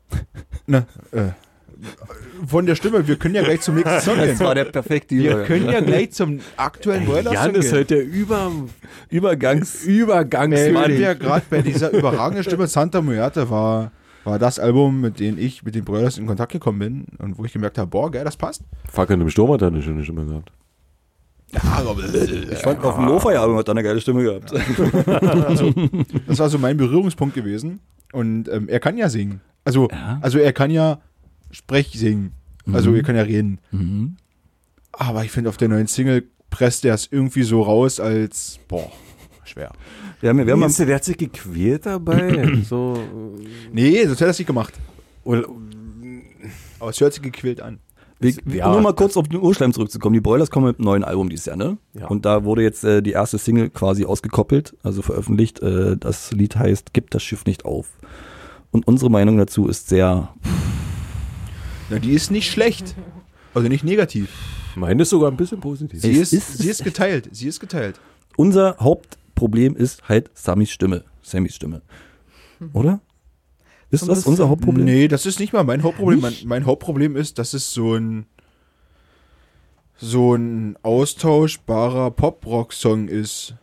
Speaker 4: Ne, äh, von der Stimme, wir können ja gleich zum nächsten Song
Speaker 1: Das war
Speaker 4: gehen.
Speaker 1: der perfekte
Speaker 4: Wir
Speaker 1: Übergang.
Speaker 4: können ja gleich zum aktuellen Broiler-Song
Speaker 5: Jan ist
Speaker 4: gehen.
Speaker 5: halt der Über
Speaker 1: Übergangs.
Speaker 4: Ey, Wenn wir
Speaker 5: Übergangsmann.
Speaker 4: gerade bei dieser überragenden Stimme Santa Muerte war, war das Album, mit dem ich mit den Broilers in Kontakt gekommen bin und wo ich gemerkt habe, boah, geil, das passt.
Speaker 5: Fuck, in dem Sturm hat er eine schöne Stimme gehabt.
Speaker 1: Ich fand, auf dem Lo-Fi-Album hat er eine geile Stimme gehabt.
Speaker 4: Das war so mein Berührungspunkt gewesen. Und ähm, er kann ja singen. Also, also er kann ja Sprech singen. Also er kann ja reden. Aber ich finde, auf der neuen Single presst er es irgendwie so raus, als boah, schwer.
Speaker 1: Wir haben, ja- wir haben am-
Speaker 5: der hat sich gequält dabei. so,
Speaker 4: Nee, sonst hätte er es nicht gemacht.
Speaker 5: oder,
Speaker 4: Aber es hört sich gequält an.
Speaker 1: Wir, wir- um nur mal kurz auf den Urschleim zurückzukommen. Die Broilers kommen mit einem neuen Album dieses Jahr, ne?
Speaker 5: Ja.
Speaker 1: Und da wurde jetzt äh, die erste Single quasi ausgekoppelt, also veröffentlicht. Äh, das Lied heißt Gib das Schiff nicht auf. Und unsere Meinung dazu ist sehr.
Speaker 4: Na, die ist nicht schlecht. Also nicht negativ.
Speaker 5: meine ist sogar ein bisschen positiv.
Speaker 4: Sie ist,
Speaker 1: ist-
Speaker 4: sie ist geteilt. Sie ist geteilt.
Speaker 1: Unser Hauptproblem ist halt Sammys Stimme. Sammys Stimme. Oder? Ist
Speaker 3: Mhm. So ein
Speaker 1: das unser Hauptproblem?
Speaker 4: Nee, das ist nicht mal mein Hauptproblem. Mein, mein Hauptproblem ist, dass es so ein so ein austauschbarer Pop-Rock-Song ist.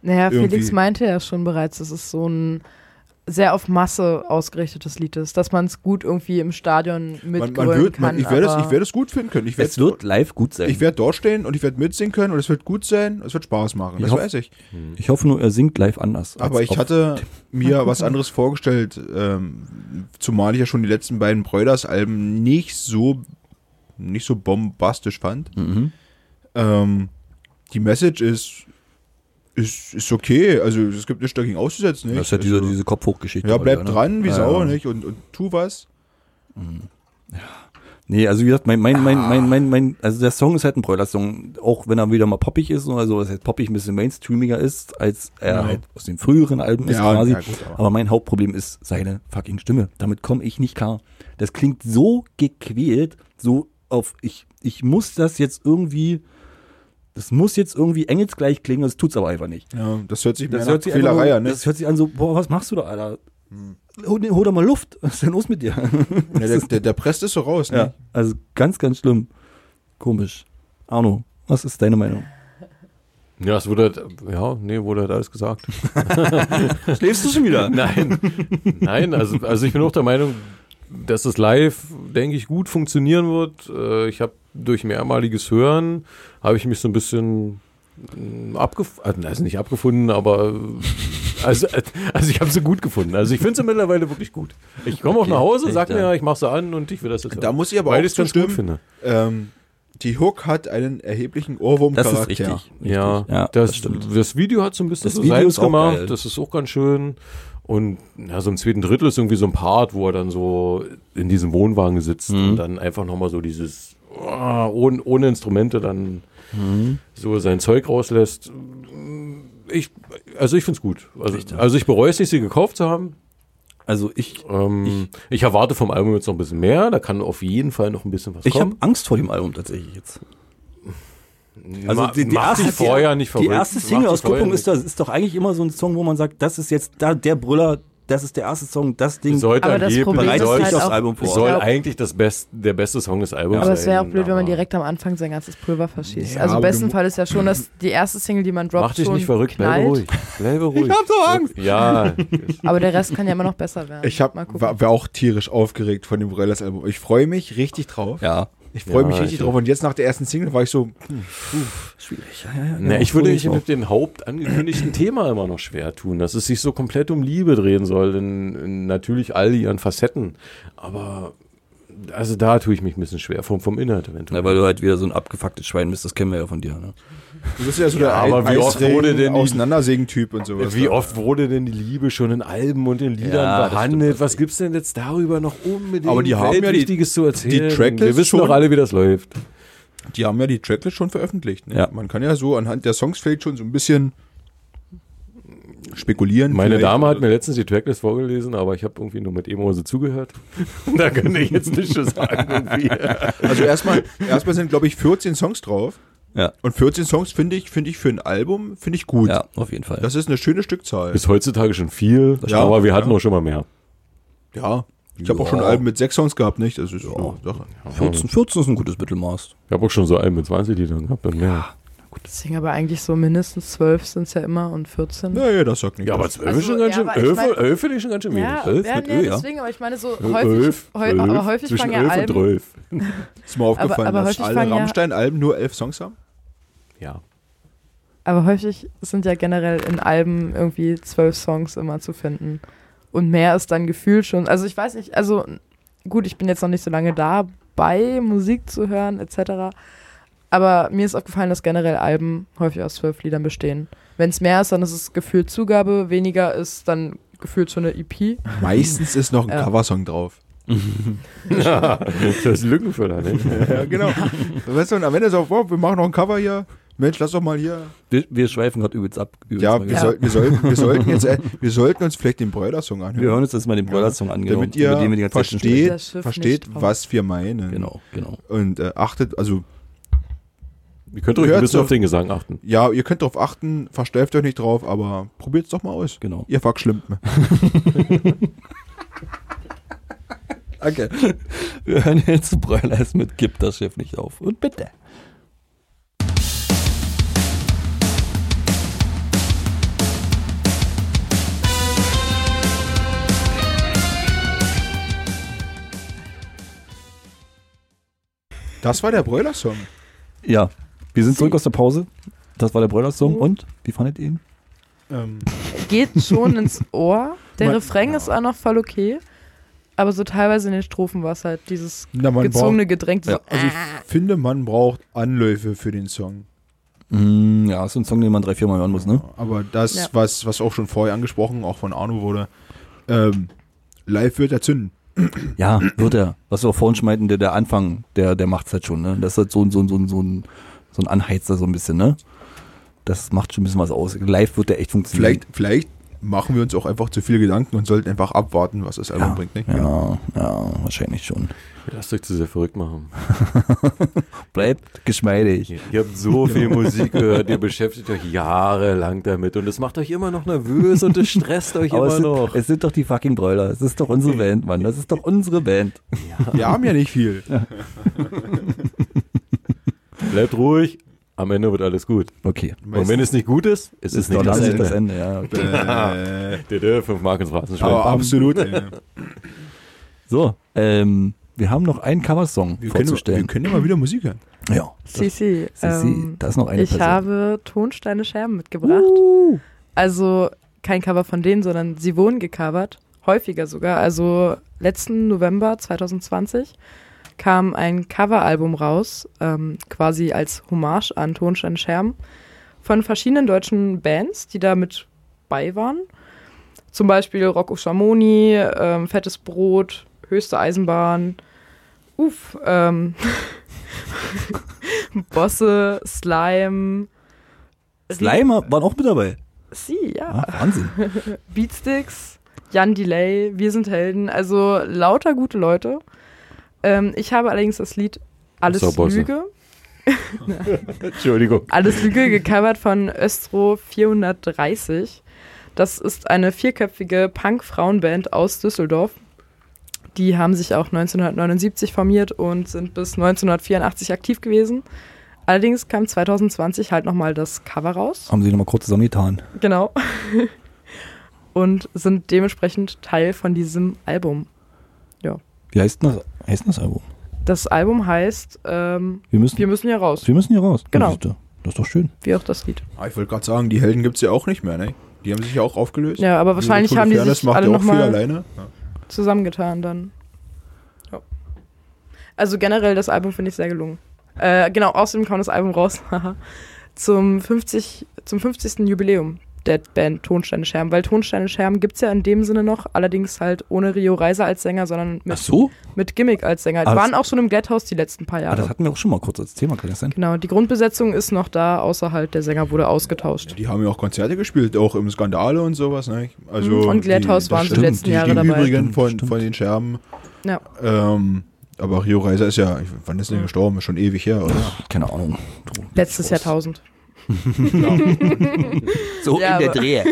Speaker 3: Naja, Felix
Speaker 4: Irgendwie.
Speaker 3: meinte ja schon bereits, dass es so ein sehr auf Masse ausgerichtetes Lied ist, dass man es gut irgendwie im Stadion
Speaker 4: Man,
Speaker 3: mitgrölen
Speaker 4: man wird,
Speaker 3: kann.
Speaker 4: man, ich werde das,
Speaker 3: aber
Speaker 4: ich werd das gut finden können. Ich
Speaker 1: Es
Speaker 4: werde
Speaker 1: wird live gut sein.
Speaker 4: ich werd dort stehen und ich werde mitsingen können und es wird gut sein und es wird Spaß machen.
Speaker 1: Ich
Speaker 4: Das
Speaker 1: hoff-
Speaker 4: weiß ich.
Speaker 1: Ich hoffe nur, er singt live anders. als
Speaker 4: Aber ich
Speaker 1: auf-
Speaker 4: hatte mir was anderes vorgestellt, ähm, zumal ich ja schon die letzten beiden Broilers-Alben nicht so, nicht so bombastisch fand.
Speaker 1: Mhm.
Speaker 4: Ähm, die Message ist, ist, ist okay, also es gibt nichts dagegen auszusetzen. Nicht? also
Speaker 1: Das ist ja diese, diese Kopfhochgeschichte.
Speaker 4: ja,
Speaker 1: heute,
Speaker 4: bleib
Speaker 1: ne?
Speaker 4: dran, wie
Speaker 1: Ja,
Speaker 4: Sau,
Speaker 1: ja.
Speaker 4: nicht? Und, und tu was.
Speaker 1: Nee, also wie gesagt, mein, mein,
Speaker 4: Ah.
Speaker 1: mein, mein, mein, mein, also der Song ist halt ein Broiler-Song, auch wenn er wieder mal poppig ist, oder so, was heißt poppig ein bisschen mainstreamiger ist, als er
Speaker 4: Ja.
Speaker 1: halt aus den früheren Alben ist
Speaker 4: Ja,
Speaker 1: quasi.
Speaker 4: ja, gut,
Speaker 1: aber.
Speaker 4: aber-
Speaker 1: mein Hauptproblem ist seine fucking Stimme. Damit komme ich nicht klar. Das klingt so gequält, so auf, ich, ich muss das jetzt irgendwie, das muss jetzt irgendwie engelsgleich klingen, das tut's aber einfach nicht.
Speaker 4: Ja, das hört sich mehr
Speaker 1: Das
Speaker 4: nach
Speaker 1: hört, sich einfach
Speaker 4: Quälerei
Speaker 1: nur,
Speaker 4: an. Ne? Hm.
Speaker 1: das hört sich an so, boah, was machst du da, Alter? Hol, hol doch mal Luft. Was ist denn los mit dir?
Speaker 4: Ja, der, der, der presst es so raus. Ne?
Speaker 1: Ja, also ganz, ganz schlimm. Komisch. Arno, was ist deine Meinung?
Speaker 5: Ja, es wurde, halt- ja, nee, wurde halt alles gesagt.
Speaker 1: Schläfst du schon wieder?
Speaker 5: Nein, nein, also, also ich bin auch der Meinung, dass es live, denke ich, gut funktionieren wird. Äh, Ich habe durch mehrmaliges Hören, habe ich mich so ein bisschen abgefunden, also nicht abgefunden, aber äh, also, äh, also ich habe sie gut gefunden. Also ich finde sie mittlerweile wirklich gut. Ich komme auch nach Hause,
Speaker 1: echt,
Speaker 5: sag mir,
Speaker 1: ja.
Speaker 5: ja, ich mache sie an und ich will das jetzt
Speaker 4: Da
Speaker 5: hören.
Speaker 4: muss ich aber
Speaker 5: Weil
Speaker 4: auch
Speaker 5: ich es ganz gut
Speaker 4: zustimmen.
Speaker 5: finde.
Speaker 4: Ähm, die Hook hat einen erheblichen Ohrwurm-Charakter.
Speaker 1: Das ist richtig. richtig.
Speaker 5: Ja,
Speaker 1: ja
Speaker 5: das,
Speaker 1: das stimmt.
Speaker 5: das Video hat so ein bisschen
Speaker 1: Das
Speaker 5: so
Speaker 1: Video
Speaker 5: seins
Speaker 1: ist auch
Speaker 5: gemacht,
Speaker 1: geil.
Speaker 5: das ist auch ganz schön. Und ja, so im zweiten Drittel ist irgendwie so ein Part, wo er dann so in diesem Wohnwagen sitzt
Speaker 1: Mhm.
Speaker 5: und dann einfach nochmal so dieses oh, ohne, ohne Instrumente dann
Speaker 1: Mhm.
Speaker 5: so sein Zeug rauslässt. Ich, also ich find's gut. Also, also ich bereue es nicht, sie gekauft zu haben.
Speaker 1: Also ich,
Speaker 5: Ähm, ich, erwarte vom Album jetzt noch ein bisschen mehr. Da kann auf jeden Fall noch ein bisschen was
Speaker 1: ich habe
Speaker 5: kommen.
Speaker 1: Angst vor dem Album tatsächlich jetzt. also
Speaker 5: Ma- mach dich vorher nicht
Speaker 1: die
Speaker 5: verrückt.
Speaker 1: erste
Speaker 5: Mach
Speaker 1: Single
Speaker 5: dich
Speaker 1: aus Kupplung
Speaker 5: vorher
Speaker 1: ist, das, ist doch eigentlich immer so ein Song, wo man sagt, das ist jetzt da, der Brüller, das ist der erste Song, das Ding.
Speaker 5: Sollte
Speaker 3: Aber das
Speaker 5: angeblich-
Speaker 3: Problem
Speaker 1: ist
Speaker 5: sollte-
Speaker 1: halt auch-
Speaker 5: Es soll
Speaker 3: Ja.
Speaker 5: eigentlich das Best, der beste Song des Albums sein.
Speaker 3: aber es wäre auch blöd, wenn man
Speaker 5: aber
Speaker 3: direkt am Anfang sein ganzes Pulver verschießt.
Speaker 4: Ja,
Speaker 3: also im
Speaker 4: aber du
Speaker 3: besten
Speaker 4: mu-
Speaker 3: Fall ist ja schon, dass die erste Single, die man droppt,
Speaker 5: Mach dich
Speaker 3: schon
Speaker 5: nicht verrückt,
Speaker 3: knallt,
Speaker 5: bleibe ruhig. Bleibe ruhig. Ich hab so Angst. Ja.
Speaker 3: Aber der Rest kann ja immer noch besser werden.
Speaker 4: Ich hab,
Speaker 3: Mal gucken.
Speaker 4: war, war auch tierisch aufgeregt von dem Broilers Album. Ich freue mich richtig drauf.
Speaker 1: Ja,
Speaker 4: Ich freue
Speaker 5: Ja,
Speaker 4: mich richtig
Speaker 5: ich-
Speaker 4: drauf. Und jetzt nach der ersten Single war ich so,
Speaker 1: schwierig. Ja, ja, ja,
Speaker 5: Na, ich würde mich
Speaker 1: auch.
Speaker 5: mit dem hauptangekündigten Thema immer noch schwer tun, dass es sich so komplett um Liebe drehen soll, in, in natürlich all ihren Facetten. Aber also da tue ich mich ein bisschen schwer, vom, vom Inhalt eventuell.
Speaker 1: Na, weil du halt wieder so ein abgefucktes Schwein bist, das kennen wir ja von dir. Ne?
Speaker 4: du bist ja so
Speaker 5: Ja,
Speaker 4: der
Speaker 5: aber wie oft
Speaker 4: Eisregen-
Speaker 5: wurde denn die-
Speaker 4: Auseinandersägen-Typ und sowas. ne?
Speaker 5: Wie oft wurde denn die Liebe schon in Alben und in Liedern
Speaker 1: Ja, das
Speaker 5: behandelt?
Speaker 1: stimmt.
Speaker 5: Was gibt's denn jetzt darüber noch unbedingt
Speaker 4: Aber die haben ja die-
Speaker 5: Wichtiges zu erzählen?
Speaker 4: Tracklist
Speaker 5: Wir wissen
Speaker 4: schon.
Speaker 5: doch alle, wie das läuft.
Speaker 4: Die haben ja die Tracklist schon veröffentlicht. Ne?
Speaker 1: Ja.
Speaker 4: Man kann ja so anhand der Songs vielleicht schon so ein bisschen spekulieren.
Speaker 5: Meine
Speaker 4: vielleicht.
Speaker 5: Dame hat mir letztens die Tracklist vorgelesen, aber ich habe irgendwie nur mit Emose zugehört. da könnte ich jetzt nicht schon sagen. Irgendwie.
Speaker 4: Also erstmal, erstmal sind, glaube ich, 14 Songs drauf.
Speaker 1: Ja.
Speaker 4: Und 14 Songs finde ich, finde ich für ein Album, finde ich gut.
Speaker 1: Ja, auf jeden Fall.
Speaker 4: Das ist eine schöne Stückzahl.
Speaker 5: Ist heutzutage schon viel,
Speaker 4: Ja,
Speaker 5: aber wir hatten
Speaker 4: ja.
Speaker 5: auch schon mal mehr.
Speaker 4: Ja. Ich habe auch schon Alben mit sechs Songs gehabt, nicht? Das ist so eine Sache.
Speaker 1: 14, 14 ist ein gutes Mittelmaß.
Speaker 5: Ich habe auch schon so Alben mit 20 Liedern gehabt und mehr.
Speaker 3: Deswegen aber eigentlich so mindestens zwölf sind es ja immer und 14.
Speaker 4: Naja, das sagt nicht.
Speaker 5: Ja, aber
Speaker 4: das,
Speaker 5: 12
Speaker 3: Also,
Speaker 5: ist schon
Speaker 3: ja,
Speaker 5: ganz schön,
Speaker 3: aber ich
Speaker 5: 11,
Speaker 3: mein-
Speaker 5: 11 finde ich schon ganz schön wenig.
Speaker 3: Ja,
Speaker 5: 11
Speaker 3: ja,
Speaker 5: mit
Speaker 3: nee,
Speaker 1: Ö, ja.
Speaker 3: deswegen, aber ich meine so
Speaker 5: 11,
Speaker 3: häufig, häu
Speaker 5: 12,
Speaker 3: aber häufig
Speaker 5: zwischen
Speaker 3: fangen ja
Speaker 5: 11
Speaker 3: Alben,
Speaker 5: und 12.
Speaker 4: ist mir aufgefallen,
Speaker 3: aber
Speaker 4: dass
Speaker 3: häufig
Speaker 4: alle
Speaker 3: fangen ja-
Speaker 4: Rammstein-Alben nur elf Songs haben.
Speaker 5: Ja.
Speaker 3: aber häufig sind ja generell in Alben irgendwie zwölf Songs immer zu finden. Und mehr ist dann gefühlt schon. Also ich weiß nicht, also gut, ich bin jetzt noch nicht so lange dabei, Musik zu hören, etc. Aber mir ist aufgefallen, dass generell Alben häufig aus zwölf Liedern bestehen. Wenn es mehr ist, dann ist es gefühlt Zugabe, weniger ist dann gefühlt schon eine E EP.
Speaker 4: Meistens ist noch ein
Speaker 3: Ja.
Speaker 4: Coversong drauf.
Speaker 5: Das ist Lückenfüller, ne?
Speaker 4: Ja, genau. Weißt du, und am Ende so, wow, wir machen noch ein Cover hier. Mensch, lass doch mal hier.
Speaker 1: Wir, wir schweifen gerade übelst ab. Übelst
Speaker 4: Ja,
Speaker 1: mal
Speaker 4: wir,
Speaker 1: ganz-
Speaker 4: sollten- wir, sollten, wir sollten jetzt, äh, wir sollten uns vielleicht den Bräuder-Song
Speaker 1: wir
Speaker 4: anhören.
Speaker 1: hören uns jetzt mal den Broiler-Song an, genau,
Speaker 4: damit ihr
Speaker 1: über den wir die ganze Zeit schon sprechen.
Speaker 4: versteht,
Speaker 3: Das Schiff
Speaker 4: versteht
Speaker 3: nicht drauf.
Speaker 4: was wir meinen.
Speaker 1: Genau, genau.
Speaker 4: Und äh, achtet, also,
Speaker 5: Ihr könnt ruhig ein
Speaker 4: Hört
Speaker 5: bisschen
Speaker 4: doch-
Speaker 5: auf den Gesang achten.
Speaker 4: ja, ihr könnt drauf achten, versteift euch nicht drauf, aber probiert's doch mal aus.
Speaker 1: Genau.
Speaker 4: Ihr Fuckschlimpen.
Speaker 1: Okay. Wir hören jetzt Broilers mit Gib das Schiff nicht auf. Und bitte.
Speaker 4: Das war der Broiler-Song.
Speaker 1: Ja, wir sind zurück aus der Pause. Das war der Bröller-Song. Und? Wie fandet ihr ihn?
Speaker 4: Ähm,
Speaker 3: Geht schon ins Ohr. Der
Speaker 4: Man-
Speaker 3: Refrain ist auch noch voll okay. Aber so teilweise in den Strophen war es halt dieses
Speaker 4: na, man
Speaker 3: gezogene Gedrängt. So, äh.
Speaker 1: Ja.
Speaker 4: braucht, also ich finde, man braucht Anläufe für den Song.
Speaker 1: Mm, ja, ist ein Song, den man drei, vier Mal hören muss, ne?
Speaker 4: Aber das,
Speaker 3: Ja.
Speaker 4: was, was auch schon vorher angesprochen, auch von Arno wurde, ähm, live wird er zünden.
Speaker 1: Ja, wird er. Was wir auch vorhin schon meinten, der, der Anfang, der, der macht's halt schon, ne? Das ist halt so ein, so ein, so ein, so ein, so ein Anheizer, so ein bisschen, ne? Das macht schon ein bisschen was aus. Live wird der echt funktionieren.
Speaker 4: Vielleicht, vielleicht machen wir uns auch einfach zu viel Gedanken und sollten einfach abwarten, was das Album
Speaker 1: Ja.
Speaker 4: bringt. ne? Nicht?
Speaker 1: Ja, ja, wahrscheinlich schon.
Speaker 5: Lasst euch zu sehr verrückt machen.
Speaker 1: Bleibt geschmeidig.
Speaker 5: Ihr habt so viel Musik gehört, ihr beschäftigt euch jahrelang damit und es macht euch immer noch nervös und es stresst euch
Speaker 1: Aber
Speaker 5: immer
Speaker 1: es sind,
Speaker 5: noch.
Speaker 1: es sind doch die fucking Bräuler. Es ist doch unsere Band, Mann. Das ist doch unsere Band.
Speaker 4: Wir haben ja nicht viel.
Speaker 5: Bleibt ruhig, am Ende wird alles gut.
Speaker 1: Okay.
Speaker 5: Und wenn es nicht gut ist, es
Speaker 1: Das ist
Speaker 5: ist, nicht
Speaker 1: doch
Speaker 5: das
Speaker 1: dann nicht das
Speaker 5: Ende.
Speaker 1: Ende, ja. Okay.
Speaker 4: äh,
Speaker 5: Dede, Fünf Mark ins Phrasenschwein.
Speaker 4: aber absolut. Äh,
Speaker 1: So, ähm, wir haben noch einen Coversong
Speaker 4: wir, können, wir
Speaker 1: vorzustellen.
Speaker 4: können immer wieder Musik hören.
Speaker 1: ja.
Speaker 3: Sisi,
Speaker 1: Sissi,
Speaker 3: ähm,
Speaker 1: da ist noch eine
Speaker 3: ich
Speaker 1: Person.
Speaker 3: habe Tonsteine Scherben mitgebracht. Also kein Cover von denen, sondern sie wurden gecovert. Häufiger sogar. Also letzten November 2020 kam ein Coveralbum raus, ähm, quasi als Hommage an Tonsteine Scherben, von verschiedenen deutschen Bands, die da mit bei waren. Zum Beispiel Rocco Schamoni, ähm, Fettes Brot, Höchste Eisenbahn, Uff, ähm, Bosse, Slime.
Speaker 1: Uh, Slimer waren auch mit dabei.
Speaker 3: Sie, ja.
Speaker 1: Ah, Wahnsinn.
Speaker 3: Beatsticks, Jan Delay, Wir sind Helden, also lauter gute Leute. Ähm, ich habe allerdings das Lied Alles
Speaker 5: So, Bosse.
Speaker 3: Lüge,
Speaker 5: Entschuldigung.
Speaker 3: Alles Lüge gecovert von Östro 430. Das ist eine vierköpfige Punk-Frauenband aus Düsseldorf. Die haben sich auch 1979 formiert und sind bis 1984 aktiv gewesen. Allerdings kam 2020 halt nochmal das Cover raus.
Speaker 1: Haben sie nochmal kurz zusammengetan.
Speaker 3: Genau. Und sind dementsprechend Teil von diesem Album.
Speaker 1: Wie heißt denn das, heißt denn das Album?
Speaker 3: Das Album heißt ähm,
Speaker 1: Wir müssen,
Speaker 3: Wir
Speaker 1: wir,
Speaker 3: müssen hier raus,
Speaker 1: müssen hier raus.
Speaker 3: Genau.
Speaker 1: Das ist doch- das ist doch schön.
Speaker 3: wie auch das Lied.
Speaker 4: Ah, ich wollte gerade sagen, die Helden gibt es ja auch nicht mehr. Ne? Die haben sich ja auch aufgelöst.
Speaker 3: Ja, aber wahrscheinlich
Speaker 4: Tour de
Speaker 3: haben die
Speaker 4: Fairness
Speaker 3: sich
Speaker 4: macht
Speaker 3: alle
Speaker 4: ja auch viel
Speaker 3: nochmal
Speaker 4: alleine. Ja.
Speaker 3: zusammengetan dann. Ja. Also generell das Album finde ich sehr gelungen. Äh, genau, außerdem kam das Album raus haha, zum, 50, zum 50. Jubiläum der Band Tonsteine Scherben, weil Tonsteine Scherben gibt es ja in dem Sinne noch, allerdings halt ohne Rio Reiser als Sänger, sondern mit
Speaker 1: so?
Speaker 3: mit Gimmick als Sänger.
Speaker 1: Ah, das-
Speaker 3: Waren auch schon im Gladhouse die letzten paar
Speaker 1: Ah,
Speaker 3: Jahre.
Speaker 1: das hatten wir auch schon mal kurz als Thema, kann das sein?
Speaker 3: genau, die Grundbesetzung ist noch da, außer halt der Sänger wurde ausgetauscht.
Speaker 4: Die haben ja auch Konzerte gespielt, auch im Skandale und sowas. Ne? Also
Speaker 3: Mhm, und
Speaker 4: die-
Speaker 3: Gladhouse
Speaker 4: das
Speaker 3: waren
Speaker 4: stimmt,
Speaker 3: die letzten
Speaker 4: die,
Speaker 3: Jahre
Speaker 4: die
Speaker 3: dabei.
Speaker 4: Übrigen
Speaker 1: Stimmt,
Speaker 4: von,
Speaker 1: stimmt.
Speaker 4: von den Scherben.
Speaker 3: Ja.
Speaker 4: Ähm, aber Rio Reiser ist ja, ich- wann ist denn der
Speaker 3: Hm.
Speaker 4: gestorben? Ist Schon ewig her, oder?
Speaker 1: Keine Ahnung.
Speaker 3: Letztes Jahrtausend.
Speaker 1: So in
Speaker 3: Ja,
Speaker 1: der
Speaker 3: aber-
Speaker 1: Drehe.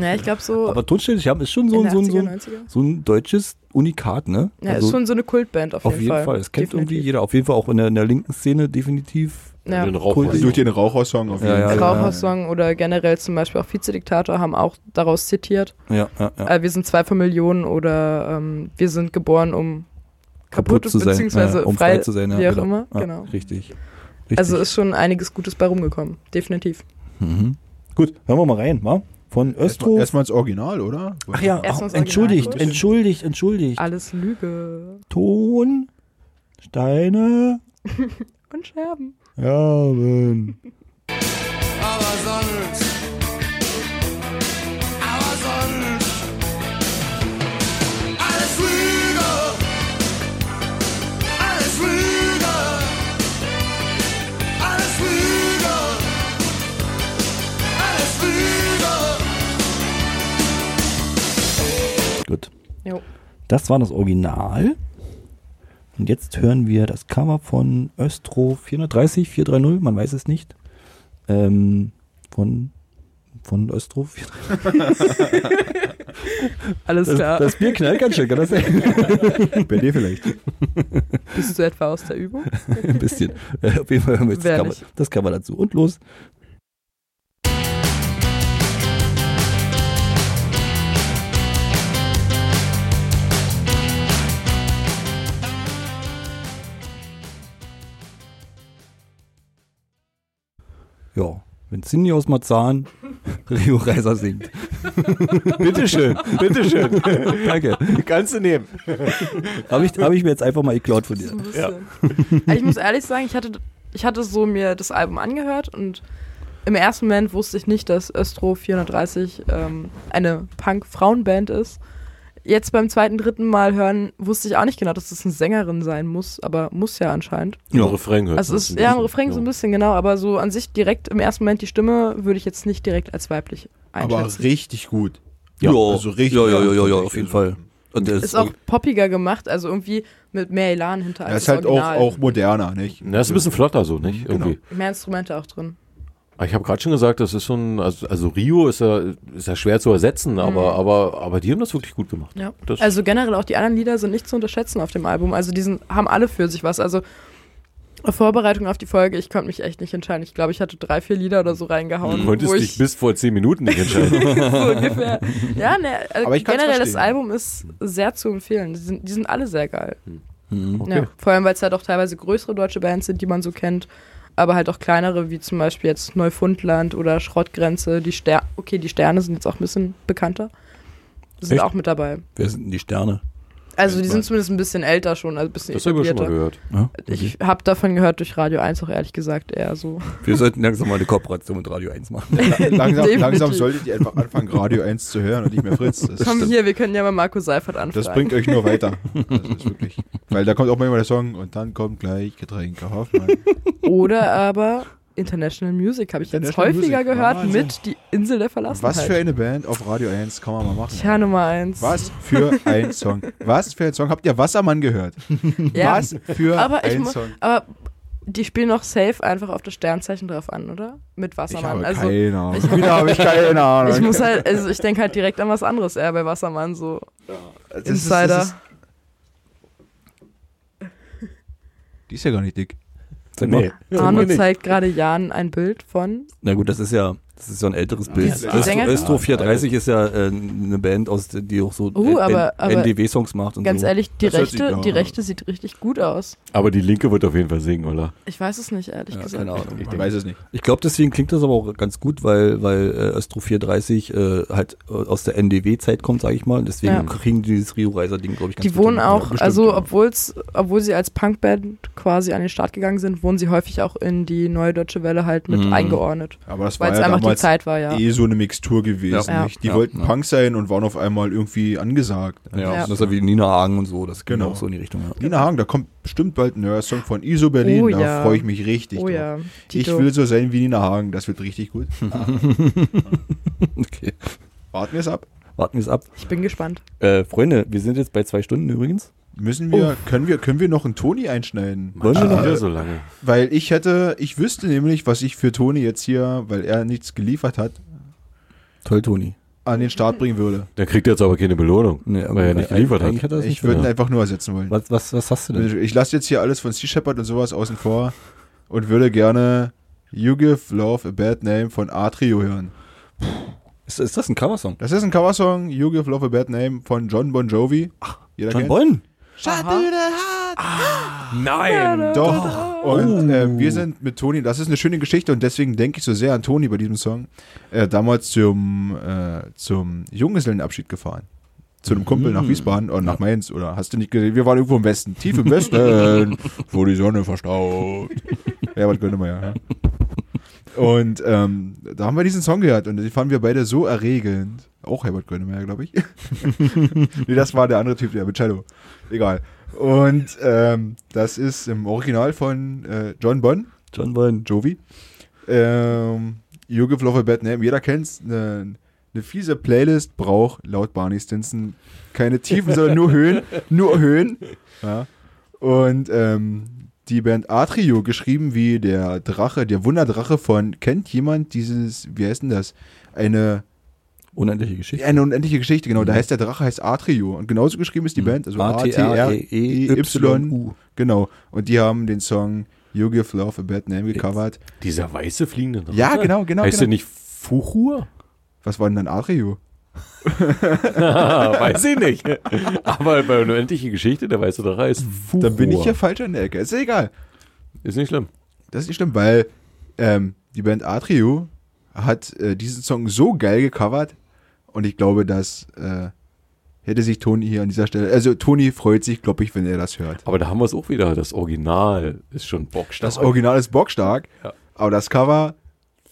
Speaker 3: Ja, ich glaube so
Speaker 1: Aber Tonstelle Scherben ist schon so,
Speaker 3: in
Speaker 1: ein-
Speaker 3: den
Speaker 1: so,
Speaker 3: 80er,
Speaker 1: ein- so, ein-
Speaker 3: 90er.
Speaker 1: so ein deutsches Unikat, ne?
Speaker 3: Ja, ist schon so eine Kultband auf,
Speaker 1: auf jeden Fall. Es kennt irgendwie jeder. Auf jeden Fall auch in der, in der linken Szene definitiv.
Speaker 3: Ja.
Speaker 5: Den Rauch
Speaker 1: Cool.
Speaker 5: mal so.
Speaker 4: Durch den Rauchhaus-Song auf jeden
Speaker 1: Ja,
Speaker 4: Fall.
Speaker 1: ja.
Speaker 3: Rauchersong oder generell zum Beispiel auch Vize-Diktator haben auch daraus zitiert.
Speaker 1: Ja, ja, ja.
Speaker 3: Äh, wir sind zwei von Millionen oder ähm, wir sind geboren, um kaputt, beziehungsweise
Speaker 1: ja, um frei,
Speaker 3: frei-
Speaker 1: zu sein, ja,
Speaker 3: wie auch
Speaker 1: genau.
Speaker 3: immer,
Speaker 1: Ja,
Speaker 3: genau.
Speaker 1: Richtig. richtig.
Speaker 3: Also ist schon einiges Gutes bei rumgekommen, definitiv.
Speaker 1: mhm. Gut, hören wir mal rein, wa? Von
Speaker 4: Erstmal
Speaker 1: Östro.
Speaker 4: erstmal ins Original, oder?
Speaker 1: Ach ja,
Speaker 3: Erstmal
Speaker 1: ach,
Speaker 3: das
Speaker 1: entschuldigt,
Speaker 3: Original. Ah.
Speaker 1: entschuldigt, entschuldigt.
Speaker 3: Alles Lüge
Speaker 1: Ton, Steine,
Speaker 3: und Scherben.
Speaker 1: Erben.
Speaker 10: Aber sonst. Aber sonst. Alles Lüge. Alles Lüge. Alles Lüge. Alles Lüge.
Speaker 1: Gut.
Speaker 3: Jo.
Speaker 1: Das war das Original. Und jetzt hören wir das Cover von Östro 430, 430, man weiß es nicht. Ähm, von, von Östro 430.
Speaker 3: Alles klar.
Speaker 1: Bier knallt ganz schön, kann das sein?
Speaker 4: Bei dir vielleicht.
Speaker 3: Bist du etwa aus der Übung?
Speaker 1: Ein bisschen. Äh, Auf jeden Fall hören wir jetzt
Speaker 3: Wer
Speaker 1: das Cover,
Speaker 3: nicht?
Speaker 1: das Cover dazu. Und los. Wenn Cindy aus Marzahn Rio Reiser singt.
Speaker 5: Bitteschön, bitteschön.
Speaker 1: Danke.
Speaker 5: Kannst du nehmen.
Speaker 1: Habe ich, hab ich mir jetzt einfach mal geklaut von dir.
Speaker 3: So ein bisschen. Aber ich muss ehrlich sagen, ich hatte, ich hatte so mir das Album angehört und im ersten Moment wusste ich nicht, dass Östro 430 ähm, eine Punk-Frauenband ist. Jetzt beim zweiten, dritten Mal hören wusste ich auch nicht genau, dass das eine Sängerin sein muss, aber muss ja anscheinend.
Speaker 5: Ja. Refrain hört
Speaker 3: Also
Speaker 5: man
Speaker 3: es
Speaker 5: ein
Speaker 3: ist ja im
Speaker 5: bisschen,
Speaker 3: Refrain so ein bisschen genau, aber so an sich direkt im ersten Moment die Stimme würde ich jetzt nicht direkt als weiblich
Speaker 4: Aber
Speaker 3: einschätzen.
Speaker 4: richtig gut.
Speaker 1: Ja,
Speaker 4: Also richtig
Speaker 1: ja, ja, ja, ja, ja
Speaker 4: anzüglich.
Speaker 1: auf jeden
Speaker 4: Also,
Speaker 1: Fall. Und der
Speaker 3: ist auch poppiger gemacht, also irgendwie mit mehr Elan hinter
Speaker 4: Das ist halt auch,
Speaker 3: Original.
Speaker 4: auch moderner, nicht?
Speaker 5: Na, ist ein bisschen flotter so, nicht? Irgendwie.
Speaker 3: Mehr Instrumente auch drin.
Speaker 5: Aber Ich habe gerade schon gesagt, das ist schon, also, also Rio ist ja, ist ja schwer zu ersetzen,
Speaker 3: Mhm.
Speaker 5: aber, aber, aber die haben das wirklich gut gemacht.
Speaker 3: Ja.
Speaker 5: Das-
Speaker 3: also generell auch die anderen Lieder sind nicht zu unterschätzen auf dem Album. Also die sind, haben alle für sich was. Also Vorbereitung auf die Folge, ich konnte mich echt nicht entscheiden. Ich glaube, ich hatte drei, vier Lieder oder so reingehauen.
Speaker 5: Du konntest
Speaker 3: wo
Speaker 5: dich
Speaker 3: ich-
Speaker 5: bis vor zehn Minuten nicht entscheiden.
Speaker 3: so ungefähr. Ja, ne, also
Speaker 4: Aber ich kann's
Speaker 3: generell das
Speaker 4: verstehen.
Speaker 3: Album ist sehr zu empfehlen. Die sind, die sind alle sehr geil.
Speaker 5: Hm, Okay.
Speaker 3: Ja, vor allem, weil es halt auch teilweise größere deutsche Bands sind, die man so kennt, aber halt auch kleinere, wie zum Beispiel jetzt Neufundland oder Schrottgrenze. Die Ster okay, die Sterne sind jetzt auch ein bisschen bekannter. Sind
Speaker 1: Echt?
Speaker 3: auch mit dabei.
Speaker 1: Wer sind denn die Sterne?
Speaker 3: Also die sind zumindest ein bisschen älter schon, also ein bisschen
Speaker 5: Das habe ich schon mal
Speaker 3: etablierter.
Speaker 5: gehört.
Speaker 1: Ja?
Speaker 3: Ich
Speaker 4: Mhm.
Speaker 3: habe davon gehört durch Radio 1 auch ehrlich gesagt eher so.
Speaker 1: Wir sollten langsam mal eine Kooperation mit Radio 1 machen.
Speaker 4: Langsam,
Speaker 3: Definitiv.
Speaker 4: langsam solltet ihr einfach anfangen, Radio 1 zu hören und nicht mehr Fritz. Das,
Speaker 3: Komm hier, wir können ja mal Marco Seifert anfragen.
Speaker 4: das bringt euch nur weiter. Das ist wirklich. Weil da kommt auch manchmal der Song und dann kommt gleich Getränke Hoffmann.
Speaker 3: Oder aber International Music habe ich jetzt
Speaker 4: International
Speaker 3: häufiger
Speaker 4: Music,
Speaker 3: gehört
Speaker 4: Wahnsinn.
Speaker 3: mit Die Insel der Verlassenheit.
Speaker 4: Was für eine Band auf Radio 1 kann man mal machen.
Speaker 3: halt Tja, Nummer eins.
Speaker 4: Was für ein Song. Was für ein Song. Habt ihr Wassermann gehört?
Speaker 3: Ja.
Speaker 4: Was für
Speaker 3: Aber, ich
Speaker 4: ein
Speaker 3: mu-
Speaker 4: Song.
Speaker 3: aber die spielen noch safe einfach auf das Sternzeichen drauf an, oder? Mit
Speaker 4: Ich
Speaker 3: Wassermann.
Speaker 4: habe
Speaker 3: also
Speaker 4: keine Ahnung. Wieder habe ich keine Ahnung.
Speaker 3: ich muss halt, also ich denke halt direkt an was anderes eher bei Wassermann, so
Speaker 4: Das ist- das
Speaker 3: Insider.
Speaker 4: ist- Die ist ja gar nicht dick.
Speaker 1: Sag mal.
Speaker 3: Arno zeigt gerade Jan ein Bild von.
Speaker 1: Na gut, das ist ja, das ist ja ein älteres
Speaker 3: Ja,
Speaker 1: Bild.
Speaker 3: die
Speaker 1: Östro,
Speaker 3: Sänger-
Speaker 1: Östro 430 ist ja äh, eine Band, aus, der- die auch so
Speaker 3: Oh, aber- aber-
Speaker 1: NDW-Songs macht und
Speaker 3: Ganz
Speaker 1: so.
Speaker 3: ehrlich, die
Speaker 4: Das hört sich
Speaker 3: rechte,
Speaker 4: klar
Speaker 3: die
Speaker 4: an.
Speaker 3: rechte sieht richtig gut aus.
Speaker 5: Aber die Linke wird auf jeden Fall singen, oder?
Speaker 3: Ich weiß es nicht, ehrlich
Speaker 1: Ja,
Speaker 3: gesagt.
Speaker 1: keine Ahnung.
Speaker 4: Ich weiß es nicht.
Speaker 1: Ich glaube, deswegen klingt das aber auch ganz gut, weil, weil äh, Östro 430 äh, halt äh, aus der NDW-Zeit kommt, sage ich mal. Und deswegen
Speaker 3: Ja.
Speaker 1: kriegen die dieses Rio-Reiser-Ding, glaube ich, ganz
Speaker 3: Die
Speaker 1: gut
Speaker 3: wohnen
Speaker 1: hin.
Speaker 3: auch,
Speaker 1: Ja, bestimmt,
Speaker 3: also
Speaker 1: ja.
Speaker 3: obwohl's, obwohl sie als Punkband quasi an den Start gegangen sind, wurden sie häufig auch in die Neue Deutsche Welle halt mit
Speaker 1: Mhm.
Speaker 3: eingeordnet.
Speaker 4: Aber das
Speaker 3: Weil
Speaker 4: war
Speaker 3: es
Speaker 4: ja
Speaker 3: einfach die
Speaker 4: damals
Speaker 3: Zeit war, ja.
Speaker 4: eh so eine Mixtur gewesen.
Speaker 3: Ja.
Speaker 4: Nicht? Die
Speaker 1: Ja.
Speaker 4: wollten
Speaker 1: Ja.
Speaker 4: Punk sein und waren auf einmal irgendwie angesagt.
Speaker 1: Ja,
Speaker 3: Ja.
Speaker 1: das ist ja wie Nina Hagen und so, das geht
Speaker 4: Genau.
Speaker 1: auch so in die Richtung. Ja.
Speaker 4: Nina Hagen, da kommt bestimmt bald ein neuer Song von ISO Berlin.
Speaker 3: Oh
Speaker 4: da
Speaker 3: ja.
Speaker 4: freue ich mich richtig.
Speaker 3: Oh
Speaker 4: drauf.
Speaker 3: ja.
Speaker 4: Ich
Speaker 3: Tito.
Speaker 4: will so sein wie Nina Hagen. Das wird richtig gut.
Speaker 1: Okay,
Speaker 4: Warten wir es ab.
Speaker 1: warten wir es ab.
Speaker 3: Ich bin gespannt.
Speaker 1: Äh, Freunde, wir sind jetzt bei zwei Stunden übrigens.
Speaker 4: Müssen wir, können wir, können wir noch einen Toni einschneiden?
Speaker 1: Wollen wir noch?
Speaker 5: Wieder so lange.
Speaker 4: Weil ich hätte, ich wüsste nämlich, was ich für Toni jetzt hier, weil er nichts geliefert hat,
Speaker 1: Toll, Toni.
Speaker 4: an den Start bringen würde.
Speaker 5: Der kriegt jetzt aber keine Belohnung,
Speaker 1: Nee, aber
Speaker 5: weil er nicht geliefert
Speaker 1: eigentlich
Speaker 5: hat.
Speaker 1: er das
Speaker 4: Ich
Speaker 1: nicht
Speaker 4: würde ihn
Speaker 1: gemacht.
Speaker 4: einfach nur ersetzen wollen. Also
Speaker 1: was, was, was hast du denn?
Speaker 4: Ich lasse jetzt hier alles von Sea Shepherd und sowas außen vor und würde gerne You Give Love a Bad Name von Atrio hören.
Speaker 1: Ist, ist das ein Coversong?
Speaker 4: Das ist ein Coversong, You Give Love a Bad Name von John Bon Jovi. Jeder
Speaker 1: John
Speaker 4: kennt's?
Speaker 1: Bonn? Ah.
Speaker 4: Shut to the heart.
Speaker 5: Nein!
Speaker 4: Doch. Und äh, wir sind mit Toni, das ist eine schöne Geschichte und deswegen denke ich so sehr an Toni bei diesem Song. Äh, damals zum, äh, zum Junggesellenabschied gefahren. Zu einem Kumpel nach Wiesbaden oder nach Mainz oder hast du nicht gesehen? Wir waren irgendwo im Westen, tief im Westen, wo die Sonne verstaubt. Ja, was könnte man ja. ja. Und ähm, da haben wir diesen Song gehört und den fanden wir beide so erregend. Auch Herbert Grönemeyer, glaube ich. nee, das war der andere Typ, der mit Cello. Egal. Und ähm, das ist im Original von äh, John Bonn,
Speaker 1: John Bonn.
Speaker 4: Jovi. Ähm, you Give Love a Bad Name. Jeder kennt's. Eine ne fiese Playlist braucht laut Barney Stinson keine Tiefen, sondern nur Höhen. Nur Höhen. Ja. Und ähm, die Band Atrio, geschrieben wie der Drache, der Wunderdrache von, kennt jemand dieses, wie heißt denn das? Eine,
Speaker 1: Unendliche Geschichte.
Speaker 4: eine unendliche Geschichte, genau. Da heißt der Drache heißt Atrio. Und genauso geschrieben
Speaker 1: Mhm.
Speaker 4: ist die Band, also
Speaker 1: E
Speaker 4: A-T-R-E-Y.
Speaker 1: A-T-R-E-Y-U.
Speaker 4: E Genau. Und die haben den Song You Give Love a Bad Name gecovert.
Speaker 5: Dieser weiße fliegende Drache?
Speaker 4: Ja, genau, genau,
Speaker 5: Heißt
Speaker 4: genau.
Speaker 5: der nicht Fuchur?
Speaker 4: Was war denn dann Atrio?
Speaker 5: Ah, weiß ich nicht. Aber bei unendliche Geschichte, der weiße Drache ist Fuchur.
Speaker 4: Dann bin ich ja falsch an der Ecke. Ist ja egal.
Speaker 5: Ist nicht schlimm.
Speaker 4: Das ist nicht schlimm, weil ähm, die Band Atrio hat äh, diesen Song so geil gecovert und ich glaube, dass äh, hätte sich Toni hier an dieser Stelle, also Toni freut sich, glaube ich, wenn er das hört.
Speaker 5: Aber da haben wir es auch wieder. Das Original ist schon bockstark.
Speaker 4: Das Original ist bockstark,
Speaker 5: Ja.
Speaker 4: aber das Cover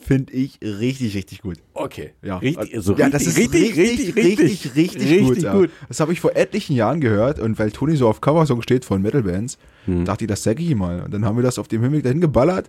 Speaker 4: finde ich richtig, richtig gut.
Speaker 5: Okay.
Speaker 4: Ja,
Speaker 5: Richtig, also
Speaker 4: ja das ist richtig, richtig, richtig, richtig, gut.
Speaker 5: richtig
Speaker 4: ja.
Speaker 5: gut.
Speaker 4: Das habe ich vor etlichen Jahren gehört und weil Toni so auf Coversong steht von Metalbands, dachte ich, das zeige ich ihm mal. Und dann haben wir das auf dem Hinweg dahin geballert.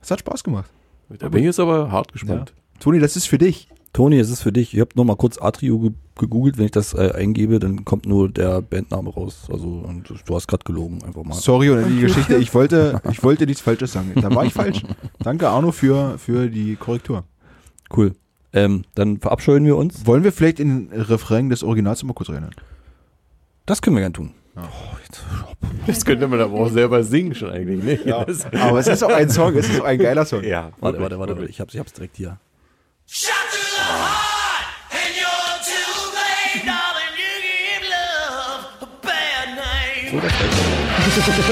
Speaker 4: Es hat Spaß gemacht.
Speaker 5: Da bin ich jetzt aber hart gespannt.
Speaker 4: Toni, das ist für dich.
Speaker 1: Toni, es ist für dich. Ich habe noch mal kurz Atrio ge gegoogelt. Wenn ich das äh, eingebe, dann kommt nur der Bandname raus. Also und du hast gerade gelogen, einfach mal.
Speaker 4: Sorry und die Geschichte. Ich wollte, ich wollte nichts Falsches sagen. Da war ich falsch. Danke, Arno, für, für die Korrektur.
Speaker 1: Cool. Ähm, dann verabscheuen wir uns.
Speaker 4: Wollen wir vielleicht in den Refrain des Originals mal kurz reinhören?
Speaker 1: Das können wir gern tun.
Speaker 5: Das könnte man aber auch selber singen schon eigentlich, ne? Ja. Das,
Speaker 4: Aber es ist auch ein Song, es ist auch ein geiler Song.
Speaker 5: ja
Speaker 1: Warte, warte, warte, warte. Ich hab's, ich hab's direkt hier.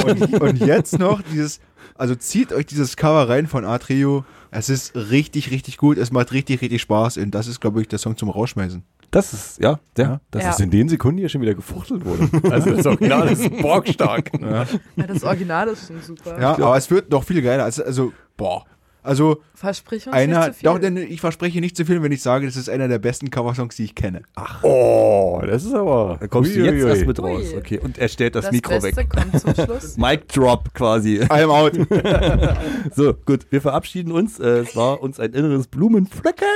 Speaker 4: Und jetzt noch dieses, also zieht euch dieses Cover rein von Atrio. Es ist richtig, richtig gut. Es macht richtig, richtig Spaß. Und das ist, glaube ich, der Song zum Rausschmeißen.
Speaker 1: Das ist, ja, der,
Speaker 4: Ja.
Speaker 1: das
Speaker 3: Ja.
Speaker 1: ist
Speaker 5: in den Sekunden hier schon wieder gefuchtelt wurde. Also das Original ist bockstark.
Speaker 3: Ja, das Original ist schon super.
Speaker 4: Ja, aber es wird noch viel geiler. Also, also boah. Also,
Speaker 3: Versprich uns
Speaker 4: einer,
Speaker 3: nicht zu
Speaker 4: doch,
Speaker 3: viel.
Speaker 4: denn ich verspreche nicht zu viel, wenn ich sage, das ist einer der besten Coversongs, die ich kenne.
Speaker 5: Oh, das ist aber.
Speaker 1: Da kommst du
Speaker 5: Uiuiui.
Speaker 1: jetzt erst mit
Speaker 3: Ui.
Speaker 1: raus. Okay, und er stellt das,
Speaker 3: das
Speaker 1: Mikro
Speaker 3: Beste
Speaker 1: weg.
Speaker 3: kommt zum Schluss.
Speaker 1: Mic Drop quasi.
Speaker 4: I'm out.
Speaker 1: So, gut, wir verabschieden uns. Äh, es war uns ein inneres Blumenflecken.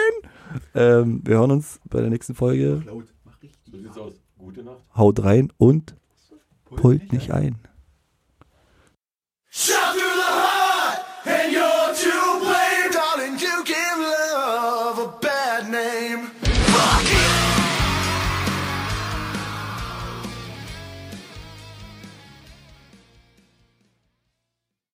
Speaker 1: Ähm, wir hören uns bei der nächsten Folge.
Speaker 5: So sieht's aus. Gute Nacht.
Speaker 1: Haut rein und pult nicht ein.